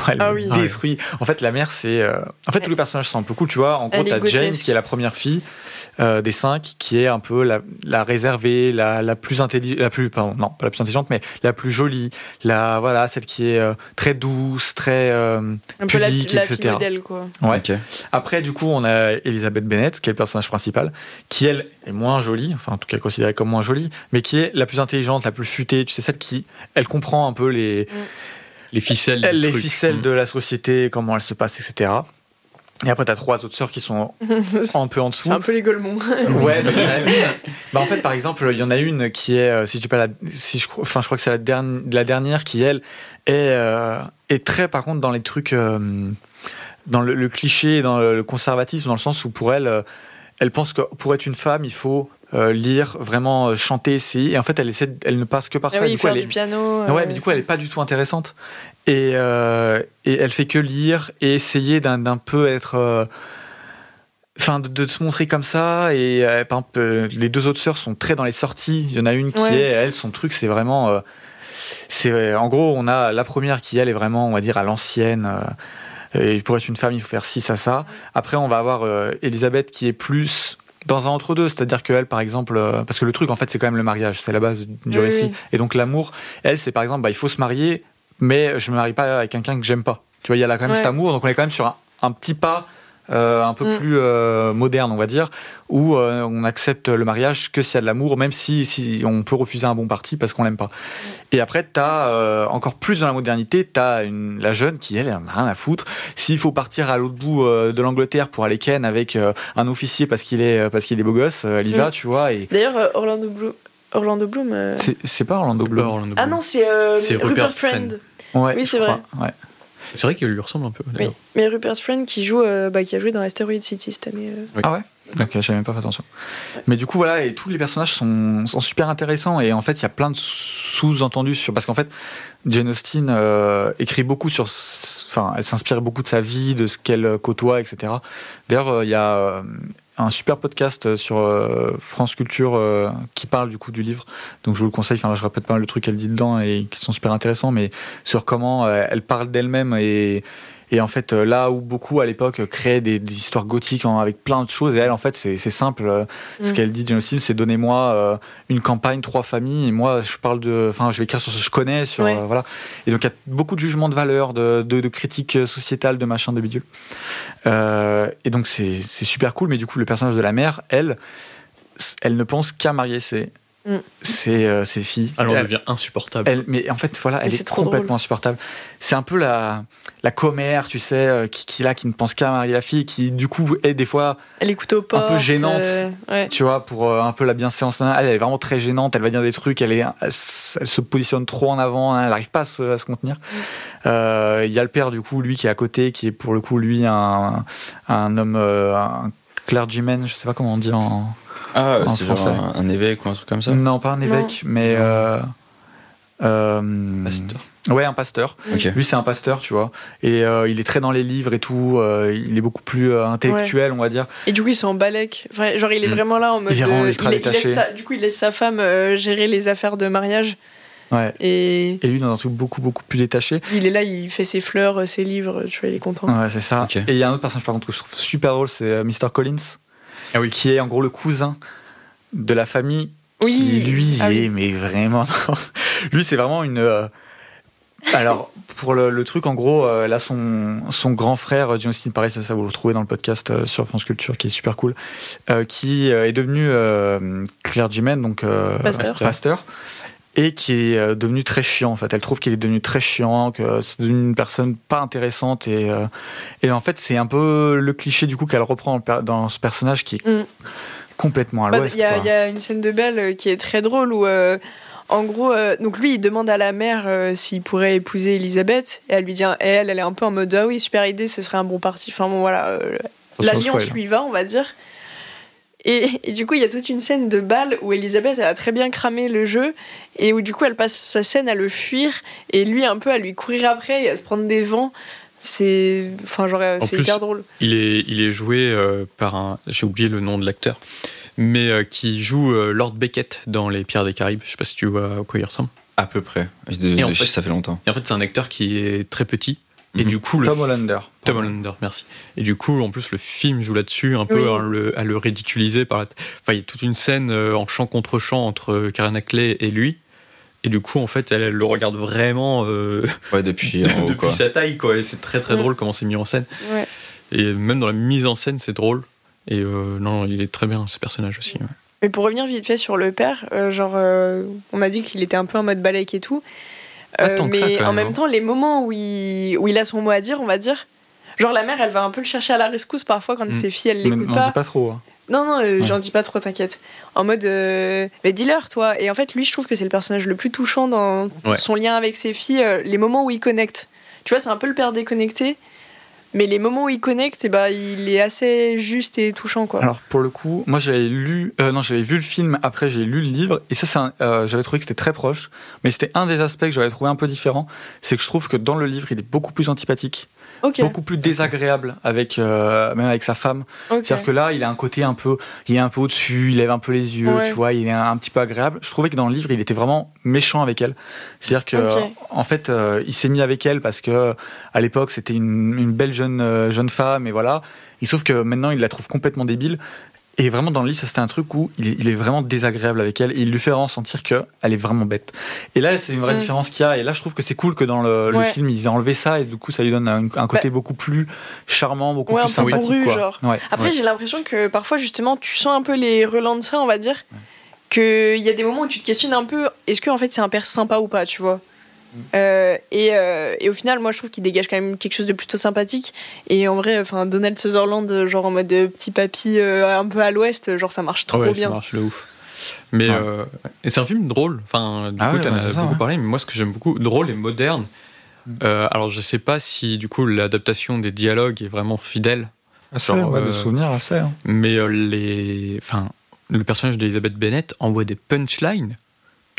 S1: Elle
S4: Ah
S1: me
S4: oui.
S1: détruit. En fait, la mère, c'est. euh, En fait, tous les personnages sont un peu cool, tu vois. En gros,
S4: Elle est
S1: t'as Jane,
S4: grotesque.
S1: qui est la première fille euh, des cinq, qui est un peu la, la réservée, la, la plus intelligente, la plus, pardon, non, pas la plus intelligente, mais la plus jolie, la, voilà, celle qui est euh, très douce, très. euh,
S4: hein. Un peu la,
S1: Pudique,
S4: la fille
S1: etc.
S4: modèle, quoi.
S1: Ouais.
S2: Ok.
S1: Après, du coup, on a Elisabeth Bennett, qui est le personnage principal, qui elle est moins jolie, enfin en tout cas considérée comme moins jolie, mais qui est la plus intelligente, la plus futée, tu sais, celle qui, elle comprend un peu les,
S3: Les ficelles.
S1: elle,
S3: du
S1: les
S3: truc.
S1: ficelles
S3: Mm.
S1: de la société, comment elle se passe, etc. Et après, t'as trois autres sœurs qui sont
S4: c'est
S1: un peu en dessous.
S4: un peu les Golemons.
S1: Ouais, bah, il y en a une. Bah, en fait, par exemple, il y en a une qui est, euh, si je dis pas la, si je, crois- enfin, je crois que c'est la dernière, la dernière qui elle est, euh, est très par contre dans les trucs, euh, dans le, le cliché, dans le, le conservatisme, dans le sens où pour elle, euh, elle pense que pour être une femme, il faut euh, lire, vraiment euh, chanter, essayer. Et en fait, elle essaie, de- elle ne passe que par
S4: Ah
S1: ça.
S4: oui,
S1: du coup,
S4: faire
S1: elle
S4: du
S1: est-
S4: piano.
S1: Ouais,
S4: euh,
S1: mais du coup, elle est pas du tout intéressante. Et, euh, et elle fait que lire et essayer d'un d'un peu être. euh, Enfin, de, de se montrer comme ça. Et euh, par exemple, euh, les deux autres sœurs sont très dans les sorties. Il y en a une qui
S4: Ouais.
S1: est, elle, son truc, c'est vraiment. euh, c'est euh, En gros, on a la première qui, elle, est vraiment, on va dire, à l'ancienne. euh, et pour être une femme, il faut faire ci, ça, ça. Après, on va avoir euh, Elisabeth qui est plus dans un entre-deux, c'est-à-dire qu'elle, par exemple, euh, parce que le truc, en fait, c'est quand même le mariage, c'est la base du
S4: Oui,
S1: récit.
S4: oui.
S1: Et donc, l'amour, elle, c'est par exemple, bah, il faut se marier, mais je me marie pas avec quelqu'un que j'aime pas. Tu vois, il y a là quand même
S4: Ouais.
S1: cet amour, donc on est quand même sur un, un petit pas euh, un peu
S4: Mm.
S1: plus euh, moderne, on va dire, où euh, on accepte le mariage que s'il y a de l'amour, même si, si on peut refuser un bon parti parce qu'on l'aime pas.
S4: Mm.
S1: Et après, t'as euh, encore plus dans la modernité, t'as une, la jeune qui, elle, en a rien à foutre. S'il faut partir à l'autre bout euh, de l'Angleterre pour aller ken avec euh, un officier parce qu'il est, parce qu'il est beau gosse, euh, elle y va,
S4: Mm.
S1: tu vois. Et
S4: D'ailleurs, euh, Orlando Bloom. Orlando Bloom euh,
S1: c'est, c'est pas Orlando
S3: C'est pas
S1: Bloom.
S3: Orlando
S4: Ah
S3: Bloom.
S4: non, c'est euh,
S3: C'est
S4: Rupert,
S3: Rupert
S4: Friend.
S3: Friend.
S1: Ouais,
S4: Oui,
S1: je
S4: c'est
S1: crois, ouais.
S3: C'est vrai qu'il lui ressemble un peu.
S4: Oui.
S3: d'ailleurs.
S4: Mais Rupert Friend qui joue, euh, bah, qui a joué dans Asteroid City cette année. euh.
S1: Ah ouais Ok, j'avais même pas fait attention. Mais du coup, voilà, et tous les personnages sont, sont super intéressants. Et en fait, il y a plein de sous-entendus sur. Parce qu'en fait, Jane Austen euh, écrit beaucoup sur. s- Enfin, elle s'inspire beaucoup de sa vie, de ce qu'elle euh, côtoie, etc. D'ailleurs, euh, il y a euh, un super podcast sur euh, France Culture euh, qui parle du coup du livre. Donc, je vous le conseille. Enfin, là, je répète pas mal de trucs qu'elle dit dedans et qui sont super intéressants, mais sur comment euh, elle parle d'elle-même et. Et en fait, euh, là où beaucoup à l'époque euh, créaient des, des histoires gothiques en- avec plein de choses, et elle, en fait, c'est c'est simple. euh, Ce
S4: Mm.
S1: qu'elle dit, Jane Austen, c'est donnez-moi euh, une campagne, trois familles, et moi, je parle de. Enfin, je vais écrire sur ce que je connais, sur.
S4: Ouais.
S1: euh, voilà. Et donc, il y a beaucoup de jugements de valeur, de, de, de critiques euh, sociétales, de machin, de bidule. Euh, et donc, c'est c'est super cool, mais du coup, le personnage de la mère, elle, s- elle ne pense qu'à marier ses,
S4: Mm.
S1: ses, euh, ses filles.
S3: Alors on
S1: Elle-
S3: Ah devient insupportable.
S1: elle- mais en fait, voilà,
S4: Mais
S1: elle est,
S4: c'est trop
S1: complètement
S4: drôle.
S1: insupportable. C'est un peu la, la commère, tu sais, euh, qui, qui là, qui ne pense qu'à marier la fille, qui du coup est des fois,
S4: Elle écoute au port. euh,
S1: gênante.
S4: ouais.
S1: tu vois, pour euh, un peu la bienséance. hein, Elle, elle est vraiment très gênante, elle va dire des trucs, elle, est, elle, s- elle se positionne trop en avant, hein, elle n'arrive pas à se, à se contenir. Euh, Il y a le père, du coup, lui qui est à côté, qui est pour le coup, lui, un, un homme, euh, un clergyman, je sais pas comment on dit en.
S2: Ah,
S1: En
S2: c'est genre
S1: français. Mm.
S2: un, un évêque ou un truc comme ça
S1: Non, pas un évêque, mais.
S2: Non.
S1: euh, euh,
S2: Pasteur.
S1: Ouais, un pasteur.
S2: Ah, Ok.
S1: Lui, c'est un pasteur, tu vois. Et euh, il est très dans les livres et tout. euh, il est beaucoup plus euh, intellectuel, on va dire.
S4: Et du coup, ils sont en balèque. Enfin, genre, il est
S3: Mm.
S4: vraiment là en mode.
S1: Il est vraiment
S4: euh,
S1: ultra
S4: il- il laisse
S1: détaché.
S4: sa- du coup, il laisse sa femme euh, gérer les affaires de mariage.
S1: Ouais.
S4: Et
S1: Et lui, dans un truc beaucoup, beaucoup plus détaché.
S4: il est là, il fait ses fleurs, euh, ses livres, tu vois, il est content.
S1: Ouais, c'est ça.
S2: Ok.
S1: Et il y a un autre personnage, par contre, que je trouve super drôle, c'est euh, Mr. Collins,
S3: Ah oui.
S1: qui est en gros le cousin de la famille.
S4: Oui.
S1: Qui, lui,
S4: Ah
S1: est,
S4: oui.
S1: mais vraiment. lui, c'est vraiment une. euh, Alors, pour le, le truc, en gros, euh, là, son, son grand frère, euh, John Austin, pareil, ça, ça, vous le retrouvez dans le podcast euh, sur France Culture, qui est super cool, euh, qui euh, est devenu euh, clergyman, donc euh,
S4: Pasteur.
S1: pasteur, et qui est euh, devenu très chiant, en fait. Elle trouve qu'il est devenu très chiant, que c'est devenu une personne pas intéressante, et, euh, et en fait, c'est un peu le cliché, du coup, qu'elle reprend en per- dans ce personnage qui est
S4: Mm.
S1: complètement à
S4: Bah,
S1: l'ouest.
S4: Il y, a-
S1: quoi.
S4: il y a une scène de Belle euh, qui est très drôle où, euh, en gros, euh, donc lui, il demande à la mère euh, s'il pourrait épouser Elisabeth. Et elle lui dit, et elle, elle est un peu en mode, ah oui, super idée, ce serait un bon parti. Enfin bon, voilà, euh,
S1: Attention au
S4: l'alliance
S1: spoil.
S4: lui va, on va dire. Et, et du coup, il y a toute une scène de balle où Elisabeth elle a très bien cramé le jeu et où du coup, elle passe sa scène à le fuir et lui un peu à lui courir après et à se prendre des vents. C'est enfin, genre, euh,
S3: En
S4: c'est
S3: plus,
S4: hyper drôle.
S3: Il est, il est joué euh, par un. J'ai oublié le nom de l'acteur, mais euh, qui joue euh, Lord Beckett dans Les Pierres des Caraïbes. Je sais pas si tu vois à quoi il ressemble.
S2: À peu près. De-
S3: Et en
S2: de-
S3: fait-
S2: ça fait longtemps.
S3: Et en fait, c'est un acteur qui est très petit. Et
S2: Mhm.
S3: du coup, le
S1: Tom Hollander.
S3: Tom Hollander, merci. Et du coup, en plus, le film joue là-dessus, un peu
S4: Oui.
S3: à le, à le ridiculiser. Par la t- Enfin, il y a toute une scène euh, en chant contre chant entre euh, Karen Ackley et lui. Et du coup, en fait, elle, elle le regarde vraiment euh,
S2: Ouais, depuis en haut,
S3: depuis
S2: quoi.
S3: sa taille, quoi. Et c'est très, très
S4: Mm.
S3: drôle comment c'est mis en scène.
S4: Ouais.
S3: Et même dans la mise en scène, c'est drôle. Et euh, non, il est très bien, ce personnage aussi. ouais.
S4: Mais pour revenir vite fait sur le père, euh, genre, euh, on a dit qu'il était un peu en mode balèque et tout. Euh,
S3: Pas tant que
S4: mais
S3: ça, quand
S4: en
S3: même,
S4: même
S3: hein.
S4: temps, les moments où il, où il a son mot à dire, on va dire. Genre, la mère, elle va un peu le chercher à la rescousse parfois quand
S3: Mm.
S4: ses filles, elles
S1: Mais
S4: l'écoutent
S1: on
S4: pas.
S1: dit pas trop. hein.
S4: Non, non, euh,
S2: Ouais.
S4: j'en dis pas trop, t'inquiète. En mode, euh, mais dis-leur, toi. Et en fait, lui, je trouve que c'est le personnage le plus touchant dans
S3: Ouais.
S4: son lien avec ses filles, euh, les moments où il connecte. Tu vois, c'est un peu le père déconnecté, mais les moments où il connecte, eh ben, il est assez juste et touchant, quoi.
S1: Alors pour le coup, moi j'avais lu, euh, non j'avais vu le film, après j'ai lu le livre, et ça c'est un- euh, j'avais trouvé que c'était très proche, mais c'était un des aspects que j'avais trouvé un peu différent, c'est que je trouve que dans le livre il est beaucoup plus antipathique,
S4: ok,
S1: beaucoup plus désagréable avec euh, même avec sa femme.
S4: ok.
S1: C'est-à-dire que là il a un côté un peu, il est un peu au-dessus, il lève un peu les yeux,
S4: Ouais.
S1: tu vois, il est un, un petit peu agréable. Je trouvais que dans le livre il était vraiment méchant avec elle. C'est-à-dire que
S4: Ok.
S1: en fait euh, il s'est mis avec elle parce que à l'époque c'était une, une belle jeune euh, jeune femme et voilà. Et sauf que maintenant il la trouve complètement débile. Et vraiment, dans le livre, ça c'était un truc où il est, il est vraiment désagréable avec elle et il lui fait vraiment sentir qu'elle est vraiment bête. Et là, c'est une vraie
S4: Mm.
S1: différence qu'il y a. Et là, je trouve que c'est cool que dans le, le
S4: Ouais. Bah
S1: film, ils aient enlevé ça et du coup, ça lui donne un, un côté beaucoup plus charmant, beaucoup
S4: Ouais,
S1: plus
S4: un peu
S1: sympathique.
S4: bourru,
S1: quoi.
S4: genre.
S1: Ouais.
S4: Après,
S1: Ouais.
S4: j'ai l'impression que parfois, justement, tu sens un peu les relents de ça, on va dire. Qu'il y a des moments où tu te questionnes un peu, est-ce que en fait c'est un père sympa ou pas, tu vois
S3: Mm.
S4: Euh, et, euh, et au final, moi je trouve qu'il dégage quand même quelque chose de plutôt sympathique. Et en vrai, enfin, Donald Sutherland, euh, genre en mode euh, petit papy euh, un peu à l'ouest, euh, genre ça marche trop
S3: Ouais, ça
S4: bien.
S3: marche de ouf. Mais
S1: Ouais.
S3: euh, et c'est un film drôle. Enfin, du
S1: Ah
S3: coup,
S1: ouais,
S3: t'en
S1: bah,
S3: as
S1: c'est ça,
S3: beaucoup
S1: ouais. Mm.
S3: parlé, mais moi, ce que j'aime beaucoup, drôle et moderne. Euh, alors, je sais pas si du coup l'adaptation des dialogues est vraiment fidèle,
S1: Assez,
S3: Genre,
S1: ouais, de
S3: euh,
S1: souvenirs, assez. hein.
S3: mais euh, les, enfin, le personnage d'Elizabeth Bennett envoie des punchlines.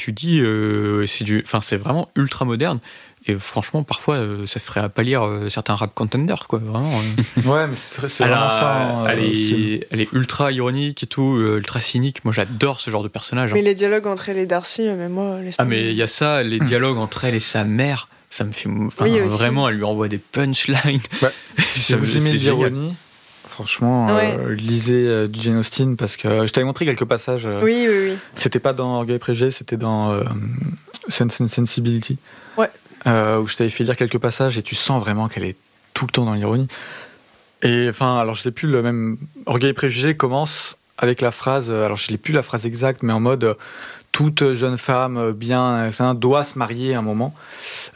S3: Tu dis, euh, c'est du, enfin, c'est vraiment ultra moderne. Et franchement, parfois, euh, ça ferait pâlir euh, certains rap contenders, quoi. Vraiment. euh.
S1: Ouais, mais c'est c'est
S3: Elle
S1: vraiment
S3: a-
S1: ça. euh,
S3: elle,
S1: c'est-
S3: est, elle est ultra ironique et tout, euh, ultra cynique. Moi, j'adore ce genre de personnage. hein.
S4: Mais les dialogues entre elle et Darcy, euh, mais moi, laisse
S3: Ah
S4: tomber.
S3: mais il y a ça,
S1: Hmm.
S3: les dialogues entre elle et sa mère, ça me fait enfin,
S4: Oui, aussi.
S3: vraiment, elle lui envoie des punchlines.
S1: Ouais. Si
S3: Ça me-
S1: vous aimez
S3: c'est génial.
S1: l'ironie, franchement, euh, lisez euh, du Jane Austen parce que euh, je t'avais montré quelques passages. euh,
S4: Oui, oui, oui.
S1: C'était pas dans Orgueil et Préjugé, c'était dans euh, Sense and Sensibility.
S4: Ouais.
S1: Euh, où je t'avais fait lire quelques passages et tu sens vraiment qu'elle est tout le temps dans l'ironie. Et enfin, alors je sais plus, le même Orgueil et Préjugé commence avec la phrase, euh, alors je n'ai plus la phrase exacte, mais en mode euh, toute jeune femme euh, bien euh, ça, doit se marier à un moment.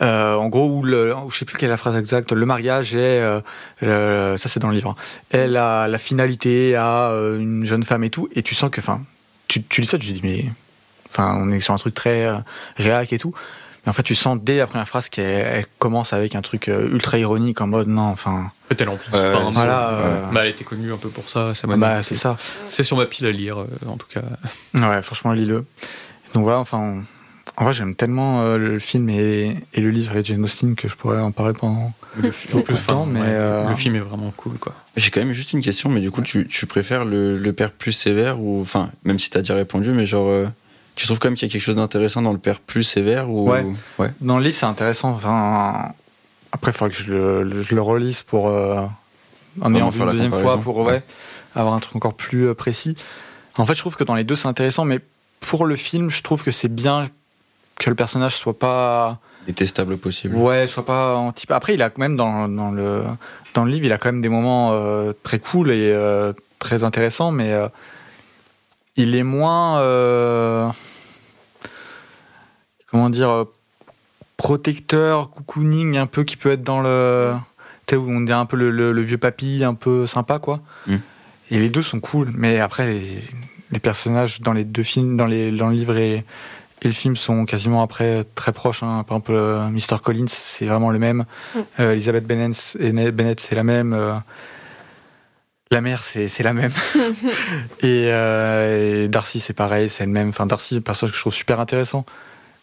S1: Euh, en gros, où, le, où je sais plus quelle est la phrase exacte, le mariage est, euh, euh, ça c'est dans le livre, hein, est la, la finalité à euh, une jeune femme et tout. Et tu sens que, enfin, tu, tu lis ça, tu te dis, mais. Enfin, on est sur un truc très euh, réac et tout. Mais en fait, tu sens dès la première phrase qu'elle elle commence avec un truc euh, ultra ironique en mode non, enfin.
S3: En fait, elle en pense
S2: Ouais,
S3: pas un mot.
S1: Voilà. euh,
S3: Bah, elle était connue un peu pour ça, sa manière.
S1: bah, c'est ça.
S3: C'est sur ma pile à lire, euh, en tout cas.
S1: Ouais, franchement, lis-le. Donc voilà, enfin. on- En vrai, j'aime tellement euh, le film et, et le livre et Jane Austen que je pourrais en parler pendant.
S3: En
S1: plus,
S3: enfin,
S1: mais,
S3: ouais,
S1: euh,
S3: le film est vraiment cool, quoi.
S2: J'ai quand même juste une question, mais du coup, tu, tu préfères le, le père plus sévère ou. Enfin, même si t'as déjà répondu, mais genre. euh, tu trouves quand même qu'il y a quelque chose d'intéressant dans le père plus sévère ou.
S1: Ouais.
S2: Ouais.
S1: Dans le livre, c'est intéressant. Enfin, après, il faudra que je le, le- je le relise pour. euh, en ayant
S2: Vraiment
S1: vu
S2: faire
S1: une
S2: la
S1: deuxième fois,
S2: comparaison.
S1: pour ouais,
S2: Ouais.
S1: avoir un truc encore plus euh, précis. En fait, je trouve que dans les deux, c'est intéressant, mais pour le film, je trouve que c'est bien que le personnage soit pas.
S2: Détestable possible.
S1: Ouais, soit pas anti. Après, il a quand même dans, dans le dans le livre, il a quand même des moments euh, très cool et euh, très intéressants, mais euh, il est moins euh, comment dire euh, protecteur, cocooning un peu qui peut être dans le tu sais où on dit un peu le, le- le vieux papy un peu sympa quoi.
S2: Mm.
S1: Et les deux sont cool, mais après les, les personnages dans les deux films, dans les dans le livre et et le film sont quasiment après très proches. hein. Par exemple, euh, Mr. Collins, c'est vraiment le même.
S4: Mm.
S1: Euh, Elizabeth Bennett, Bennett, c'est la même. Euh, la mère, c'est c'est la même. et, euh, et Darcy, c'est pareil, c'est le même. Enfin, Darcy, un personnage que je trouve super intéressant.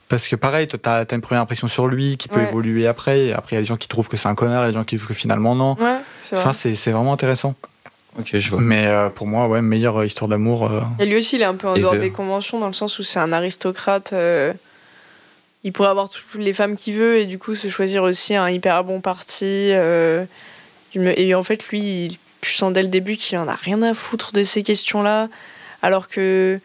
S1: Parce que pareil, t'as as une première impression sur lui qui peut
S4: Ouais.
S1: évoluer après. Et après, il y a des gens qui trouvent que c'est un connard, il y a des gens qui trouvent que finalement non.
S4: Ouais, c'est vrai.
S1: Ça, c'est c'est vraiment intéressant.
S2: Ok, je vois.
S1: Mais euh, pour moi, ouais, meilleure euh, histoire d'amour. euh,
S4: Et lui aussi, il est un peu en
S2: Et
S4: dehors
S2: vert.
S4: des conventions dans le sens où c'est un aristocrate. euh, il pourrait avoir toutes les femmes qu'il veut et du coup se choisir aussi un hyper bon parti. euh, il me- et en fait, lui, il- tu sens dès le début qu'il en a rien à foutre de ces questions-là. Alors que.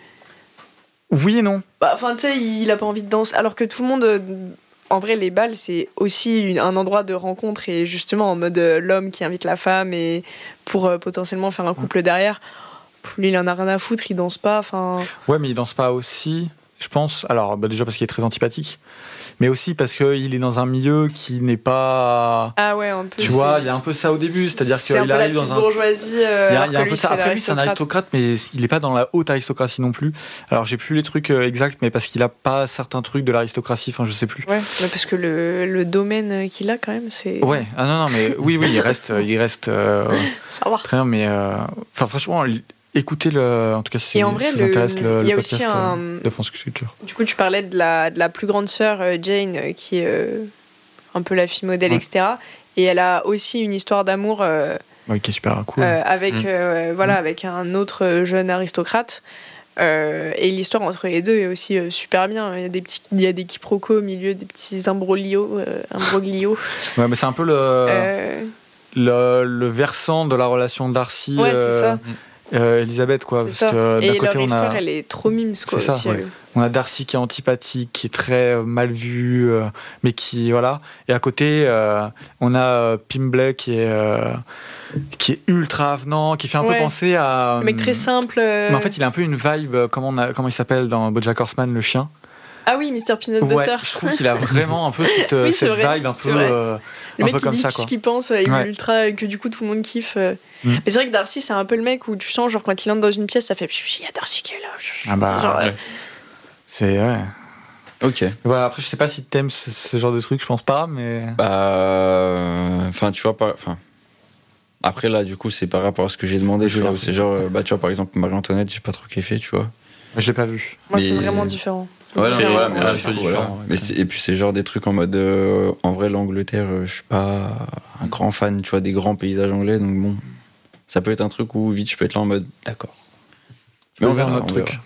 S1: Oui et non.
S4: bah, Enfin, tu sais, il a pas envie de danser. Alors que tout le monde. euh, En vrai, les balles, c'est aussi une- un endroit de rencontre et justement en mode euh, l'homme qui invite la femme et pour euh, potentiellement faire un couple derrière. Pff, Lui, il en a rien à foutre, il danse pas. Enfin.
S1: Ouais, mais il danse pas aussi, je pense. Alors, bah, déjà parce qu'il est très antipathique, mais aussi parce qu'il est dans un milieu qui n'est pas.
S4: Ah ouais, un peu.
S1: Tu
S4: c'est-
S1: vois, il y a un peu ça au début, c'est-à-dire
S4: c'est un
S1: qu'il
S4: peu
S1: arrive
S4: la
S1: dans
S4: petite
S1: un.
S4: bourgeoisie. euh,
S1: Il y a,
S4: alors
S1: il y a
S4: que
S1: un peu
S4: lui,
S1: ça.
S4: c'est
S1: Après, lui, c'est un
S4: l'aristocrate.
S1: aristocrate, mais il n'est pas dans la haute aristocratie non plus. Alors, j'ai plus les trucs euh, exacts, mais parce qu'il a pas certains trucs de l'aristocratie, enfin, je sais plus.
S4: Ouais, mais parce que le, le domaine qu'il a quand même, c'est.
S1: Ouais, ah non, non, mais oui, oui, il reste, il reste euh,
S4: Ça va.
S1: très bien, mais euh, enfin, franchement, l- écoutez le, en tout cas, si,
S4: Et en
S1: si
S4: vrai,
S1: vous
S4: le-
S1: intéresse le,
S4: il y a
S1: le
S4: aussi
S1: podcast
S4: un-
S1: euh, de France Culture.
S4: Du coup, tu parlais de la, de la plus grande sœur, euh, Jane, euh, qui est euh, un peu la fille modèle,
S1: Ouais.
S4: etc. Et elle a aussi une histoire d'amour euh,
S1: Ouais, qui est super cool.
S4: euh, avec,
S3: Mm.
S4: euh, voilà, avec un autre jeune aristocrate. Euh, et l'histoire entre les deux est aussi euh, super bien. Il y a des petits, il y a des quiproquos au milieu, des petits imbroglios, euh, imbroglios.
S1: Ouais, mais c'est un peu le.
S4: Euh,
S1: le, le versant de la relation Darcy
S4: Ouais, c'est ça.
S1: euh, Elisabeth quoi
S4: C'est
S1: parce
S4: ça.
S1: que d'un
S4: Et leur
S1: côté on
S4: histoire,
S1: a,
S4: elle est trop mimes, quoi.
S1: C'est ça,
S4: aussi,
S1: ouais.
S4: euh.
S1: on a Darcy qui est antipathique qui est très euh, mal vu euh, mais qui voilà et à côté euh, on a euh, Pimbley qui est euh, qui est ultra avenant qui fait un
S4: Ouais.
S1: peu penser à
S4: Un mec très simple. euh.
S1: Mm. mais en fait il a un peu une vibe euh, comment on a, comment il s'appelle dans BoJack Horseman le chien
S4: Ah oui, Mr. Peanut
S1: ouais
S4: Butter.
S1: je trouve qu'il a vraiment un peu cette, euh,
S4: Oui, c'est
S1: cette
S4: vrai,
S1: vibe un
S4: c'est
S1: peu
S4: vrai.
S1: euh, un
S4: Le mec
S1: peu
S4: qui
S1: comme
S4: dit
S1: ça,
S4: ce
S1: quoi.
S4: qu'il pense, euh, il
S1: Ouais.
S4: est ultra, et que du coup tout le monde kiffe. euh.
S1: Mm.
S4: Mais c'est vrai que Darcy, c'est un peu le mec où tu sens, genre quand il entre dans une pièce, ça fait Pchou, il y a Darcy qui est là.
S1: ah bah
S4: Genre, euh,
S1: c'est ouais.
S2: Ok.
S1: voilà après je sais pas si t'aimes ce, ce genre de truc je pense pas mais
S2: Bah. Enfin, tu vois, par- enfin. Après, là, du coup, c'est par rapport à ce que j'ai demandé.
S1: Je
S2: tu vois,
S1: vois.
S2: C'est genre, euh, bah, tu vois, par exemple, Marie-Antoinette, j'ai pas trop kiffé, tu vois.
S1: je l'ai pas vu
S4: Moi, c'est
S2: mais-
S4: vraiment différent.
S2: Ouais, non,
S4: C'est
S2: mais voilà,
S4: vraiment
S2: mais là,
S3: un peu
S2: du coup,
S3: différent,
S2: voilà.
S3: ouais.
S2: Mais c'est- et puis c'est genre des trucs en mode euh, en vrai l'Angleterre, euh, je suis pas un grand fan, tu vois, des grands paysages anglais, donc bon, ça peut être un truc où vite je peux être là en mode d'accord.
S1: Je vais dire un autre truc.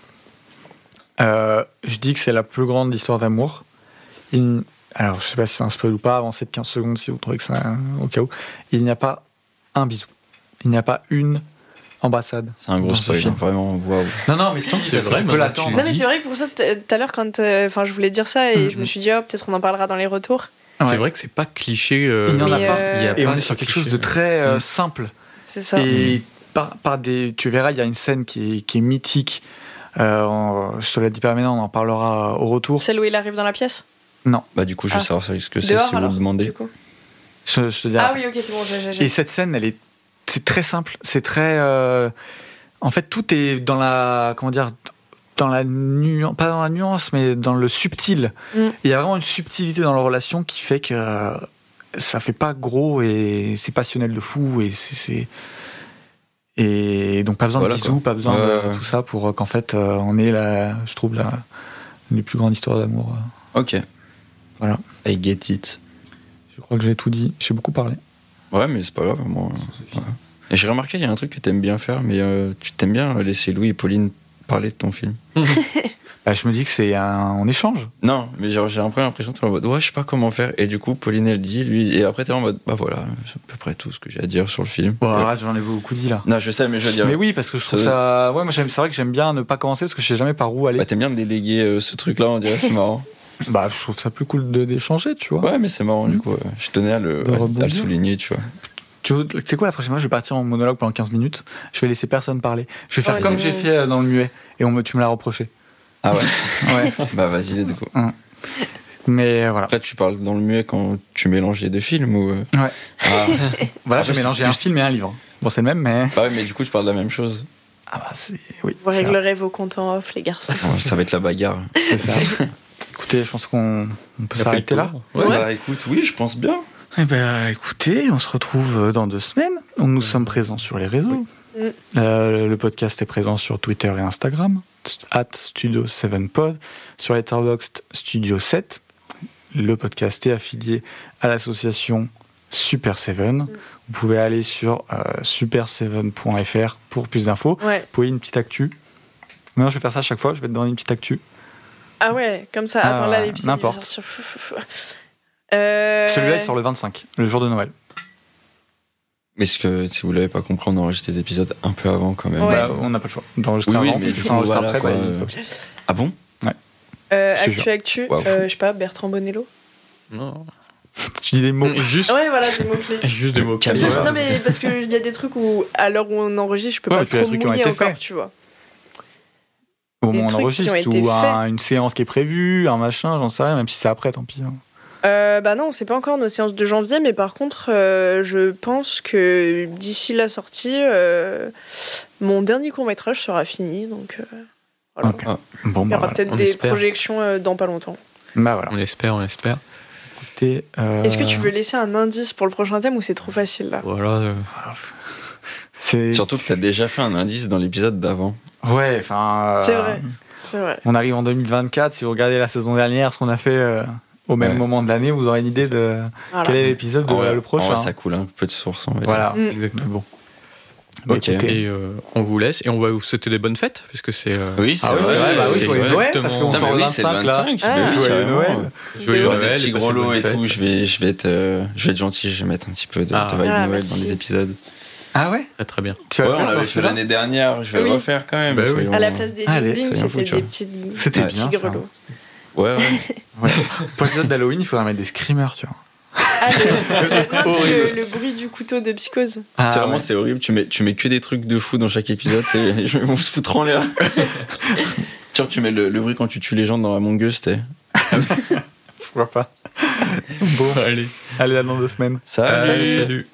S1: Euh, je dis que c'est la plus grande histoire d'amour. Il- Alors, je sais pas si c'est un spoil ou pas, avancez de 15 secondes si vous trouvez que c'est un- au cas où. Il n'y a pas un bisou. Il n'y a pas une ambassade.
S2: C'est un
S1: Dans
S2: gros
S1: ce
S2: spoil,
S1: film.
S2: hein, vraiment. Waouh.
S1: Non, non, mais si,
S3: Attends, c'est
S1: parce que
S3: vrai,
S1: tu peux
S3: maintenant
S1: l'attendre.
S3: que tu-
S4: Non, mais c'est vrai que pour ça, t- tout à l'heure, quand. euh, Enfin, je voulais dire ça et je
S1: Mm-hmm.
S4: me suis dit, oh, peut-être on en parlera dans les retours.
S1: Ah Ouais.
S3: C'est vrai que c'est pas cliché. euh,
S1: Il n'y en a
S4: Mais,
S1: pas.
S4: euh,
S3: il y a
S1: Et
S3: pas
S1: on est
S3: ce
S1: sur quelque
S3: cliché.
S1: chose de très euh,
S3: Mm.
S1: simple.
S4: C'est ça.
S1: Et par, par des, tu verras, il y a une scène qui est, qui est mythique. Euh, on- je te la dis pas maintenant, on en parlera au retour.
S4: Celle où il arrive dans la pièce
S2: Bah du coup, je
S4: Ah.
S2: vais savoir ce que c'est
S4: Dehors
S2: si vous
S4: alors
S2: le demandez.
S4: du coup.
S1: Je, je te dirai
S4: Ah
S1: après.
S4: oui, ok, c'est bon, j'ai- j'ai- j'ai.
S1: Et cette scène, elle est, c'est très simple, c'est très, euh, en fait, tout est dans la, comment dire, dans la nuance, pas dans la nuance, mais dans le subtil.
S4: Mm.
S1: Il y a vraiment une subtilité dans leur relation qui fait que euh, ça fait pas gros et c'est passionnel de fou et c'est, c'est- et donc pas besoin
S2: Voilà,
S1: de bisous, pas besoin
S2: Ouais,
S1: de
S2: ouais.
S1: tout ça pour euh, qu'en fait euh, on ait la, je trouve la, une des plus grandes histoires d'amour. euh.
S2: Ok.
S1: Voilà.
S2: I get it.
S1: Je crois que j'ai tout dit, j'ai beaucoup parlé.
S2: Ouais, mais c'est pas grave. Moi, voilà. Et j'ai remarqué, il y a un truc que t'aimes bien faire, mais euh, tu t'aimes bien laisser Louis et Pauline parler de ton film.
S1: Bah, je me dis que c'est un, on échange.
S2: Non, mais genre j'ai un peu l'impression que t'es en mode ouais je sais pas comment faire et du coup Pauline elle dit lui et après t'es en mode bah voilà c'est à peu près tout ce que j'ai à dire sur le film.
S1: Bon,
S2: Ouais.
S1: arrête, j'en ai beaucoup dit là.
S2: Non je sais mais je veux dire
S1: Mais oui, parce que je trouve
S2: Ça-
S1: ça. Ouais, moi j'aime. C'est vrai que j'aime bien ne pas commencer parce que je sais jamais par où aller.
S2: bah t'aimes bien déléguer euh, ce truc là on dirait c'est marrant.
S1: Bah, je trouve ça plus cool de- d'échanger, tu vois.
S2: Ouais mais c'est marrant du coup euh, je tenais à le,
S1: Mm. De
S2: à- à le
S1: rebondir.
S2: souligner tu vois.
S1: Tu veux- tu sais quoi, la prochaine fois, je vais partir en monologue pendant 15 minutes. Je vais laisser personne parler. Je vais faire
S4: Oh,
S1: comme
S4: non.
S1: j'ai fait euh, dans le muet. Et on me, tu me l'as reproché.
S2: Ah ouais
S1: Ouais.
S2: bah vas-y du coup.
S1: Mais euh, voilà.
S2: Après tu parles dans le muet quand tu mélanges les deux films ou. euh
S1: Ouais.
S2: Ah
S1: Voilà,
S2: Après,
S1: j'ai mélangé
S2: c'est
S1: un
S2: plus-
S1: film et un livre. Bon, c'est le même, mais.
S2: bah ouais mais du coup tu parles de la même chose.
S1: Ah bah, c'est. Oui.
S4: Vous
S1: c'est
S4: réglerez vos comptes en off, les garçons.
S2: Oh, ça va être la bagarre.
S1: ça, c'est ça. Écoutez, je pense qu'on on peut
S3: Il a fait le
S1: s'arrêter là.
S3: tour.
S2: Ouais,
S4: Ouais.
S2: bah écoute oui je pense bien.
S1: Eh ben, écoutez, on se retrouve euh, dans deux semaines. Donc, Nous sommes présents sur les réseaux.
S4: Mm.
S1: Euh, le podcast est présent sur Twitter et Instagram. at Studio 7 Pod, sur Letterboxd Studio 7. Le podcast est affilié à l'association Super 7.
S4: Mm.
S1: Vous pouvez aller sur euh, super7.fr pour plus d'infos.
S4: Ouais.
S1: Vous pouvez une petite actu. Maintenant, je vais faire ça à chaque fois, je vais te donner une petite actu.
S4: Ah ouais, comme ça.
S1: Ah,
S4: Attends, là, l'épisode. il va
S1: n'importe.
S4: sortir. Fou, fou, fou. Euh,
S1: Celui-là est sur le 25, le jour de Noël.
S2: Mais ce que, si vous l'avez pas compris, on enregistre des épisodes un peu avant quand même.
S4: Ouais.
S1: Bah, on n'a pas le choix d'enregistrer
S2: Oui, oui,
S1: avant,
S2: mais
S1: parce que
S2: du
S1: si
S2: coup,
S1: on enregistre
S2: voilà,
S1: après,
S2: quoi,
S1: bah, il-
S2: euh, Ah bon
S4: euh,
S1: Je te
S4: actu,
S1: jure.
S4: actu,
S2: Waouh.
S4: euh, je sais pas, Bertrand Bonello.
S3: Non.
S1: tu dis des mots.
S2: Mm.
S3: Juste,
S4: Ah Ouais, voilà, des mots-clés.
S3: juste des mots.
S2: Comme
S4: Parce que-
S2: Ouais.
S4: non mais parce qu'il y a des trucs où à l'heure où on enregistre je peux
S1: Ouais,
S4: pas
S1: puis il y a des
S4: trop
S1: trucs qui ont
S4: mouiller
S1: été
S4: encore
S1: faits.
S4: tu vois
S1: Au moment
S4: des
S1: où on
S4: trucs qui ont
S1: enregistre,
S4: été
S1: ou un- une séance qui est prévue, un machin, j'en sais rien, même si c'est après, tant pis. hein.
S4: euh, bah non c'est pas encore nos séances de janvier mais par contre euh, je pense que d'ici la sortie euh, mon dernier court métrage sera fini donc euh, voilà.
S1: Ok. Bon,
S4: il y
S1: bah
S4: aura
S1: voilà.
S4: peut-être
S3: On
S4: des
S3: espère.
S4: projections euh, dans pas longtemps
S1: Bah, voilà.
S3: On espère, on espère.
S1: Écoutez, euh,
S4: est-ce que tu veux laisser un indice pour le prochain thème ou c'est trop facile là
S3: Voilà. euh,
S1: c'est-
S2: Surtout que t'as déjà fait un indice dans l'épisode d'avant.
S1: Ouais, enfin. euh,
S4: C'est vrai. c'est vrai
S1: On arrive en 2024. Si vous regardez la saison dernière, ce qu'on a fait euh, au même
S2: Ouais.
S1: moment de l'année, vous aurez une idée de
S4: Voilà.
S1: quel est l'épisode de
S2: En vrai-
S1: Ah le prochain.
S2: en vrai, ça coule un peu de source, on va dire.
S1: voilà.
S4: Mm.
S3: exactement.
S1: Mais bon.
S2: Ok.
S1: écoutez,
S3: Et euh, on vous laisse et on va vous souhaiter des bonnes fêtes puisque c'est. euh,
S2: Oui, c'est
S1: Ah oui,
S2: vrai,
S1: c'est vrai, bah oui,
S2: c'est
S1: joyeux
S2: vrai.
S1: Noël, parce qu'on
S2: Putain,
S1: sort
S2: mais
S1: le
S2: oui, c'est le
S1: 25 là.
S2: 25,
S4: Ah.
S2: mais oui,
S1: Joyeux
S2: carrément.
S1: Noël. bah,
S3: Joyeux
S2: Genre
S3: Noël,
S2: des petits
S3: et passez
S2: gros
S3: de
S2: lots
S3: bonnes
S2: et tout,
S3: fêtes.
S2: je vais, je, vais être, euh, je vais être gentil, je vais mettre un petit peu de,
S3: Ah.
S2: de vibe
S4: Ah,
S2: Noël dans
S4: merci.
S2: les épisodes.
S1: Ah ouais
S3: Très très bien.
S1: Tu
S2: Ouais,
S1: vas
S2: on
S1: faire
S2: l'avait
S1: sur
S2: fait l'année dernière, je vais
S4: Oui.
S2: le refaire quand même.
S3: Bah oui.
S2: soyons-
S4: à la place des
S1: Allez,
S4: dindings
S2: soyons fous,
S4: c'était
S2: tu
S4: des
S2: vois.
S4: petites
S1: hein. C'était
S4: des
S2: bien,
S4: petits
S1: Ah, ça.
S4: grelots
S2: Ouais, ouais.
S1: Ouais. Pour l'épisode d'Halloween, il faudra mettre des screamers, tu vois.
S4: ah, le, non, c'est le,
S1: Horrible.
S4: le bruit du couteau de psychose
S1: Ah,
S2: c'est vraiment,
S1: ouais.
S2: c'est horrible. Tu mets, tu mets que des trucs de fou dans chaque épisode. c'est- je- on se foutre en l'air. Tiens, tu mets le, le bruit quand tu tues les gens dans Among Us, t'es.
S1: Pourquoi pas Bon,
S3: Allez.
S1: allez, à dans deux semaines.
S2: Ça,
S3: Allez, salut.